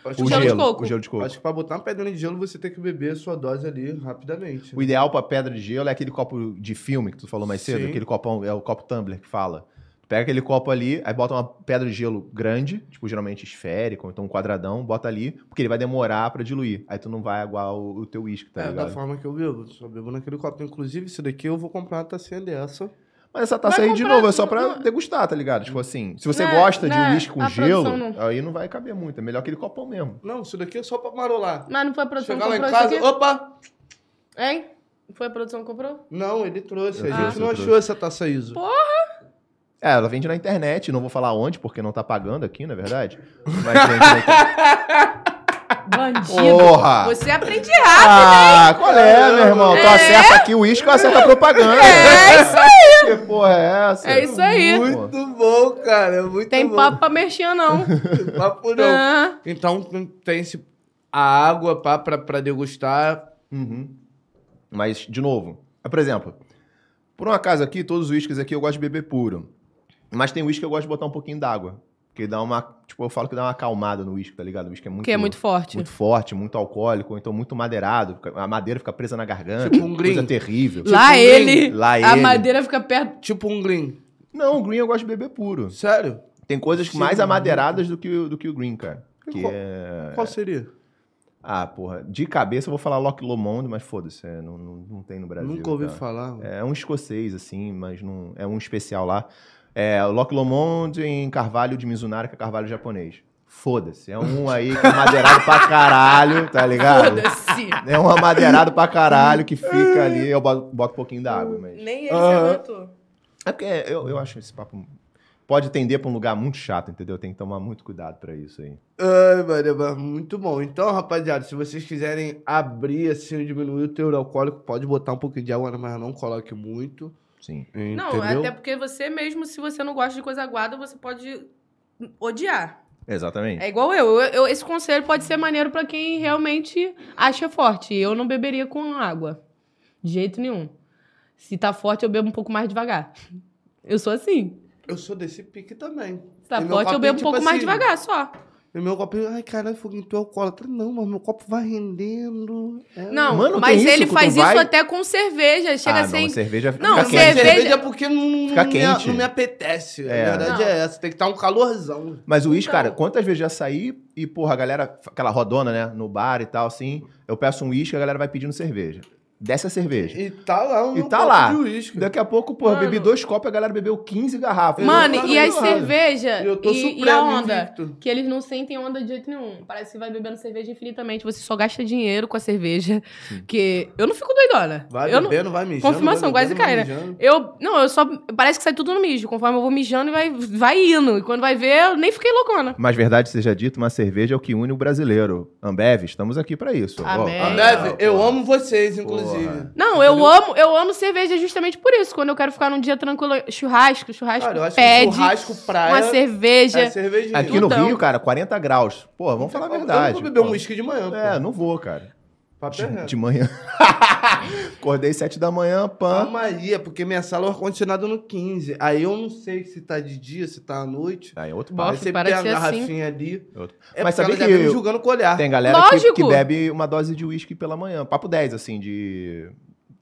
S1: Acho
S3: O
S1: que-
S4: Gelo de
S3: gelo,
S4: coco.
S3: o gelo de coco.
S1: Acho que pra botar uma pedrinha de gelo, você tem que beber a sua dose ali rapidamente.
S3: O ideal pra pedra de gelo é aquele copo de filme que tu falou mais cedo,
S1: Sim.
S3: aquele copão, é o copo tumbler que fala. Pega aquele copo ali, aí bota uma pedra de gelo grande, tipo geralmente esférica, ou então um quadradão, bota ali, porque ele vai demorar pra diluir. Aí tu não vai aguar o, o teu uísque, tá
S1: é, da
S3: ligado?
S1: forma que eu bebo. Só bebo naquele copo. Inclusive, isso daqui eu vou comprar uma tacinha dessa.
S3: Mas essa taça
S4: Vai
S3: aí, de
S4: comprar-
S3: novo, é só pra
S4: não-
S3: degustar, tá ligado? Tipo assim, se você
S4: Não é-
S3: gosta de
S4: não é
S3: uísque com
S4: a
S3: gelo,
S4: produção,
S3: aí não vai caber muito. É melhor aquele copão mesmo.
S1: Não, isso daqui é só pra marolar.
S4: Mas não foi a produção
S1: Chegar
S4: que
S1: lá em
S4: um comprou
S1: casa,
S4: isso
S1: opa!
S4: aqui? Hein? Foi a produção que comprou?
S1: Não, ele trouxe.
S3: Eu
S1: a
S3: trouxe,
S1: gente não
S3: eu
S1: achou
S3: Ah, trouxe.
S1: essa taça ISO.
S4: Pô.
S3: É, ela vende na internet, não vou falar onde, porque não tá pagando aqui, na verdade. Mas vende na internet.
S4: Bandido.
S3: Porra!
S4: Você aprende errado.
S3: Ah, qual é, meu irmão? Tu
S4: É.
S3: acerta aqui o uísque, eu acerto a propaganda.
S4: É
S3: isso aí. Que porra é essa?
S4: É isso aí.
S1: Muito bom, cara. é Muito
S3: Tá
S4: Tem
S1: bom.
S4: papo pra mexer, não.
S1: Papo não.
S4: Ah,
S1: Então tem esse, a água pá, pra, pra degustar.
S3: Uhum. Mas, de novo, ah, por exemplo, por um acaso aqui, todos os uísques aqui eu gosto de beber puro. Mas tem uísque que eu gosto de botar um pouquinho d'água. Que dá uma. Tipo, eu falo que dá uma acalmada no uísque, tá ligado? O uísque é muito.
S4: Porque é muito forte.
S3: Muito forte, muito alcoólico, ou então muito madeirado. A madeira fica presa na garganta.
S1: Tipo um
S3: coisa
S1: green.
S3: terrível.
S4: Lá
S1: Tipo um
S4: ele,
S3: Lá
S4: a
S3: ele.
S4: madeira fica perto.
S1: Tipo um green.
S3: Não, o green eu gosto de beber puro.
S1: Sério?
S3: Tem coisas
S1: Sim,
S3: mais
S1: muito.
S3: amadeiradas do que, o- do que o green, cara. Que
S1: Qual-
S3: é...
S1: Qual seria?
S3: Ah, porra. De cabeça eu vou falar Loch Lomond, mas foda-se, é, não, não, não tem no Brasil.
S1: Nunca ouvi
S3: tá?
S1: falar.
S3: É um escocês, assim, mas não é um especial lá. É Loch Lomond em Carvalho de Mizunara, que é Carvalho japonês. Foda-se, é um aí que é madeirado pra caralho, tá ligado?
S4: Foda-se.
S3: É um amadeirado pra caralho que fica ali, eu boto, boto um pouquinho da água, mas...
S2: Nem ele
S1: Ah.
S2: aguentou.
S3: É porque eu, eu acho esse papo... Pode tender pra um lugar muito chato, entendeu? Tem que tomar muito cuidado pra isso aí.
S1: Ai, mano, mas muito bom. Então, rapaziada, se vocês quiserem abrir assim, diminuir o teor alcoólico, pode botar um pouquinho de água, mas não coloque muito.
S3: Sim.
S4: Não,
S1: entendeu?
S4: até porque você mesmo, se você não gosta de coisa aguada, você pode odiar.
S3: Exatamente.
S4: É igual eu. Eu- eu- Esse conselho pode ser maneiro pra quem realmente acha forte. Eu não beberia com água. De jeito nenhum. Se tá forte, eu bebo um pouco mais devagar. Eu sou assim.
S1: Eu sou desse pique também.
S4: Se tá
S1: E meu
S4: forte, eu
S1: copinho,
S4: bebo um
S1: tipo
S4: pouco mais
S1: assim,
S4: devagar só.
S1: E meu copinho, ai, caralho, foguinho, tu é alcoólatra. Não, mas meu copo vai rendendo. É.
S4: Não,
S3: Mano, tem
S4: mas
S3: isso?
S4: ele
S3: Tu
S4: faz
S3: não
S4: isso
S3: vai?
S4: até com cerveja. Chega
S3: ah,
S4: assim.
S3: não, cerveja
S4: Não,
S3: fica
S1: Porque
S3: quente.
S4: cerveja-
S1: cerveja é porque não, não,
S3: Fica
S1: me, a-
S3: quente.
S1: não me apetece.
S3: É.
S1: A verdade
S4: Não.
S1: é essa. Tem que estar um calorzão.
S3: Mas o uísque,
S4: Então.
S3: cara, quantas vezes já saí e, porra, a galera, aquela rodona, né, no bar e tal, assim, eu peço um uísque, a galera vai pedindo cerveja. Desce a cerveja.
S1: E tá lá um
S3: E tá
S1: copo
S3: lá.
S1: de uísque.
S3: Daqui a pouco, porra,
S4: Mano.
S3: bebi dois copos, a galera bebeu 15 garrafas.
S4: Mano,
S1: Eu tô
S4: e é- as
S1: errado.
S4: cerveja
S1: Eu tô
S4: e,
S1: supremo,
S4: e a onda?
S1: invicto.
S4: Que eles não sentem onda de jeito nenhum. Parece que vai bebendo cerveja infinitamente. Você só gasta dinheiro com a cerveja. Que eu não fico doidona.
S1: Vai
S4: eu não,
S1: bebendo, vai mijando.
S4: Confirmação,
S1: vai
S4: quase
S1: bebendo,
S4: cai, né?
S1: vai mijando.
S4: Eu, não, eu só. Parece que sai tudo no mijo. Conforme eu vou mijando e vai, vai indo. E quando vai ver, eu nem fiquei loucona.
S3: Mas verdade seja dito, uma cerveja é o que une o brasileiro. Ambev, estamos aqui pra isso. Ó,
S4: Amém.
S3: ó,
S1: Ambev, eu
S3: Ah, porra.
S1: amo vocês, inclusive.
S3: Porra.
S4: Não, eu amo, eu amo cerveja justamente por isso. Quando eu quero ficar num dia tranquilo, churrasco, churrasco
S1: Cara, eu acho
S4: pede
S1: que churrasco, praia,
S4: uma cerveja.
S1: é cervejinha.
S3: Aqui no
S4: Tudão.
S3: Rio, cara, 40 graus. Porra, vamos falar a
S1: Então, Eu não
S3: verdade.
S1: vou beber um
S3: pô.
S1: uísque de manhã,
S3: É,
S1: pô. Tá
S3: não vou, cara.
S1: Papel
S3: De,
S1: reto.
S3: de manhã. Acordei sete da manhã, pã.
S1: Calma aí, é porque minha sala é o ar-condicionado no 15. Aí eu não sei se tá de dia, se tá à noite.
S3: Aí outro
S4: Bom.
S3: bar.
S1: Aí você
S4: parece
S1: pega a
S4: assim.
S1: garrafinha ali.
S3: Outro.
S1: É
S3: Mas
S1: Mas
S3: sabia
S1: porque ela
S3: que
S1: já vem
S3: eu-
S1: julgando com o olhar.
S3: Tem galera que,
S4: Ah, Lógico!
S3: que bebe uma dose de uísque pela manhã. Papo 10, assim, de.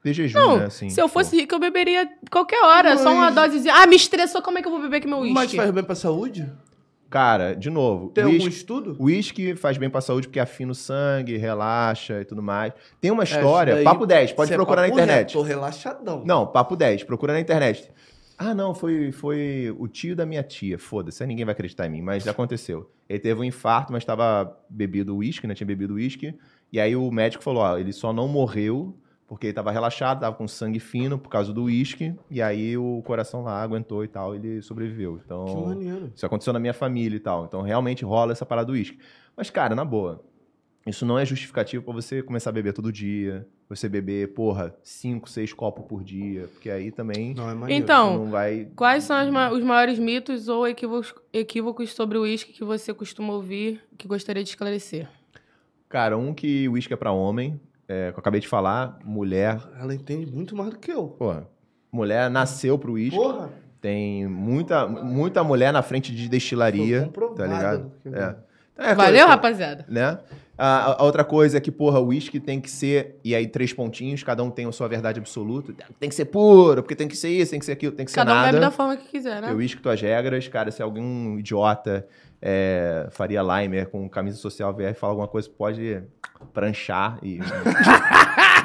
S3: De jejum,
S4: Não,
S3: né? Assim,
S4: Se eu
S3: pô.
S4: fosse rica, eu beberia qualquer hora. Só uma dosezinha. Ah, me estressou. Como é que eu vou beber aqui meu
S1: Mas
S4: uísque?
S1: faz bem pra saúde?
S3: tipo, Cara, de novo.
S1: Tem algum
S3: Uísque
S1: estudo?
S3: uísque faz bem pra saúde porque afina o sangue, relaxa e tudo mais. Tem uma
S1: É, isso
S3: história.
S1: daí-
S3: papo 10, pode
S1: Isso é
S3: procurar na
S1: papo
S3: internet.
S1: reto, Tô relaxadão.
S3: Não, papo 10. Procura na internet. Ah, não, foi, foi o tio da minha tia. Foda-se, aí ninguém vai acreditar em mim, mas aconteceu. Ele teve um infarto, mas estava bebido uísque, né? Tinha bebido uísque. E aí o médico falou: ó, ele só não morreu porque ele estava relaxado, estava com sangue fino por causa do uísque. E aí o coração lá aguentou e tal, ele sobreviveu. Então.
S1: Que maneiro.
S3: Isso aconteceu na minha família e tal. Então realmente rola essa parada do uísque. Mas, cara, na boa, isso não é justificativo pra você começar a beber todo dia. Você beber, porra, cinco, seis copos por dia. Porque aí também
S1: Não, é maneiro.
S4: Então,
S3: não vai.
S4: Quais são as ma- os maiores mitos ou equívocos, equívocos sobre o uísque que você costuma ouvir que gostaria de esclarecer?
S3: Cara, um que uísque é pra homem, é, que eu acabei de falar, mulher.
S1: Ela entende muito mais do que eu.
S3: Porra, mulher nasceu pro uísque.
S1: Porra.
S3: Tem muita, muita mulher na frente de
S1: Sou
S3: destilaria. Tá
S1: comprovado
S3: ligado?
S1: que eu-
S3: É. Então, é
S4: Valeu,
S3: coisa-
S4: rapaziada?
S3: né? A, a- a outra coisa é que, porra, o uísque tem que ser. E aí, três pontinhos, cada um tem a sua verdade absoluta. Tem que ser puro, porque tem que ser isso, tem que ser aquilo, tem que ser
S4: Cada um
S3: nada.
S4: bebe da forma que quiser, né?
S3: Eu uísque tuas regras, cara. Se algum idiota é, faria Limer com camisa social vier e falar alguma coisa, pode pranchar e. Manda-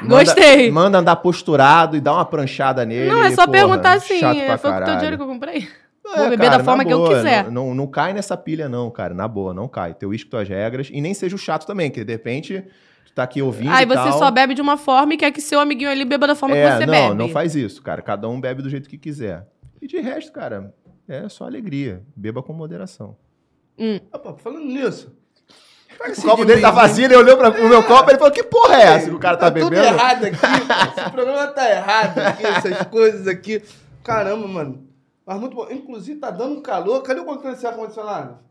S4: Ah, Gostei.
S3: Manda andar posturado e dar uma pranchada nele.
S4: Não, é
S3: e,
S4: só
S3: porra,
S4: perguntar assim.
S3: chato
S4: é,
S3: pra
S4: foi o teu
S3: caralho.
S4: dinheiro que eu comprei?
S3: É,
S4: Vou beber da
S3: na
S4: forma que eu
S3: boa,
S4: quiser.
S3: Não, não, não cai nessa pilha, não, cara. Na boa, não cai. Teu uísque, tuas regras. E nem seja o chato também, que de repente tu tá aqui ouvindo.
S4: Aí
S3: e
S4: você
S3: tal.
S4: só bebe de uma forma e quer que seu amiguinho ali beba da forma
S3: é,
S4: que você
S3: não,
S4: bebe.
S3: Não, faz isso, cara. Cada um bebe do jeito que quiser. E de resto, cara, é só alegria. Beba com moderação.
S1: Opa, falando nisso. pega esse
S3: o copo
S1: de
S3: dele tá
S1: mim,
S3: vazio, ele olhou pra, pro meu copo e falou: Que porra é essa que o cara tá,
S1: tudo
S3: bebendo?
S1: errado aqui. Esse programa tá errado aqui, essas coisas aqui. Caramba, mano. Mas muito bom. Inclusive, tá dando um calor. Cadê o botão desse ar-condicionado?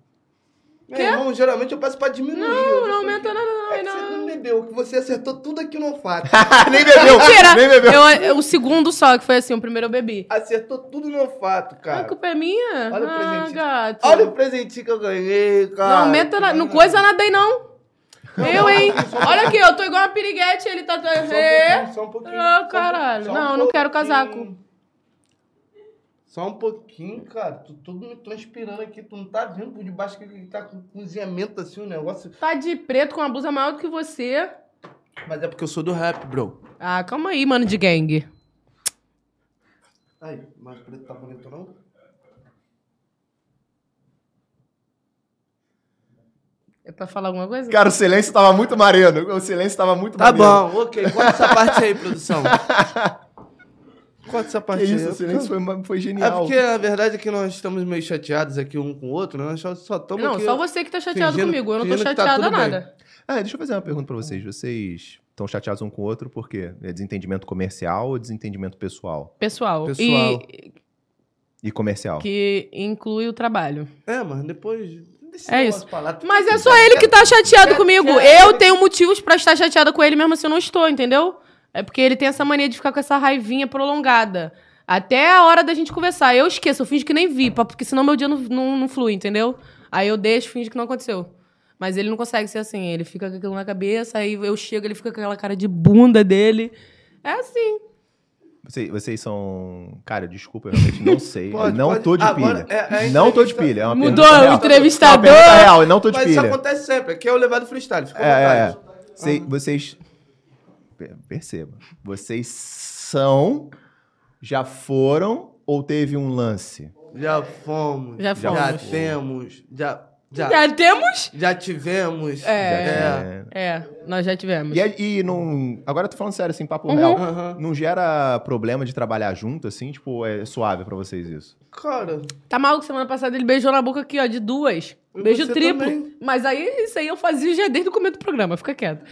S1: Meu
S4: Quê?
S1: irmão, geralmente eu peço pra diminuir.
S4: Não,
S1: Eu já
S4: não
S1: tô-
S4: aumenta nada, não.
S1: É que
S4: não.
S1: você não bebeu, que você acertou tudo aqui no olfato.
S3: nem bebeu,
S4: Mentira!
S3: nem bebeu.
S4: Eu, eu- o segundo só, que foi assim, o primeiro eu bebi.
S1: acertou tudo no olfato,
S4: Ah, A
S1: cara.
S4: culpa é minha?
S1: Olha o
S4: ah,
S1: presente.
S4: gato.
S1: Olha o presentinho que eu ganhei, cara.
S4: Não aumenta nada. Não coisa nada aí, não. Eu, hein? Olha aqui, eu tô igual uma piriguete, ele tá.
S1: Só um pouquinho, só um pouquinho.
S4: Ah,
S1: só um po-
S4: caralho.
S1: só
S4: Não, eu não quero
S1: pouquinho.
S4: casaco.
S1: Só um pouquinho, cara. Tu todo me transpirando aqui. Tu não tá vendo por debaixo que ele tá com cozinhamento assim, o negócio.
S4: Tá de preto com uma blusa maior do que você.
S1: Mas é porque eu sou do rap, bro.
S4: Ah, calma aí, mano de gangue.
S1: Aí, mas o preto tá bonito, não?
S4: É pra falar alguma coisa?
S3: Cara, o silêncio tava muito mareno. O silêncio tava muito
S1: Tá
S3: mareno.
S1: bom, ok. Corta essa parte aí, produção. Corta essa
S3: Que
S1: parte aí.
S3: isso, o silêncio foi, foi
S1: É
S3: genial.
S1: porque a verdade é que nós estamos meio chateados aqui um com o outro, né? Nós só estamos
S4: não,
S1: aqui.
S4: só você que tá chateado
S1: fingindo-
S4: comigo. Eu não tô
S1: fingindo que tá
S4: chateada
S1: tudo bem.
S4: nada.
S3: Ah, deixa eu fazer uma pergunta pra vocês. Vocês estão chateados um com o outro por quê? É desentendimento comercial ou desentendimento pessoal?
S4: Pessoal.
S1: Pessoal.
S4: E
S3: E comercial?
S4: que inclui o trabalho.
S1: É, mas depois. Deixa
S4: É
S1: esse
S4: isso.
S1: negócio pra lá.
S4: Mas é só ele que tá chateado comigo. Eu tenho motivos pra estar chateada com ele, mesmo assim eu não estou, entendeu? É porque ele tem essa mania de ficar com essa raivinha prolongada. Até a hora da gente conversar. Eu esqueço, eu finjo que nem vi, pra- porque senão meu dia não, não, não flui, entendeu? Aí eu deixo, finjo que não aconteceu. Mas ele não consegue ser assim. Ele fica com aquilo na cabeça, aí eu chego, ele fica com aquela cara de bunda dele. É assim.
S3: Vocês, vocês são. Cara, desculpa, eu realmente não sei.
S1: Pode,
S3: não
S1: pode.
S3: tô de
S1: Agora,
S3: pilha.
S1: é- é
S3: não tô de
S1: entrevista-
S3: pilha. É uma
S4: Mudou
S3: pergunta
S4: o
S3: real.
S4: entrevistador.
S3: É uma pergunta real, eu não tô de
S1: Mas isso
S3: pilha.
S1: acontece sempre. Aqui é o levado freestyle. Fica à
S3: É, é,
S1: vontade. Ah.
S3: é. Cê- Vocês. per- Perceba. Vocês são. Já foram ou teve um lance?
S1: Já fomos.
S4: Já fomos.
S1: Já temos. Já, já, já.
S4: Já temos?
S1: tivemos.
S4: É.
S1: É.
S4: É, nós já tivemos.
S3: E, aí, e não. Agora eu tô falando sério, assim, papo
S4: Uhum.
S3: real.
S1: Aham.
S3: Não gera problema de trabalhar junto, assim? Tipo, é suave pra vocês isso?
S1: Cara,
S4: Tá maluco? Semana passada ele beijou na boca aqui, ó, de duas.
S1: E
S4: Beijo
S1: você
S4: triplo.
S1: também.
S4: Mas aí, isso aí eu fazia já desde o começo do programa, fica quieto.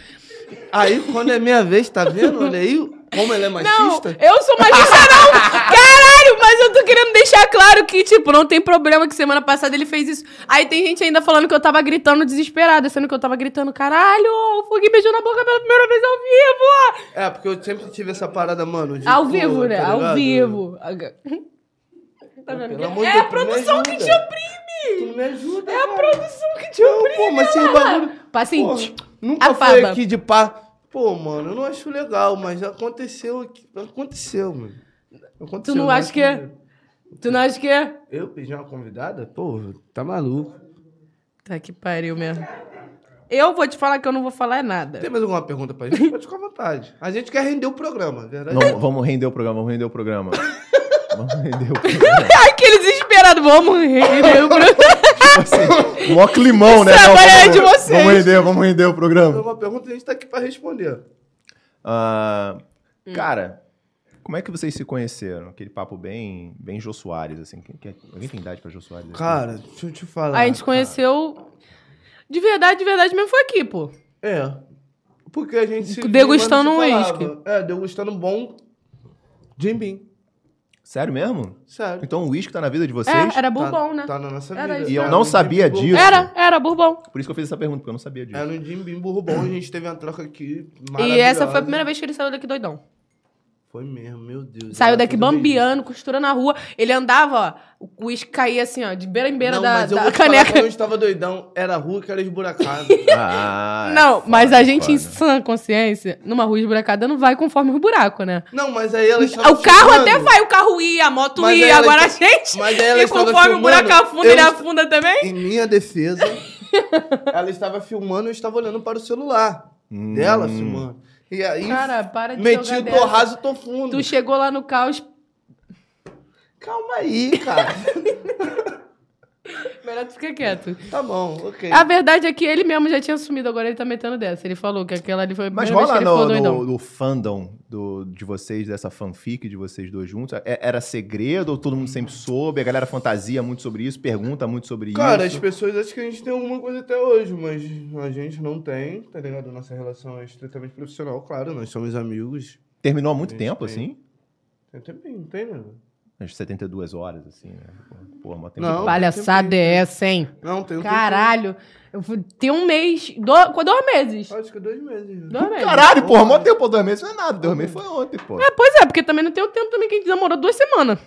S1: aí quando é minha vez, tá vendo? Olha aí como ele é
S4: Não,
S1: machista.
S4: eu sou machista não! Caralho, mas eu eu tô querendo deixar claro que, tipo, não tem problema que semana passada ele fez isso. Aí tem gente ainda falando que eu tava gritando desesperada, sendo que eu tava gritando, caralho, o Fugui beijou na boca pela primeira vez ao vivo!
S1: É, porque eu sempre tive essa parada, mano. de,
S4: Ao
S1: pô,
S4: vivo, né?
S1: tá
S4: Ao
S1: ligado?
S4: vivo. Tá vendo?
S1: Pelo amor de Deus,
S4: é
S1: né?
S4: a
S1: tu me
S4: produção que
S1: ajuda.
S4: te oprime!
S1: Tu me ajuda.
S4: É a produção que te
S1: Não,
S4: oprime! né,
S1: pô, mas sem bagulho. Pô,
S4: Paciente.
S1: nunca
S4: a
S1: foi
S4: fava.
S1: aqui de pá. Pô, mano, eu não acho legal, mas aconteceu aqui. Aconteceu, mano. Aconteceu,
S4: não
S1: eu
S4: acha
S1: acho
S4: que é? Tu não acha que é?
S1: Eu pedi uma convidada? Pô, tá maluco.
S4: Tá que pariu mesmo. Eu vou te falar que eu não vou falar é nada.
S1: Tem mais alguma pergunta pra gente? Pode ficar à vontade. A gente quer render o programa, é verdade?
S3: Vamos, vamos render o programa, vamos render o programa. Vamos render o programa.
S4: Aquele desesperado, vamos rir, lembra?
S3: Tipo assim, mó climão, né?
S4: Isso é
S3: Não,
S4: a
S3: vamos,
S4: ideia de vocês.
S3: vamos render, vamos render o
S1: Tem
S3: programa.
S1: alguma pergunta, a gente tá aqui pra responder.
S3: Ah,
S4: Hum.
S3: Cara, como é que vocês se conheceram? Aquele papo bem, bem Jô Soares, assim. Quem- quem- Alguém tem idade pra Jô Soares? assim? aqui?
S1: Cara, deixa eu te falar.
S4: A gente conheceu. De verdade, de verdade mesmo foi aqui, pô.
S1: É. Porque a gente se.
S4: Degustando
S1: mano, se
S4: um
S1: falava. É, degustando um bom. Jim Beam.
S3: Sério mesmo?
S1: Sério.
S3: Então o uísque tá na vida de vocês?
S4: É, era bourbon,
S1: tá,
S4: né?
S1: Tá na nossa
S4: Era
S1: vida.
S4: isso.
S3: E eu
S1: cara.
S3: não
S1: No Jim
S3: sabia
S1: Beam
S3: disso.
S4: Era, era bourbon.
S3: Por isso que eu fiz essa pergunta, porque eu não sabia disso.
S1: Era É, no Jim Beam Bourbon, a gente teve uma troca aqui
S4: E
S1: maravilhosa.
S4: essa foi a primeira vez que ele saiu daqui doidão.
S1: Foi mesmo, meu Deus.
S4: Saiu
S1: Era
S4: daqui
S1: tudo
S4: bambiando, costura na rua. Ele andava, ó, o uísque caía assim, ó, de beira em
S1: bem.
S4: beira
S1: não,
S4: da,
S1: mas eu
S4: da
S1: vou te falar, é
S4: caneca.
S1: quando eu estava doidão, era a rua que era esburacada.
S3: Ah,
S4: Não,
S3: foda,
S4: mas a gente em
S3: foda.
S4: sã consciência, numa rua esburacada, não vai conforme o buraco, né?
S1: não, mas aí ela estava
S4: O carro
S1: filmando,
S4: até vai, o carro ia, a moto
S1: Mas
S4: ia,
S1: ela-
S4: agora a gente.
S1: Mas aí ela
S4: E
S1: estava
S4: conforme o buraco
S1: filmando,
S4: afunda,
S1: eu
S4: ele
S1: est-
S4: afunda também.
S1: Em minha defesa, ela estava filmando e eu estava olhando para o celular
S3: Hum.
S1: dela filmando. E aí,
S4: Cara, para de
S1: meti
S4: jogar
S1: o
S4: dessa.
S1: tô raso, tô fundo.
S4: Tu chegou lá no caos.
S1: Calma aí, cara.
S4: Melhor tu ficar quieto.
S1: tá bom, ok.
S4: A verdade é que ele mesmo já tinha assumido, agora ele tá metendo dessa. Ele falou que aquela ali foi a
S3: Mas
S4: primeira vez
S3: rola
S4: que ele ficou
S3: no,
S4: doidão.
S3: no, no fandom do, de vocês, dessa fanfic de vocês dois juntos? É- Era segredo ou todo mundo sempre soube? A galera fantasia muito sobre isso, pergunta muito sobre
S1: Cara, as
S3: isso.
S1: pessoas acham que a gente tem alguma coisa até hoje, mas a gente não tem, tá ligado? Nossa relação é estritamente profissional, claro, nós somos amigos.
S3: Terminou há muito
S1: Gente,
S3: tempo,
S1: tem-
S3: assim?
S1: Tem tempinho, tem, né?
S3: Umas 72 horas, assim, né? Pô, mó tempo.
S1: Não.
S4: Palhaçada é essa, hein?
S1: Não, tem um
S4: Caralho. Eu fui ter um mês. Do, com dois meses.
S1: tempinho. Acho que dois meses. né?
S4: Dois meses.
S3: Caralho, porra, mó tempo, dois meses não é nada. Dois meses foi ontem, pô.
S4: É, pois é, porque também não tem o tempo também que a gente namorou duas semanas.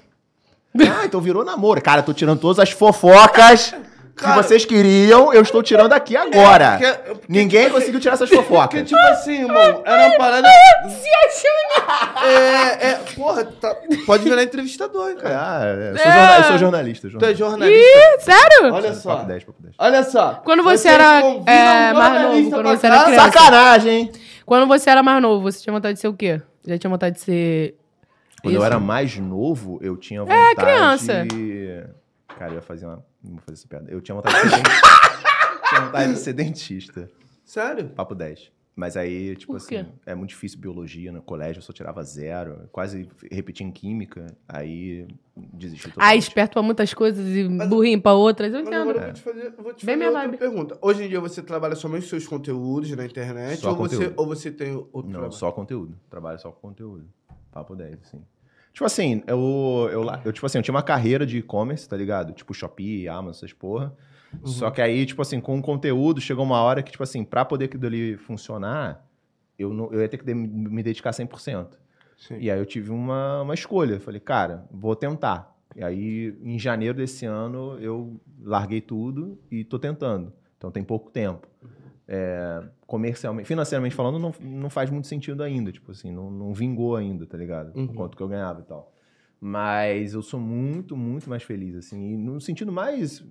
S3: Ah, então virou namoro. Cara, tô tirando todas as fofocas que
S1: Cara- É,
S3: vocês queriam, eu estou tirando aqui agora.
S1: Porque- porque,
S3: Ninguém
S1: tipo assim,
S3: conseguiu tirar essas
S1: Porque,
S3: fofocas.
S1: tipo assim, irmão, era uma parada.
S4: Se achando.
S1: É, é, porra, tá- pode virar entrevistador, hein, cara.
S3: Ah, é, eu, sou jorna- eu sou jornalista.
S1: Tu é
S3: jornalista.
S1: jornalista.
S4: Sério?
S1: Olha só.
S3: Papo 10, papo 10.
S1: Olha só.
S4: Quando você
S1: Vocês
S4: era,
S1: convidam
S4: é,
S1: um
S4: mais
S1: jornalista
S4: novo,
S1: pra
S4: quando você era
S1: cá?
S4: criança.
S3: Sacanagem, hein?
S4: Quando você era mais novo, você tinha vontade de ser o quê? Já tinha vontade de ser.
S3: Quando eu
S4: Isso.
S3: era mais novo, eu tinha vontade.
S4: criança.
S3: Cara, eu ia fazer uma. Não vou fazer essa piada. Eu tinha vontade de ser, den- tinha vontade de ser dentista.
S1: Sério?
S3: Papo 10. Mas aí, tipo
S4: Por quê?
S3: assim, é muito difícil biologia no colégio, eu só tirava zero. Quase repeti em química. Aí desisti
S4: Ah,
S3: totalmente.
S4: esperto pra muitas coisas e burrinho pra outras. Eu
S1: Mas
S4: entendo.
S1: agora eu vou
S3: É.
S1: te fazer, eu vou te fazer
S4: Bem minha
S1: outra
S4: vibe.
S1: pergunta. Hoje em dia você trabalha somente seus conteúdos na internet?
S3: Só
S1: Ou você,
S3: conteúdo.
S1: ou você tem outro
S3: Não,
S1: trabalho?
S3: só conteúdo. Trabalho só com conteúdo. Papo 10, assim. Tipo assim, eu, eu, lá- eu, tipo assim, eu tinha uma carreira de e-commerce, tá ligado? Tipo Shopee, Amazon, essas porra.
S1: Uhum.
S3: Só que aí, tipo assim, com o conteúdo, chegou uma hora que, tipo assim, pra poder aquilo ali funcionar, eu, não, eu ia ter que de- me dedicar 100%.
S1: Sim.
S3: E aí eu tive uma, uma escolha. Eu Falei, cara, vou tentar. E aí, em janeiro desse ano, eu larguei tudo e tô tentando. Então tem pouco tempo.
S1: Uhum.
S3: É, comercialmente, financeiramente falando, não, não faz muito sentido ainda. Tipo assim, não, não vingou ainda, tá ligado?
S1: Uhum.
S3: O quanto que eu ganhava e tal. Mas eu sou muito, muito mais feliz, assim. E no sentido mais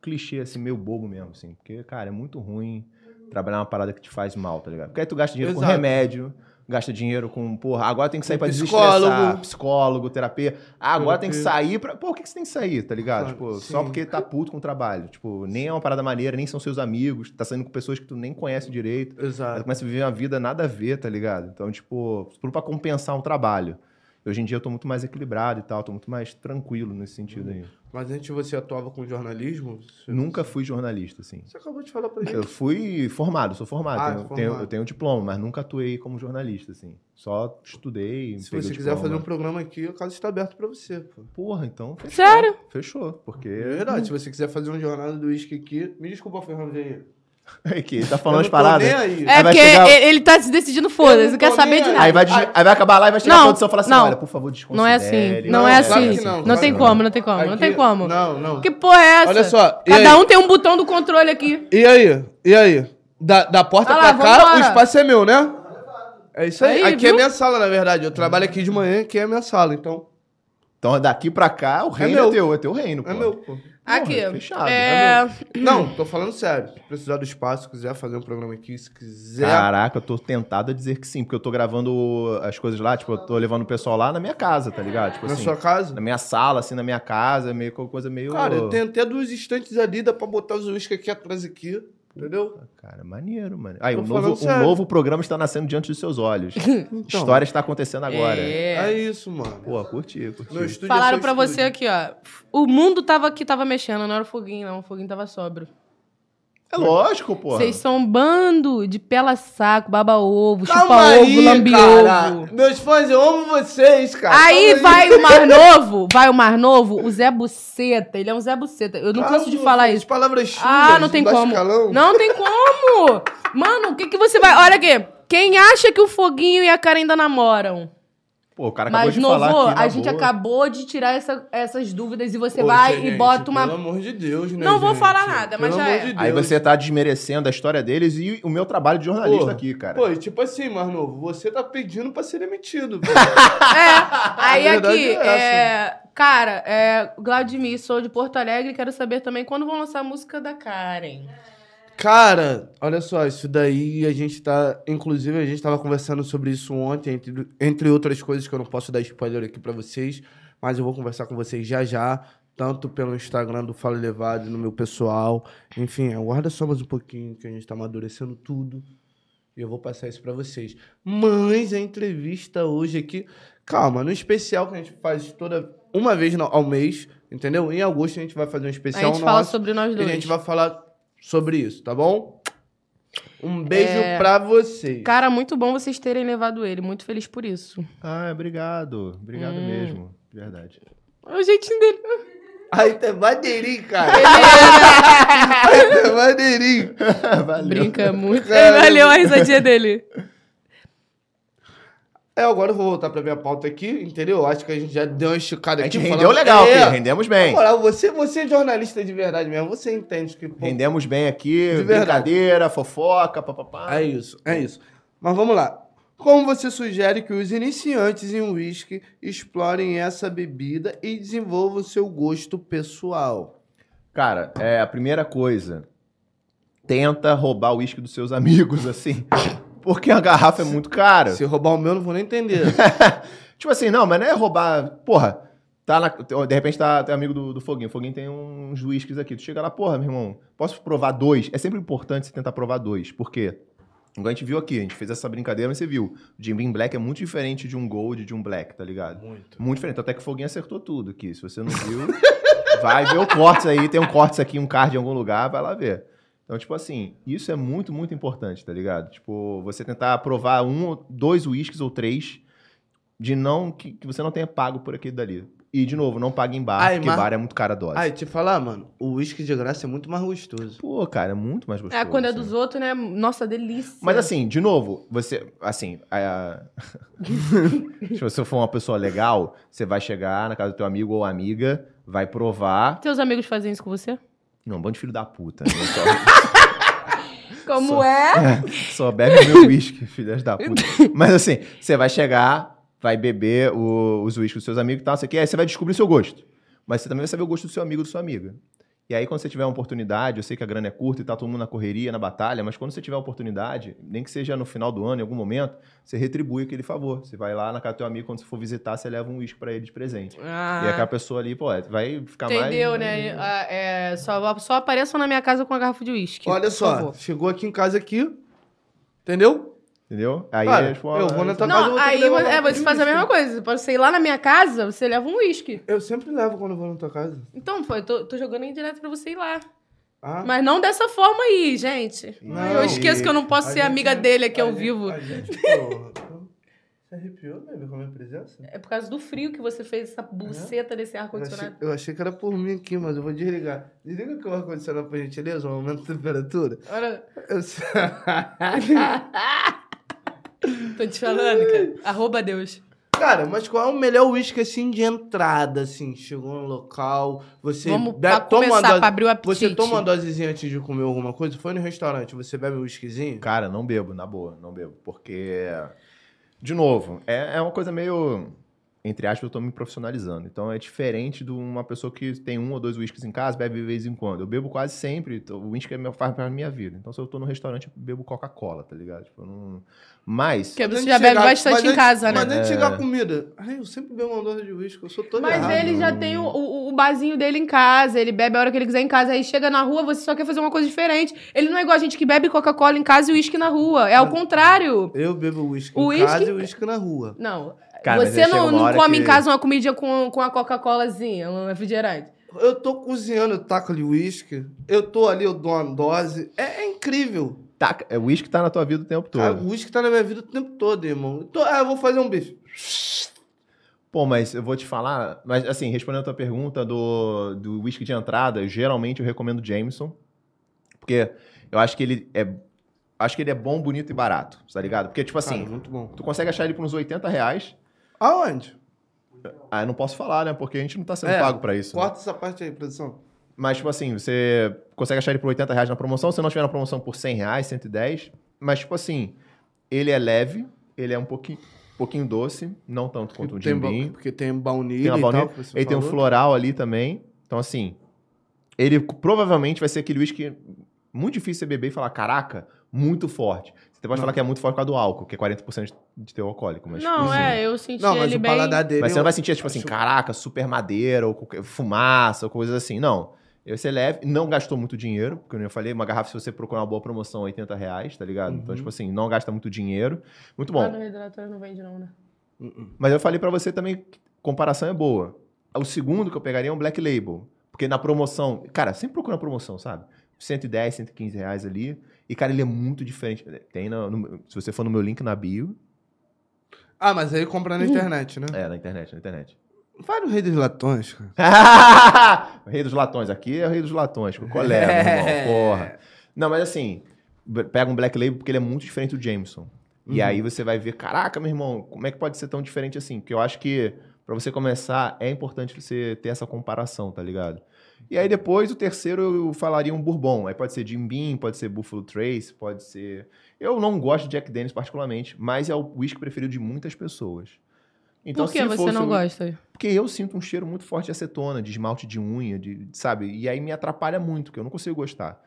S3: clichê, assim, meio bobo mesmo, assim. Porque, cara, é muito ruim trabalhar uma parada que te faz mal, tá ligado? Porque aí tu gasta dinheiro com
S1: Exato.
S3: remédio, gasta dinheiro com, porra, agora tem que sair pra
S1: Um Psicólogo.
S3: desestressar, psicólogo, terapia. Ah, agora tem que
S1: Terapia.
S3: sair pra... Pô, por que, que você tem que sair, tá ligado?
S1: Sabe,
S3: Tipo,
S1: sim.
S3: só porque tá puto com o trabalho. Tipo, nem é uma parada maneira, nem são seus amigos, tá saindo com pessoas que tu nem conhece direito. Aí tu
S1: Exato.
S3: começa a viver uma vida nada a ver, tá ligado? Então, tipo, tudo pra compensar um trabalho. Hoje em dia eu tô muito mais equilibrado e tal, tô muito mais tranquilo nesse sentido aí.
S1: Mas antes você atuava com jornalismo? Você,
S3: Nunca fui jornalista, assim.
S1: você acabou de falar pra gente.
S3: Eu fui formado, sou formado.
S1: Ah,
S3: tenho,
S1: formado.
S3: Tenho, eu tenho um diploma, mas nunca atuei como jornalista, assim. Só estudei.
S1: Se
S3: peguei
S1: você
S3: o
S1: quiser fazer
S3: diploma.
S1: um programa aqui, o caso está aberto pra você, pô.
S3: Porra, então. Fechou.
S4: Sério?
S3: Fechou, porque.
S1: É verdade, se você quiser fazer um jornada do uísque aqui, me desculpa, Fernando aí.
S3: É que ele tá
S1: Eu
S3: falando as
S1: não tô nem
S3: paradas.
S1: Aí.
S4: É
S3: Aí vai
S4: porque
S3: chegar-
S4: ele ele tá se decidindo, foda-se, não quer
S1: tô
S4: saber
S1: nem
S4: de
S1: aí.
S4: nada.
S3: Aí vai, des- aí vai acabar lá e vai chegar
S4: Não,
S3: a produção e falar assim:
S4: não.
S3: olha, por favor, desconsidere.
S4: Não é assim, não,
S1: Não,
S4: é
S1: claro
S4: assim.
S1: que
S4: não
S1: não,
S4: tem
S1: claro.
S4: como, não tem como, não tem
S1: Aqui-
S4: como.
S1: Não, não.
S4: Que porra é essa?
S1: Olha só, e
S4: Cada
S1: aí?
S4: um tem um botão do controle aqui.
S1: E aí? E aí? Da, da porta
S4: Ah lá,
S1: pra cá,
S4: vambora.
S1: o espaço é meu, né? É isso aí.
S4: Aí,
S1: aqui
S4: viu?
S1: é minha sala, na verdade. Eu trabalho aqui de manhã, aqui é minha sala, então.
S3: Então daqui pra cá, o reino é,
S1: meu.
S3: teu, é teu reino, pô.
S1: É meu, pô.
S3: Porra,
S4: aqui.
S3: fechado, né, tá
S4: é...
S1: Não, tô falando sério. Se precisar do espaço, quiser fazer um programa aqui, se quiser.
S3: Caraca, eu tô tentado a dizer que sim, porque eu tô gravando as coisas lá, tipo, eu tô levando o pessoal lá na minha casa, tá ligado? Tipo
S1: na
S3: assim,
S1: sua casa.
S3: na minha sala, assim, na minha casa, meio que uma coisa meio.
S1: Cara, eu tenho até duas estantes ali, dá pra botar os uísques aqui atrás aqui. Entendeu?
S3: Cara, é maneiro, mano. Aí,
S1: Tô
S3: um
S1: falando
S3: novo, um
S1: sério.
S3: novo programa está nascendo diante dos seus olhos.
S1: Então.
S3: História está acontecendo agora.
S1: É,
S4: É.
S1: isso, mano.
S3: Pô, curti, curti.
S1: Meu estúdio
S4: Falaram
S1: é só
S4: pra
S1: estúdio.
S4: você aqui, ó. O mundo tava aqui, tava mexendo, não era o foguinho, não. O foguinho tava sóbrio.
S3: É lógico, pô.
S4: Vocês são um bando de pela saco, baba ovo, chupa
S1: Calma aí,
S4: ovo, lambi
S1: cara.
S4: ovo.
S1: Meus fãs, eu amo vocês, cara.
S4: Aí
S1: Calma
S4: vai o mais novo, vai o mais novo, o Zé Buceta. Ele é um Zé Buceta. Eu não
S1: Calma,
S4: canso de falar
S1: as
S4: isso.
S1: palavras chulas,
S4: Ah, não tem
S1: baixo
S4: como.
S1: calão.
S4: Não tem como! Mano, o que, que você vai. Olha aqui. Quem acha que o Foguinho e a Karen ainda namoram?
S3: Pô, o cara acabou
S4: Mas,
S3: de falar
S4: novo,
S3: aqui, na
S4: a gente
S3: boa.
S4: acabou de tirar essa- essas dúvidas e você
S1: Pô,
S4: vai e
S1: gente,
S4: bota uma.
S1: Pelo amor de Deus, né?
S4: Não vou
S1: gente?
S4: falar nada, mas
S1: Pelo
S4: já
S1: amor
S4: é.
S1: de Deus.
S3: Aí você tá desmerecendo a história deles e o meu trabalho de jornalista
S1: Porra.
S3: aqui, cara.
S1: Pô, e tipo assim, mais novo, você tá pedindo pra ser demitido. pô.
S4: É. Aí
S1: A verdade
S4: aqui,
S1: é
S4: é, cara, é, Glaudimir, sou de Porto Alegre, quero saber também quando vão lançar a música da Karen.
S1: Cara, olha só, isso daí a gente tá. Inclusive, a gente tava conversando sobre isso ontem, entre, entre outras coisas que eu não posso dar spoiler aqui pra vocês, mas eu vou conversar com vocês já já, tanto pelo Instagram do Fala Elevado, no meu pessoal. Enfim, aguarda só mais um pouquinho que a gente tá amadurecendo tudo e eu vou passar isso pra vocês. Mas a entrevista hoje aqui, calma, no especial que a gente faz toda uma vez no- ao mês, entendeu? Em agosto a gente vai fazer um
S4: A
S1: especial
S4: gente fala
S1: nosso.
S4: sobre nós
S1: E a
S4: dois.
S1: gente vai falar sobre isso, tá bom? Um beijo
S4: É.
S1: pra vocês.
S4: Cara, muito bom vocês terem levado ele, muito feliz por isso.
S3: Ah, obrigado. Obrigado
S4: Hum.
S3: mesmo. De verdade.
S4: Olha o jeitinho dele.
S1: Aí tá maneirinho, cara. Aí tá maneirinho.
S3: Valeu.
S4: Brinca muito.
S1: Cara.
S4: Valeu a risadinha dele.
S1: É, agora eu vou voltar pra minha pauta aqui, entendeu? Acho que a gente já deu uma esticada
S3: A
S1: aqui.
S3: gente
S1: falando-
S3: rendeu legal
S1: é.
S3: aqui, rendemos
S1: Na
S3: bem.
S1: moral, você, você é jornalista de verdade mesmo, você entende que... pô,
S3: Rendemos bem aqui,
S1: De verdade.
S3: brincadeira, fofoca, papapá.
S1: É isso, é isso. Mas vamos lá. Como você sugere que os iniciantes em um uísque explorem essa bebida e desenvolvam seu gosto pessoal?
S3: Cara, é a primeira coisa. Tenta roubar o uísque dos seus amigos, assim. Porque a garrafa é muito cara.
S1: Se roubar o meu, eu não vou nem entender.
S3: Tipo assim, não, mas não é roubar. Porra, tá na, de repente tá, tem amigo do, do Foguinho. O Foguinho tem uns uísques aqui. Tu chega lá, porra, meu irmão, posso provar dois? É sempre importante você tentar provar dois. Por quê? Igual a gente viu aqui, a gente fez essa brincadeira, mas você viu. O Jim Beam Black é muito diferente de um Gold e de um Black, tá ligado?
S1: Muito.
S3: Muito diferente. Até que o Foguinho acertou tudo aqui. Se você não viu, vai ver o corte aí. Tem um corte aqui, um card em algum lugar, vai lá ver. Então, tipo assim, isso é muito, muito importante, tá ligado? Tipo, você tentar provar um, ou- dois uísques ou três de não que, que você não tenha pago por aquilo dali. E, de novo, não pague em bar,
S1: Ai,
S3: porque
S1: mas-
S3: bar é muito cara a dose.
S1: Ah, e te falar, mano, o uísque de graça é muito mais gostoso.
S3: Pô, cara, é muito mais gostoso.
S4: É, quando é
S3: assim.
S4: dos outros, é. né? Nossa, delícia.
S3: Mas assim, de novo, você. Assim, a- Tipo, se você for uma pessoa legal, você vai chegar na casa do teu amigo ou amiga, vai provar.
S4: Teus amigos fazem isso com você?
S3: Não, bando de filho da puta. né? Só,
S4: Como
S3: Só-
S4: é?
S3: só bebe meu uísque, filhas da puta. Mas assim, você vai chegar, vai beber o- os uísques dos seus amigos e tal, você quer, aí você vai descobrir o seu gosto. Mas você também vai saber o gosto do seu amigo e da sua amiga. E aí, quando você tiver uma oportunidade, eu sei que a grana é curta e tá todo mundo na correria, na batalha, mas quando você tiver uma oportunidade, nem que seja no final do ano, em algum momento, você retribui aquele favor. Você vai lá na casa do teu amigo, quando você for visitar, você leva um uísque pra ele de presente. E aquela
S4: Ah,
S3: pessoa ali, pô, vai ficar mais.
S4: entendeu, né? Ah, é, só, só apareçam na minha casa com uma garrafa de uísque.
S1: Olha
S4: por
S1: só,
S4: favor.
S1: chegou aqui em casa aqui, entendeu?
S3: Entendeu? Aí
S1: Cara,
S3: é, tipo,
S1: eu
S3: ah,
S1: vou na
S3: isso-
S1: tua casa, eu
S4: Não,
S1: vou ter que
S4: aí
S1: levar
S4: é,
S1: uma
S4: você faz a
S1: whisky.
S4: mesma coisa. Pode você ir lá na minha casa, você leva um uísque.
S1: Eu sempre levo quando eu vou na tua casa.
S4: Então, pô, eu tô, tô jogando aí direto pra você ir lá.
S1: Ah,
S4: Mas não dessa forma aí, gente.
S1: Não,
S4: eu esqueço
S1: e
S4: que eu não
S1: a
S4: posso ser
S1: gente- é
S4: amiga dele aqui
S1: a
S4: ao
S1: gente-
S4: é vivo.
S1: a gente, pô, então, Você arrepiou, bebê, com a minha presença?
S4: É por causa do frio que você fez essa buceta desse
S1: Eu achei,
S4: ar-condicionado.
S1: eu achei que era por mim aqui, mas eu vou desligar. Desliga que o ar-condicionado, por gentileza, o aumento da um temperatura.
S4: Olha,
S1: Eu...
S4: tô te falando, cara. Arroba Deus.
S1: Cara, mas qual é o melhor uísque, assim, de entrada, assim? Chegou no local, você...
S4: Vamos
S1: be-
S4: pra
S1: toma uma
S4: começar,
S1: dose-
S4: pra abrir o apetite.
S1: Você toma uma dosezinha antes de comer alguma coisa? Foi no restaurante, você bebe um uísquezinho?
S3: Cara, não bebo, na boa, não bebo. Porque, de novo, é, é uma coisa meio. Entre aspas, eu tô me profissionalizando. Então é diferente de uma pessoa que tem um ou dois uísques em casa, bebe de vez em quando. Eu bebo quase sempre. então, O uísque é meu- faz parte da minha vida. Então se eu tô no restaurante, eu bebo Coca-Cola, tá ligado? Tipo, eu não... Mas.
S4: Porque
S1: Mas
S4: você
S1: antes
S4: já
S1: de
S4: bebe
S1: chegar- mas
S4: bastante em
S1: antes-
S4: casa, né?
S1: Mas antes de chegar
S3: É.
S1: a comida... Ai, eu sempre bebo uma dose de uísque, eu sou todo
S4: Mas
S1: errado.
S4: ele já tem o, o, o barzinho dele em casa, ele bebe a hora que ele quiser em casa, aí chega na rua, você só quer fazer uma coisa diferente. Ele não é igual a gente que bebe Coca-Cola em casa e uísque na rua. É ao contrário.
S1: Eu bebo uísque
S4: O
S1: em casa
S4: uísque-
S1: e uísque na rua.
S4: Não.
S3: Cara, mas
S4: você
S3: aí chega
S4: não,
S3: uma
S4: não
S3: hora
S4: come
S3: que-
S4: em casa uma comida com, com a Coca-Colazinha, um refrigerante.
S1: Eu tô cozinhando, eu taco ali uísque. Eu tô ali, eu dou uma dose. É, é incrível.
S3: Tá, é, o uísque tá na tua vida o tempo todo.
S1: Cara, o uísque tá na minha vida o tempo todo, irmão. Eu tô- ah, eu vou fazer um bife.
S3: Pô, mas eu vou te falar, mas assim, respondendo a tua pergunta do, do whisky de entrada, geralmente eu recomendo Jameson, porque eu acho que ele é acho que ele é bom, bonito e barato, tá ligado? Porque tipo assim,
S1: Cara, muito bom.
S3: tu consegue achar ele por uns 80 reais,
S1: Aonde?
S3: ah, eu não posso falar, né? Porque a gente não tá sendo
S1: É,
S3: pago pra isso. né?
S1: Corta essa parte aí, produção.
S3: Mas, tipo assim, você consegue achar ele por 80 reais na promoção. Se não tiver na promoção, por 100 reais, 110. Mas, tipo assim, ele é leve, ele é um pouquinho, pouquinho doce, não tanto quanto um o Jim
S1: ba-
S3: Beam.
S1: porque tem baunilha
S3: Tem a
S1: e
S3: baunilha,
S1: tal. que você
S3: Ele tem um
S1: falou.
S3: floral ali também. Então, assim, ele provavelmente vai ser aquele uísque muito difícil você beber e falar, caraca, muito forte. Você pode
S1: Não.
S3: falar que é muito forte por causa do álcool, que é 40% de teor alcoólico. Mas,
S4: não,
S3: tipo,
S4: é, eu senti
S1: Não, mas
S4: ele
S1: o
S4: bem.
S1: paladar é dele... um
S3: mas você não vai sentir,
S1: eu
S3: tipo assim,
S1: acho-
S3: caraca, super madeira, ou qualquer- fumaça, ou coisas assim. Não. Ele ser leve, não gastou muito dinheiro, porque como eu falei, uma garrafa, se você procurar uma boa promoção, 80 reais, tá ligado? Então,
S1: Uhum.
S3: tipo assim, não gasta muito dinheiro. Muito
S4: Ah,
S3: bom.
S4: no hidrator não vende, não, né?
S1: Hum, hum.
S3: Mas eu falei pra você também, que comparação é boa. O segundo que eu pegaria é um Black Label. Porque na promoção, cara, sempre procura promoção, sabe? 110, 115 reais ali. E, cara, ele é muito diferente. Tem na- no- se você for no meu link na bio.
S1: Ah, mas aí compra na internet, né?
S3: É, na internet, na internet.
S1: Vários reis dos latões, cara.
S3: o rei dos latões. Aqui é o rei dos latões. com Colé, meu
S4: É.
S3: irmão. Porra. Não, mas assim, b- pega um Black Label porque ele é muito diferente do Jameson. E
S1: Uhum.
S3: aí você vai ver, caraca, meu irmão, como é que pode ser tão diferente assim? Porque eu acho que pra você começar é importante você ter essa comparação, tá ligado? E aí depois o terceiro eu falaria um bourbon. Aí pode ser Jim Beam, pode ser Buffalo Trace, pode ser... Eu não gosto de Jack Daniels particularmente, mas é o whisky preferido de muitas pessoas.
S4: Por que
S3: se
S4: você
S3: fosse
S4: não
S3: um-
S4: gosta?
S3: porque eu sinto um cheiro muito forte de acetona, de esmalte de unha, de, de- sabe? E aí me atrapalha muito, que eu não consigo gostar.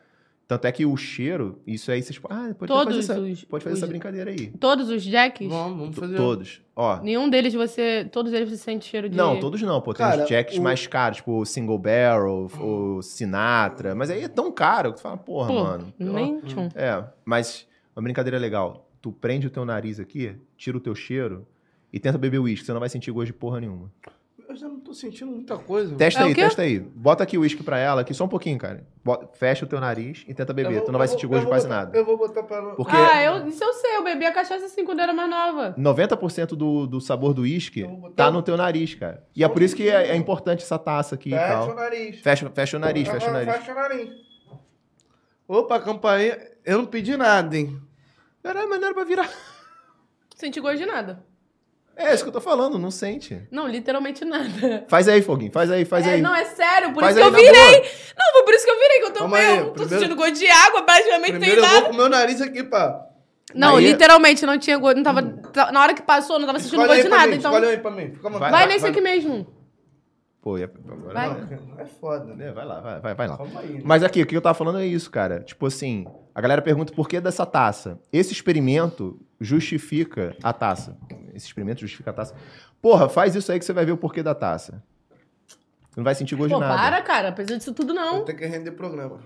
S3: Tanto é que o cheiro, isso aí vocês tipo, ah, pode
S4: Todos
S3: fazer essa,
S4: os.
S3: pode fazer
S4: os-
S3: essa brincadeira aí.
S4: Todos os jacks?
S1: Vamos, vamos fazer...
S3: Todos. Ó.
S4: Nenhum deles você. Todos eles você sente cheiro de.
S3: Não, todos não, pô. Tem
S1: Cara,
S3: uns checks
S1: o-
S3: mais caros, tipo Single Barrel, o Sinatra. Mas aí é tão caro que tu fala, porra,
S4: Pô,
S3: mano.
S4: Nem tchum.
S3: É, mas uma brincadeira legal. Tu prende o teu nariz aqui, tira o teu cheiro e tenta beber uísque. Você não vai sentir gosto de porra nenhuma.
S1: Eu já não tô sentindo muita coisa.
S3: Testa
S4: É o
S3: aí,
S4: quê?
S3: testa aí. Bota aqui o uísque pra ela, aqui só um pouquinho, cara. Bota- fecha o teu nariz e tenta beber.
S1: Eu vou-
S3: tu não vai
S1: eu vou-
S3: sentir gosto
S1: eu
S3: de
S1: vou
S3: quase
S1: botar-
S3: nada.
S1: Eu vou botar pra... ela-
S3: Porque
S4: Ah, eu, isso eu sei, eu bebia cachaça assim quando eu era mais nova.
S3: 90% do, do sabor do uísque
S1: Eu vou botar- um
S3: tá no teu nariz, cara. E é por isso que é, é importante essa taça aqui e
S1: Fecha o
S3: tal.
S1: nariz.
S3: Fecha, fecha o nariz, fecha o
S1: Agora
S3: nariz.
S1: Fecha o nariz. Opa, campainha. Eu não pedi nada, hein?
S3: Caralho, mas não era pra virar.
S4: Senti gosto de nada.
S3: É isso que eu tô falando, não sente.
S4: Não, literalmente nada.
S3: Faz aí, Foguinho, faz aí, faz
S4: É,
S3: aí.
S4: Não, é sério, por
S3: Faz
S4: isso que
S3: aí
S4: eu
S3: na
S4: virei. Não, foi por isso que eu virei, que eu tô
S1: Calma
S4: meio.
S1: aí,
S4: tô
S1: primeiro-
S4: sentindo gosto de água, praticamente não tem
S1: Primeiro eu
S4: nada.
S1: vou com o meu nariz aqui, pá.
S4: Não,
S3: Aí- é- Hum.
S4: literalmente, não tinha gosto. Não tava, tá- Na hora que passou, não tava sentindo
S1: Escolhe aí
S4: gosto de
S1: pra
S4: nada.
S1: mim,
S4: então.
S1: Escolhe aí pra mim. Fica uma
S3: Vai,
S4: Vai,
S3: vai,
S4: nesse
S3: vai.
S4: aqui mesmo.
S3: Pô, e agora
S4: Vai.
S1: É foda, né?
S3: É, vai lá, vai, vai, vai lá.
S1: Calma aí. né?
S3: Mas aqui, o que eu tava falando é isso, cara. Tipo assim, a galera pergunta por que dessa taça. Esse experimento justifica a taça. Esse experimento justifica a taça. Porra, faz isso aí que você vai ver o porquê da taça. Você Não vai sentir gosto
S4: Pô,
S3: de nada.
S4: para, cara. Apesar disso tudo,
S1: Eu
S4: não.
S1: tenho que render programa.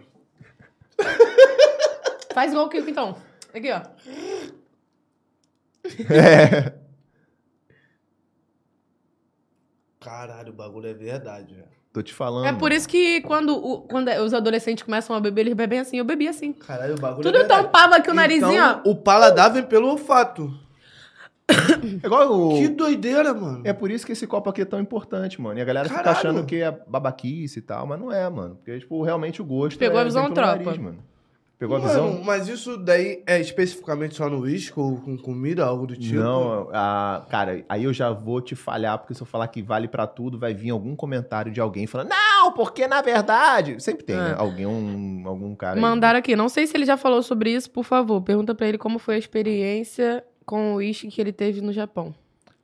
S4: Faz igual o Kiko, então. Aqui, ó.
S3: É.
S1: Caralho, o bagulho é verdade, velho.
S3: Tô te falando.
S4: É por isso que quando, o- quando os adolescentes começam a beber, eles bebem assim. Eu bebi assim.
S1: Caralho, o bagulho é
S4: Tudo eu
S1: verdade.
S4: tampava aqui o narizinho, ó.
S1: Então, O paladar vem pelo olfato.
S3: É igual o...
S1: Que doideira, mano.
S3: É por isso que esse copo aqui é tão importante, mano. E a galera
S1: Caralho.
S3: fica achando que é babaquice e tal, mas não é, mano. Porque, tipo, realmente o gosto
S4: Pegou
S3: é,
S4: a visão
S3: vem
S4: tropa.
S3: nariz, mano. Pegou a
S1: Mano,
S3: visão?
S1: mas isso daí é especificamente só no uísque ou com comida, algo do tipo?
S3: Não, a- cara, aí eu já vou te falhar, porque se eu falar que vale pra tudo, vai vir algum comentário de alguém falando, não, porque na verdade. Sempre tem,
S4: Ah.
S3: né? Alguém, um, algum cara. aí.
S4: Mandaram aqui. Não sei se ele já falou sobre isso, por favor. Pergunta pra ele como foi a experiência com o uísque que ele teve no Japão.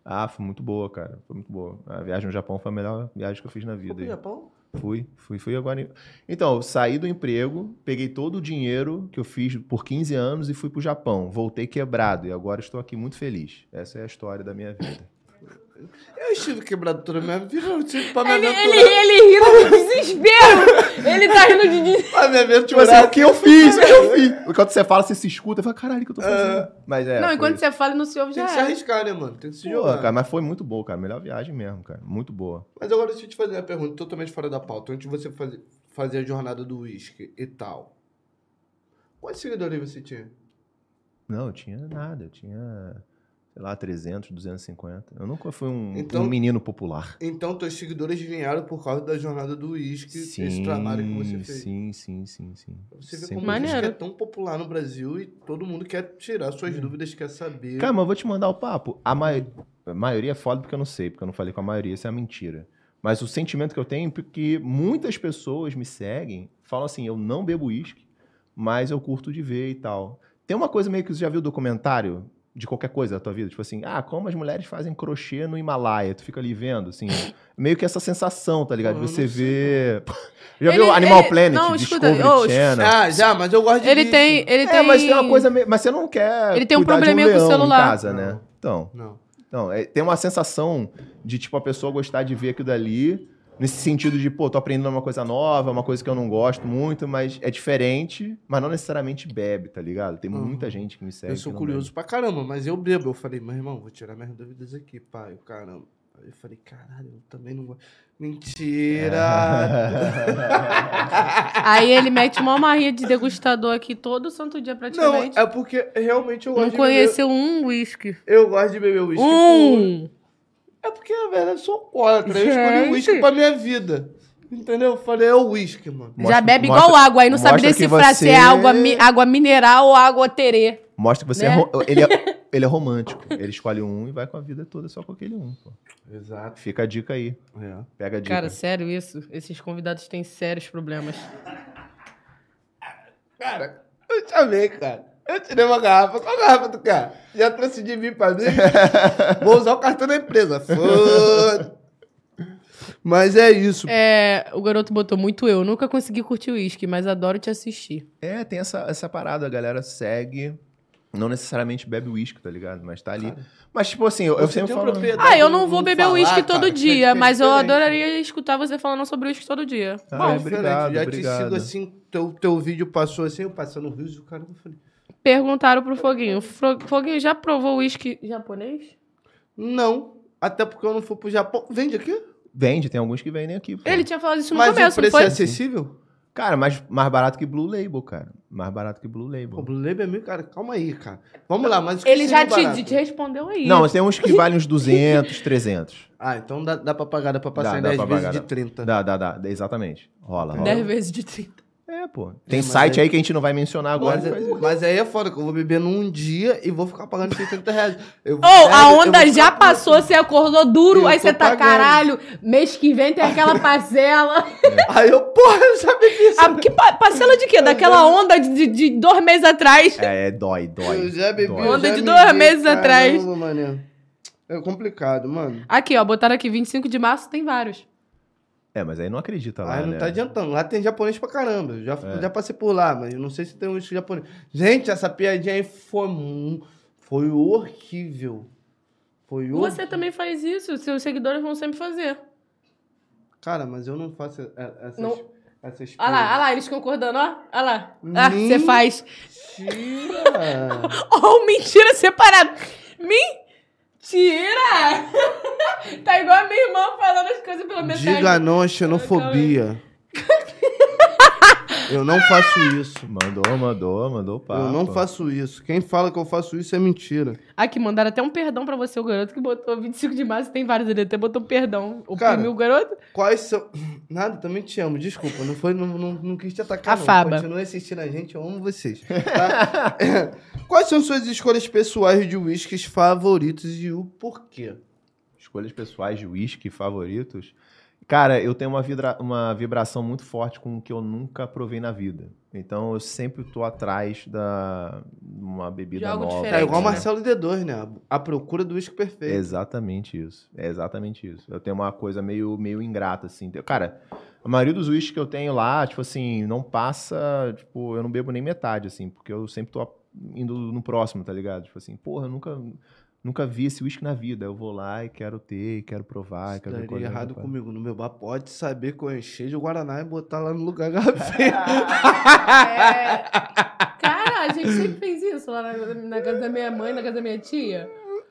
S3: Ah, foi muito boa, cara. Foi muito boa. A viagem no Japão foi a melhor viagem que eu fiz na
S1: Pô,
S3: vida.
S1: pro Japão?
S3: Fui, fui, fui agora. em- Então, eu saí do emprego, peguei todo o dinheiro que eu fiz por 15 anos e fui pro Japão. Voltei quebrado e agora estou aqui muito feliz. Essa é a história da minha vida.
S1: Eu estive quebrado toda a minha vida, eu tive pra me
S4: Ele,
S1: aventurar.
S4: ele, ele rindo de desespero. ele tá rindo de desespero.
S1: Pra me
S3: Tipo assim,
S1: aventurar.
S3: o que eu fiz? O que eu fiz? Enquanto você fala, você se escuta, fala, caralho, o que eu tô fazendo? Mas é.
S4: não,
S3: foi
S4: enquanto
S3: isso.
S4: você fala e não se ouve,
S1: Tem
S4: já
S1: que se
S4: é.
S1: arriscar, né, mano? Tem que se
S3: Pô,
S1: jogar.
S3: cara, mas foi muito boa, cara. Melhor viagem mesmo, cara. Muito boa.
S1: Mas agora deixa eu te fazer uma pergunta totalmente fora da pauta. Antes de você fazer, fazer a jornada do uísque e tal, quantos seguidores você tinha?
S3: Não, eu tinha nada. Eu tinha, sei lá, 300, 250. Eu nunca fui um,
S1: Então-
S3: um menino popular.
S1: Então, teus seguidores vieram por causa da jornada do uísque, esse
S3: Sim,
S1: trabalho que você fez.
S3: Sim, sim, sim, sim.
S1: Você vê
S3: Sim.
S1: como
S4: Maneiro.
S1: isso é tão popular no Brasil e todo mundo quer tirar suas dúvidas, quer saber.
S3: Hum. Cara, mas eu vou te mandar o papo. A, mai- a maioria é foda porque eu não sei, porque eu não falei com a maioria, isso é uma mentira. Mas o sentimento que eu tenho é que muitas pessoas me seguem, falam assim, eu não bebo uísque, mas eu curto de ver e tal. Tem uma coisa meio que você já viu documentário de qualquer coisa da tua vida, tipo assim, ah, como as mulheres fazem crochê no Himalaia, tu fica ali vendo, assim, meio que essa sensação, tá ligado?
S1: Pô, eu
S3: Você
S1: não
S3: vê... já
S4: Ele-
S3: viu Animal
S4: ele-
S3: Planet,
S4: não, escuta,
S3: Discovery
S4: ô,
S3: Channel?
S1: Ah, já, mas eu gosto de
S4: Ele
S1: lixo.
S4: tem. Ele
S3: é,
S4: tem...
S3: mas tem uma coisa. meio- Mas você não quer.
S4: Ele tem um
S3: cuidar de
S4: probleminha com o
S3: leão
S4: celular.
S3: Em casa, né?
S1: Não.
S3: Então,
S1: Não.
S3: não, é, tem uma sensação de, tipo, a pessoa gostar de ver aquilo dali. Nesse sentido de, pô, tô aprendendo uma coisa nova, uma coisa que eu não gosto muito, mas é diferente, mas não necessariamente bebe, tá ligado? Tem
S1: Uhum.
S3: muita gente que me segue.
S1: eu
S3: que
S1: sou
S3: não
S1: curioso pra caramba, mas eu bebo. Eu falei, meu irmão, vou tirar minhas dúvidas aqui, pai. Caramba. Aí eu falei, caralho, eu também não gosto.
S3: É.
S1: Mentira!
S4: Aí ele mete uma marrinha de degustador aqui todo santo dia
S1: Não,
S4: praticamente.
S1: é porque realmente eu
S4: Não,
S1: gosto de
S4: conheceu um uísque.
S1: beber. Eu gosto de beber uísque.
S4: Um!
S1: É porque, na verdade, eu sou alcoólatra. Eu
S4: Gente.
S1: escolhi uísque pra minha vida. Entendeu? Eu falei, é o uísque, mano.
S4: Já
S3: Mostra-
S4: bebe
S3: mostra-
S4: igual água, aí não sabe
S3: mostra que
S4: decifrar se é
S3: você-
S4: água, mi- água mineral ou água terê.
S3: Mostra que você é,
S4: Né?
S3: ro- ele é. Ele é romântico. Ele escolhe um e vai com a vida toda só com aquele um, pô.
S1: Exato.
S3: Fica a dica aí.
S1: É.
S3: Pega a dica.
S4: Cara, sério isso? Esses convidados têm sérios problemas.
S1: Cara, eu te amei, cara. Eu tirei uma garrafa. Qual garrafa do cara? Já trouxe de mim pra mim. Vou usar o cartão da empresa. Foda. Mas é isso.
S4: É, o garoto botou muito eu. Nunca consegui curtir uísque, mas adoro te assistir.
S3: É, tem essa, essa parada, a galera segue. Não necessariamente bebe uísque, tá ligado? Mas tá ali. Mas, tipo assim, eu, eu
S1: Você
S3: sempre
S1: tem um
S3: falo.
S1: propriedade
S4: Ah, eu
S1: em
S4: não vou beber
S1: falar,
S4: uísque
S1: cara,
S4: todo
S1: que é
S4: dia, mas eu
S1: diferente. Tá.
S4: adoraria escutar você falando sobre uísque todo dia.
S3: Ah,
S1: Bom,
S3: obrigado,
S1: já te
S3: obrigado.
S1: sigo assim, teu, teu vídeo passou assim, eu passando o rios e o cara eu falei,
S4: Perguntaram pro Foguinho. Fro- Foguinho, já provou uísque japonês?
S1: não, até porque eu não fui pro Japão. Vende aqui?
S3: Vende, tem alguns que vendem aqui. pô.
S4: Ele tinha falado isso no
S1: Mas o
S4: começo, não
S1: preço
S4: foi?
S1: é acessível?
S3: Cara, mais, mais barato que Blue Label, cara. Mais barato que Blue
S1: Pô,
S3: Label.
S1: Blue Label é mil, cara, calma aí, cara. Vamos lá, mas o que
S4: Ele já
S1: seria
S4: te,
S1: é barato?
S4: te respondeu aí.
S3: Não, mas tem uns que valem uns 200, 300.
S1: Ah, então dá, dá pra pagar, dá pra
S3: Dá,
S1: passar
S3: dá
S1: em 10
S3: pra
S1: vezes
S3: pagar,
S1: de
S3: dá.
S2: Tá.
S1: 30.
S3: Dá, dá, dá. Exatamente. Rola, rola.
S4: 10 vezes de 30.
S3: É, pô. Tem
S1: mas
S3: site
S1: aí-
S3: aí que a gente não vai mencionar agora.
S1: Mas, é-
S3: mas-
S1: mas aí é foda, que eu vou beber num dia e vou ficar pagando 70 reais. Eu,
S4: Ô, a onda já passou, você acordou duro,
S1: Eu
S4: aí
S1: tô
S4: você tá,
S1: pagando.
S4: caralho, mês que vem tem aquela parcela.
S1: Aí eu, porra, eu já bebi isso.
S4: Ah, que pa- parcela de quê? Daquela onda de, de- de dois meses atrás.
S3: É, é, dói, dói.
S1: eu já bebi.
S3: dói.
S1: eu
S4: Onda
S1: já
S4: de
S1: me
S4: dois
S1: vi,
S4: meses
S1: caramba,
S4: atrás.
S1: mané. É complicado, mano.
S4: Aqui, ó, botaram aqui, 25 de março tem vários.
S3: É, mas aí não acredita lá,
S1: Aí não
S3: né?
S1: tá adiantando. Lá tem japonês pra caramba. Eu já, já passei por lá, mas eu não sei se tem um japonês. Gente, essa piadinha aí foi, mu- foi horrível. Foi horrível.
S4: Você também faz isso, seus seguidores vão sempre fazer.
S1: Cara, mas eu não faço e- essas...
S4: Não.
S1: essas
S4: Olha lá, olha lá, eles concordando, ó. Olha Hum. lá. Ah, você faz.
S1: Mentira!
S4: Oh, mentira separada.
S2: Mentira! tá igual a minha irmã falando as coisas pela metade.
S1: Diga não à xenofobia. Eu não faço isso.
S3: Mandou, mandou, mandou papo.
S1: Eu não faço isso. Quem fala que eu faço isso é mentira.
S4: Aqui, mandaram até um perdão pra você, o garoto que botou 25 de março, tem vários ali, até botou um perdão.
S1: Cara,
S4: Oprimiu o garoto?
S1: Quais são. Nada, também te amo, desculpa. Não, foi, não, não, não quis te atacar.
S4: A
S1: não.
S4: Faba.
S1: Continue assistindo a gente, eu amo vocês. tá? Quais são suas escolhas pessoais de whiskies favoritos e o porquê?
S3: Escolhas pessoais de uísque favoritos. Cara, eu tenho uma, vidra- uma vibração muito forte com o que eu nunca provei na vida. Então eu sempre tô atrás da uma bebida
S2: De algo
S3: nova.
S2: diferente,
S1: É igual
S2: né?
S1: Marcelo D2, né? A procura do uísque
S3: É
S1: perfeito.
S3: exatamente isso. É exatamente isso. Eu tenho uma coisa meio, meio ingrata, assim. Eu- Cara, a maioria dos uísques que eu tenho lá, tipo assim, não passa. Tipo, eu não bebo nem metade, assim, porque eu sempre tô a- indo no próximo, tá ligado? Tipo assim, porra, eu nunca, nunca vi esse uísque na vida. Eu vou lá e quero ter, e quero provar, e quero ver é
S1: Estaria
S3: coisa
S1: errado
S3: nova.
S1: comigo. No meu bar, pode saber que eu enchei de Guaraná e botar lá no lugar garrafinha.
S4: É. Cara, a gente sempre fez isso lá na, na casa da minha mãe, na casa da minha tia.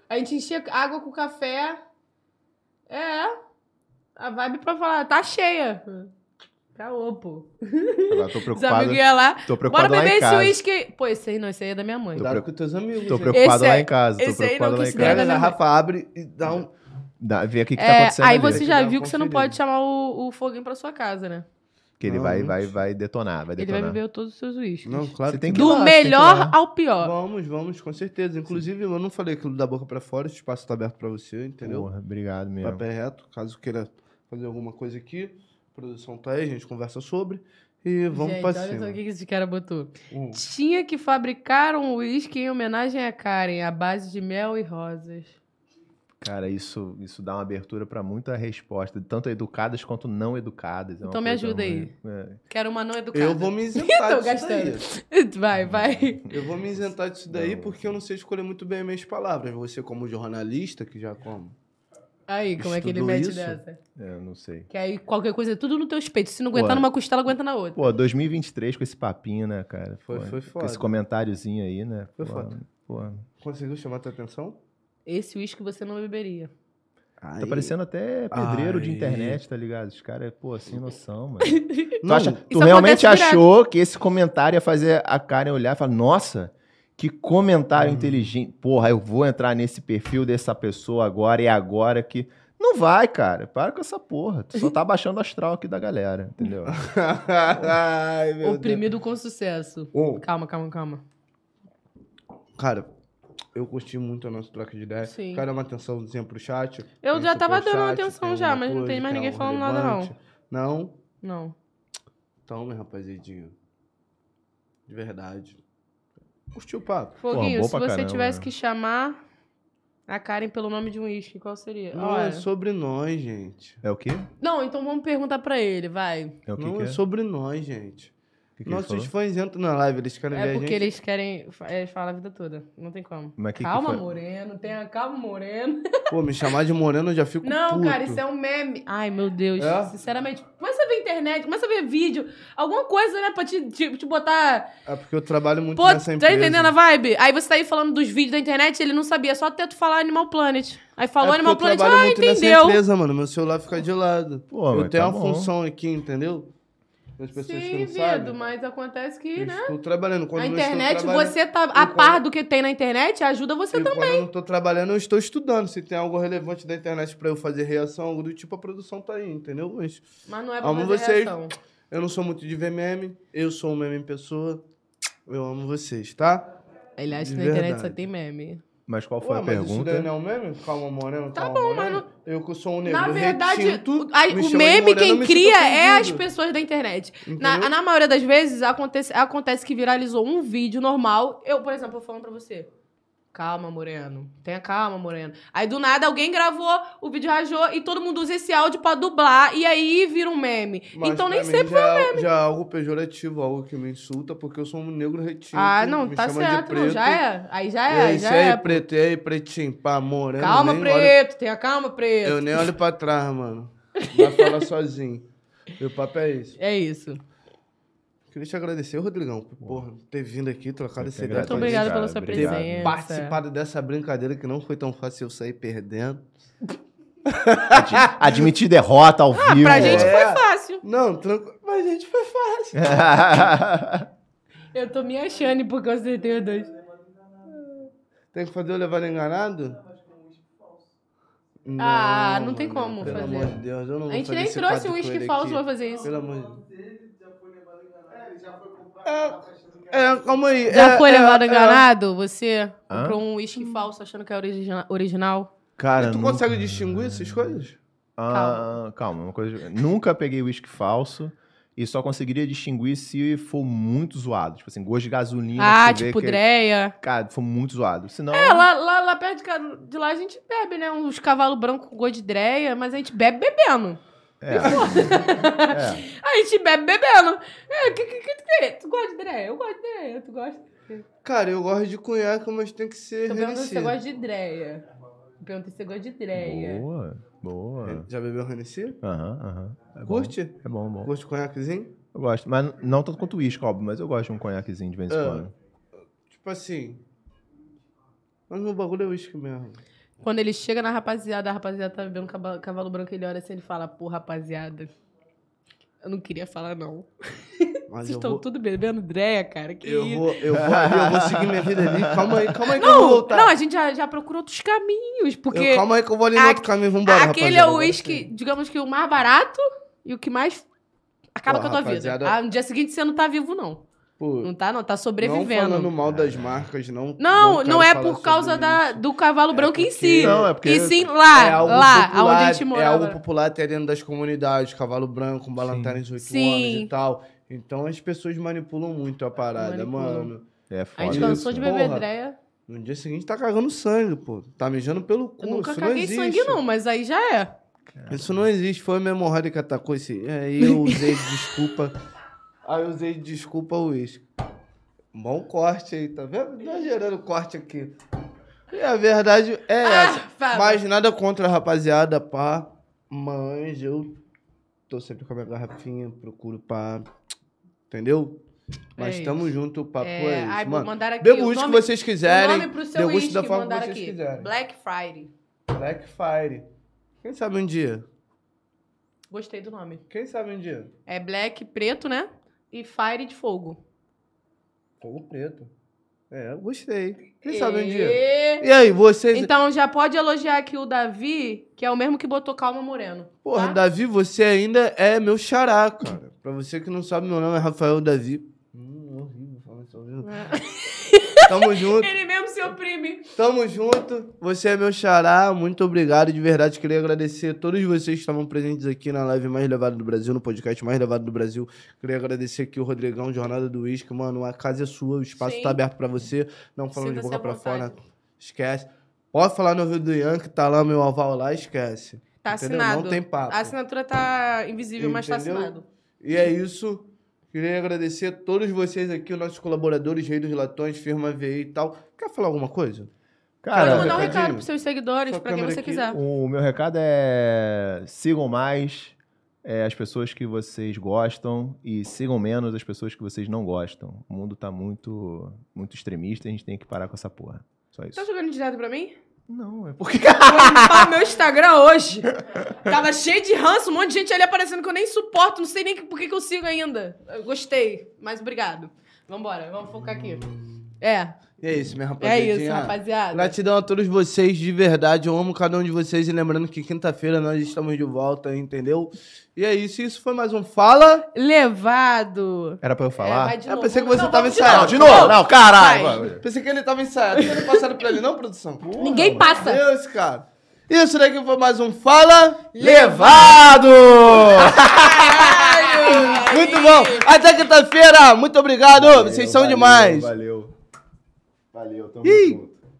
S4: A gente enchia água com café. É. A vibe pra falar, tá cheia. Tá opo.
S3: Agora tô
S4: Os
S3: preocupado.
S4: amigos iam lá.
S3: Tô
S4: Bora
S3: preocupado lá
S4: beber
S3: em
S4: esse
S3: casa.
S4: uísque. Pô, esse aí não, esse aí é da minha mãe.
S1: Cuidado com teus amigos.
S3: Tô
S1: gente.
S3: preocupado
S4: Esse
S3: lá
S4: aí-
S3: em casa. Tô
S4: esse aí não
S3: preocupado lá
S4: quis né,
S3: em
S4: pegar
S1: Pega
S3: casa.
S1: a
S4: na minha
S1: garrafa, abre e dá um.
S3: Dá- Vê o que, que tá
S4: É,
S3: acontecendo.
S4: aí
S3: ali.
S4: você já
S1: Tem que dar
S4: viu que
S1: uma
S4: você não
S1: conferida.
S4: pode chamar o, o foguinho pra sua casa, né?
S3: Que ele
S1: Não,
S3: vai,
S1: não
S3: vai,
S1: sei.
S3: vai detonar, vai
S4: Ele vai
S3: detonar.
S4: beber todos os seus uísques.
S1: Não, claro.
S3: Você tem que ir
S4: Do
S3: lá, você tem que ir lá.
S4: melhor ao pior.
S1: Vamos, vamos, com certeza. Inclusive, eu não falei aquilo da boca pra fora, o espaço tá aberto pra você, entendeu?
S3: Porra, obrigado mesmo.
S1: Papel reto, caso queira fazer alguma coisa aqui. A produção tá aí, a gente conversa sobre. E vamos
S4: Gente,
S1: pra
S4: olha
S1: cima.
S4: só o que que esse cara botou.
S1: Hum.
S4: Tinha que fabricar um uísque em homenagem a Karen, à base de mel e rosas.
S3: Cara, isso, isso dá uma abertura pra muita resposta, tanto educadas quanto não educadas. É uma
S4: Então me
S3: coisa
S4: ajuda aí.
S3: muito- é.
S4: Quero uma não educada.
S1: Eu vou me isentar
S4: Tô
S1: disso daí.
S4: Vai, vai.
S1: Eu vou me isentar disso daí
S3: Não.
S1: porque eu não sei escolher muito bem as minhas palavras. Você como jornalista, que já como.
S4: Aí, como é que ele
S1: Estudou
S4: mete
S1: isso?
S4: dessa?
S3: É, eu não sei.
S4: Que aí qualquer coisa é tudo no teu peito. Se não aguentar
S3: Ué.
S4: numa costela, aguenta na outra.
S3: Pô, 2023 com esse papinho, né, cara?
S1: Foi-
S3: Pô,
S1: foi
S3: Com
S1: foda.
S3: esse comentáriozinho aí, né?
S1: Foi
S3: Pô,
S1: foda.
S3: Pô, Tá
S1: Conseguiu chamar tua atenção?
S4: Esse uísque você não beberia.
S3: tá parecendo até pedreiro de internet, tá ligado? Os caras, pô, sem noção, mano. Tu,
S1: Não,
S3: acha- tu
S4: acontece
S3: realmente
S4: direto.
S3: achou que esse comentário ia fazer a Karen olhar e falar, nossa, que
S1: Uhum.
S3: comentário inteligente. Porra, eu vou entrar nesse perfil dessa pessoa agora e agora que. Não vai, cara. Para com essa porra. Tu
S1: Uhum.
S3: só tá baixando o astral aqui da galera, entendeu?
S1: Ai, meu Deus.
S4: Oprimido com sucesso.
S1: Ô,
S4: Calma, calma, calma.
S1: Cara, eu curti muito a nossa troca de ideia.
S4: Sim.
S1: Quero uma atençãozinha pro chat.
S4: Eu
S1: Tem
S4: já tava
S1: superchat,
S4: dando
S1: tem
S4: atenção já,
S1: alguma
S4: mas não
S1: coisa
S4: tem mais
S1: que é
S4: ninguém
S1: algo
S4: falando nada, não.
S1: relevante? Não?
S4: Não.
S1: Então, meu rapazedinho. De verdade. Curtiu o papo?
S4: Foguinho,
S3: bom
S4: se
S3: pra
S4: você
S3: caramba,
S4: tivesse
S3: né?
S4: que chamar a Karen pelo nome de um uísque, qual seria?
S1: Não
S4: Olha.
S1: é sobre nós, gente.
S3: É o quê?
S4: Não, então vamos perguntar pra ele, vai.
S3: É o que,
S1: não
S3: que
S1: é
S3: é?
S1: sobre nós, gente.
S3: O que que ele
S1: Nossos
S3: falou?
S1: fãs entram na live, eles querem ver
S4: É
S1: a
S4: porque
S1: gente.
S4: eles querem fa- é, falar a vida toda. Não tem como.
S3: Mas que que
S4: calma,
S3: foi?
S4: Moreno. Tenha calma, Moreno.
S1: Pô, me chamar de moreno eu já fico
S4: Não,
S1: puto.
S4: cara, isso é um meme. Ai, meu Deus.
S1: É?
S4: Sinceramente, começa a ver internet, começa a ver vídeo. Alguma coisa, né, pra te, te, te botar...
S1: É porque eu trabalho muito
S4: um Pô,
S1: nessa empresa.
S4: tá entendendo a vibe? Aí você tá aí falando dos vídeos da internet, ele não sabia. Só até tu falar Animal Planet. Aí falou
S1: é
S4: Animal
S1: porque eu
S4: Planet,
S1: trabalho
S4: ah,
S1: muito
S4: entendeu.
S1: nessa empresa, mano. Meu celular fica de lado.
S3: Pô,
S1: eu
S3: mas
S1: tenho
S3: tá
S1: uma
S3: bom.
S1: função aqui, entendeu? As pessoas que
S4: Sim,
S1: não sabem.
S4: Vido, mas acontece
S1: Eu
S4: que, né?
S1: estou trabalhando. Quando
S4: A
S1: eu não estou
S4: internet,
S1: trabalhando-
S4: você tá a
S1: quando-
S4: par do que tem na internet, ajuda você
S1: e
S4: também.
S1: Quando eu não tô trabalhando, eu estou estudando. Se tem algo relevante da internet pra eu fazer reação, algo do tipo, a produção tá aí, entendeu? Mas
S4: Mas não é pra
S1: Amo
S4: fazer
S1: vocês.
S4: reação.
S1: eu não sou muito de ver meme, eu sou um meme em pessoa. Eu amo vocês, tá?
S4: Ele acha
S1: De
S4: que na internet só
S1: verdade.
S4: tem meme.
S3: Mas qual foi
S1: Ué,
S3: a
S1: mas isso daí
S3: pergunta?
S1: não é um meme? Calma, moreno,
S4: Tá
S1: calma,
S4: bom, mas
S1: moreno. Eu que sou um negro
S4: Na verdade,
S1: retinto,
S4: o, a-
S1: me
S4: o
S1: chama de
S4: meme
S1: moreno, eu
S4: quem
S1: me sinto
S4: cria é as
S1: ofendido,
S4: pessoas da internet. Na,
S1: entendeu?
S4: na maioria das vezes, acontece, acontece que viralizou um vídeo normal. Eu, por exemplo, eu falando pra você. Calma, Moreno. Tenha calma, Moreno. Aí, do nada, alguém gravou, o vídeo rajou e todo mundo usa esse áudio pra dublar. E aí vira um meme.
S1: Mas
S4: então, nem
S1: pra mim
S4: sempre...
S1: já, é- já é algo pejorativo, algo que me insulta, porque eu sou um negro retinto.
S4: Ah, não,
S1: me
S4: tá
S1: chama de
S4: certo. Não,
S1: preto.
S4: já é. Aí já
S1: E
S4: é,
S1: aí,
S4: já
S1: isso aí,
S4: é. pô.
S1: preto, e aí, pretinho, pá, moreno.
S4: Calma,
S1: nem olho
S4: preto. Tenha calma, preto.
S1: Eu nem olho pra trás, mano. Vai falar sozinho. Meu papo é esse.
S4: É isso.
S1: Que Queria te agradecer, Rodrigão, por porra, ter vindo aqui, trocado
S3: Eu
S1: essa
S3: que
S1: ideia
S4: Muito
S1: com a gente.
S4: obrigada pela sua
S3: Obrigado.
S4: presença.
S1: Participado dessa brincadeira que não foi tão fácil eu sair perdendo.
S3: Admitir derrota ao vivo.
S4: Pra gente
S1: É.
S4: foi fácil.
S1: Não, tranquilo. Mas a gente foi fácil.
S4: Eu tô me achando porque eu acertei os dois.
S1: Tem que fazer o levar enganado?
S4: Ah, não tem como
S1: pelo
S4: fazer.
S1: Pelo amor de Deus, eu não
S4: A
S1: vou
S4: gente
S1: fazer
S4: nem
S1: esse
S4: trouxe
S1: quadro
S4: um
S1: com
S4: uísque
S1: ele
S4: falso pra
S1: aqui.
S4: fazer isso.
S1: Pelo amor de Deus. É, calma aí.
S4: Já
S1: é,
S4: foi
S1: é,
S4: levado
S1: é. Hum.
S4: enganado? Você
S3: Hã?
S4: comprou um uísque falso achando que é origina- original?
S3: Cara,
S1: Tu
S3: nunca-
S1: consegue distinguir essas coisas?
S3: Ah, calma, uma coisa. Nunca peguei uísque falso e só conseguiria distinguir se for muito zoado. Tipo assim, gosto de gasolina.
S4: Ah,
S3: você vê
S4: tipo
S3: que- é,
S4: dreia.
S3: Cara, foi muito zoado. Senão.
S4: É, lá, lá, lá perto de, ca- de lá a gente bebe, né? Uns cavalos brancos com gosto de dreia, mas a gente bebe bebendo.
S3: É. É.
S4: A gente bebe bebendo. É, que, que, que tu quer? Tu gosta de dreia? Eu gosto de dreia. Tu gosta?
S1: Cara, eu gosto de cunhaca, mas tem que ser
S4: Tô perguntando
S1: Renessi.
S4: se você gosta de dreia. Tô perguntando se você gosta de dreia.
S3: Boa, boa.
S1: Já bebeu Renessi?
S3: Aham, aham. É bom.
S1: Curte?
S3: É bom, bom.
S1: Curte conhaquezinho?
S3: Eu gosto. Mas n- não tanto quanto uísque, óbvio, mas eu gosto de um conhaquezinho de vez em
S1: É.
S3: quando.
S1: Tipo assim... Mas meu bagulho é uísque mesmo.
S4: Quando ele chega na rapaziada, a rapaziada tá bebendo cavalo, cavalo branco, ele olha assim ele fala, pô, rapaziada. Eu não queria falar, não.
S1: Mas
S4: Vocês
S1: eu
S4: estão
S1: vou...
S4: tudo bebendo dreia, cara. Que
S1: Eu
S4: isso?
S1: vou, eu, vou ali, eu vou seguir minha vida ali. Calma aí, calma aí que eu vou
S4: Não,
S1: voltar.
S4: não, a gente já, já procura outros caminhos, porque
S1: Eu- calma aí que eu vou ali no outro
S4: Aque-
S1: caminho, vambora,
S4: aquele
S1: rapaziada,
S4: é o
S1: agora
S4: uísque,
S1: sim.
S4: digamos que o mais barato e o que mais acaba
S1: Pô,
S4: com a tua vida.
S1: rapaziada-
S4: Ah, no dia seguinte você não tá vivo, não.
S1: Pô,
S4: Não tá, não. Tá
S1: Não
S4: sobrevivendo.
S1: falando
S4: Não,
S1: mal das marcas, não.
S4: não,
S1: quero
S4: é
S1: falar
S4: por
S1: sobre
S4: causa da,
S1: isso.
S4: do cavalo
S1: É
S4: branco em
S1: porque-
S4: si.
S3: Não, é porque-
S4: E sim lá,
S1: É algo
S4: lá,
S1: popular,
S4: onde a gente
S1: É
S4: morava.
S1: algo popular até dentro das comunidades, cavalo branco, balantares de 8 anos
S4: Sim.
S1: e tal. Então as pessoas manipulam muito a parada,
S4: Manipulam.
S1: mano.
S3: É
S4: A
S3: foda.
S4: gente
S1: Olha
S4: cansou de
S1: isso.
S4: beber
S1: Porra.
S4: dreia.
S1: No dia seguinte tá cagando sangue, pô. Tá mijando pelo cu.
S4: Eu nunca
S1: isso
S4: caguei
S1: não
S4: sangue,
S1: existe.
S4: não, mas aí já é.
S1: Isso não existe. Foi a minha hemorroida que atacou esse. É, eu usei de desculpa. Aí eu usei de desculpa o uísque. Bom corte aí, tá vendo? Tá gerando corte aqui. E a verdade é essa.
S4: Ah, fala.
S1: Mas nada contra a rapaziada, pá. Mas eu tô sempre com a minha garrafinha, procuro pá. Entendeu? Mas
S4: É
S1: tamo junto, o papo é,
S4: É,
S1: isso,
S4: ai,
S1: mano.
S4: mandaram aqui
S1: Beba o
S4: o
S1: uísque que
S4: nome-
S1: vocês quiserem.
S4: o nome pro seu
S1: deguste
S4: uísque
S1: da forma que
S4: mandaram
S1: vocês
S4: aqui.
S1: quiserem.
S4: Black Friday.
S1: Black Fire. Quem sabe um dia?
S4: Gostei do nome.
S1: Quem sabe um dia?
S4: É black, preto, né? E fire de fogo.
S1: Fogo preto. É, eu gostei. Quem sabe um dia?
S4: E-
S1: E aí, vocês.
S4: Então já pode elogiar aqui o Davi, que é o mesmo que botou Calma Moreno.
S1: Porra,
S4: tá?
S1: Davi, você ainda é meu xará, cara. Pra você que não sabe, meu nome é Rafael Davi. Hum, horrível falar isso ao vivo.
S4: É.
S1: Tamo junto,
S4: Ele mesmo se oprime.
S1: tamo junto. Você é meu xará, muito obrigado. De verdade, queria agradecer a todos vocês que estavam presentes aqui na live mais levada do Brasil, no podcast mais levado do Brasil. Queria agradecer aqui o Rodrigão, Jornada do Uísque. Mano, a casa é sua, o espaço
S4: Sim.
S1: tá aberto pra você. Não falando de boca
S4: Sinta-se à
S1: pra fora,
S4: vontade.
S1: esquece. Pode falar no ouvido do Ian, que tá lá, meu aval lá, esquece.
S4: Tá
S1: Entendeu?
S4: assinado.
S1: Não tem papo.
S4: A assinatura tá invisível, mas tá
S1: Entendeu?
S4: assinado.
S1: E é isso. Queria agradecer a todos vocês aqui, os nossos colaboradores, Rei dos Latões, Firma VI e tal. Quer falar alguma coisa?
S4: Pode
S1: Cara,
S4: mandar um
S1: recadinho.
S4: recado pros seus seguidores,
S1: Só a
S4: pra quem
S1: câmera
S4: você
S1: aqui.
S4: quiser.
S3: O meu recado é sigam mais é, as pessoas que vocês gostam e sigam menos as pessoas que vocês não gostam. O mundo tá muito, muito extremista e a gente tem que parar com essa porra. Só isso.
S4: Tá jogando direto pra mim?
S3: Não, é porque.
S4: Vou limpar meu Instagram hoje. Tava cheio de ranço, um monte de gente ali aparecendo que eu nem suporto, não sei nem que- por que, que eu sigo ainda. Eu gostei, mas obrigado. Vambora, vamos focar aqui. É,
S1: E é isso, minha
S4: é
S1: rapaziada.
S4: isso, rapaziada.
S1: Gratidão a todos vocês, de verdade. Eu amo cada um de vocês. E lembrando que quinta-feira nós estamos de volta, entendeu? E é isso. Isso foi mais um Fala.
S4: Levado.
S3: Era pra eu
S4: É, vai
S3: falar?
S4: de
S1: Eu
S4: novo.
S1: pensei que você
S4: Não,
S1: tava
S4: vamos
S1: ensaiando.
S3: Não, de novo, não, caralho.
S4: Vai.
S3: vai.
S1: Pensei que ele tava ensaiado. Vocês não passaram pra ele, não, produção?
S4: Ninguém passa.
S1: Meu Deus, cara. Isso daqui foi mais um Fala.
S3: Levado!
S1: Muito bom. Até quinta-feira. Muito obrigado. vocês são
S3: Valeu,
S1: demais.
S3: Valeu. Valeu, tamo
S1: Ih.
S3: junto.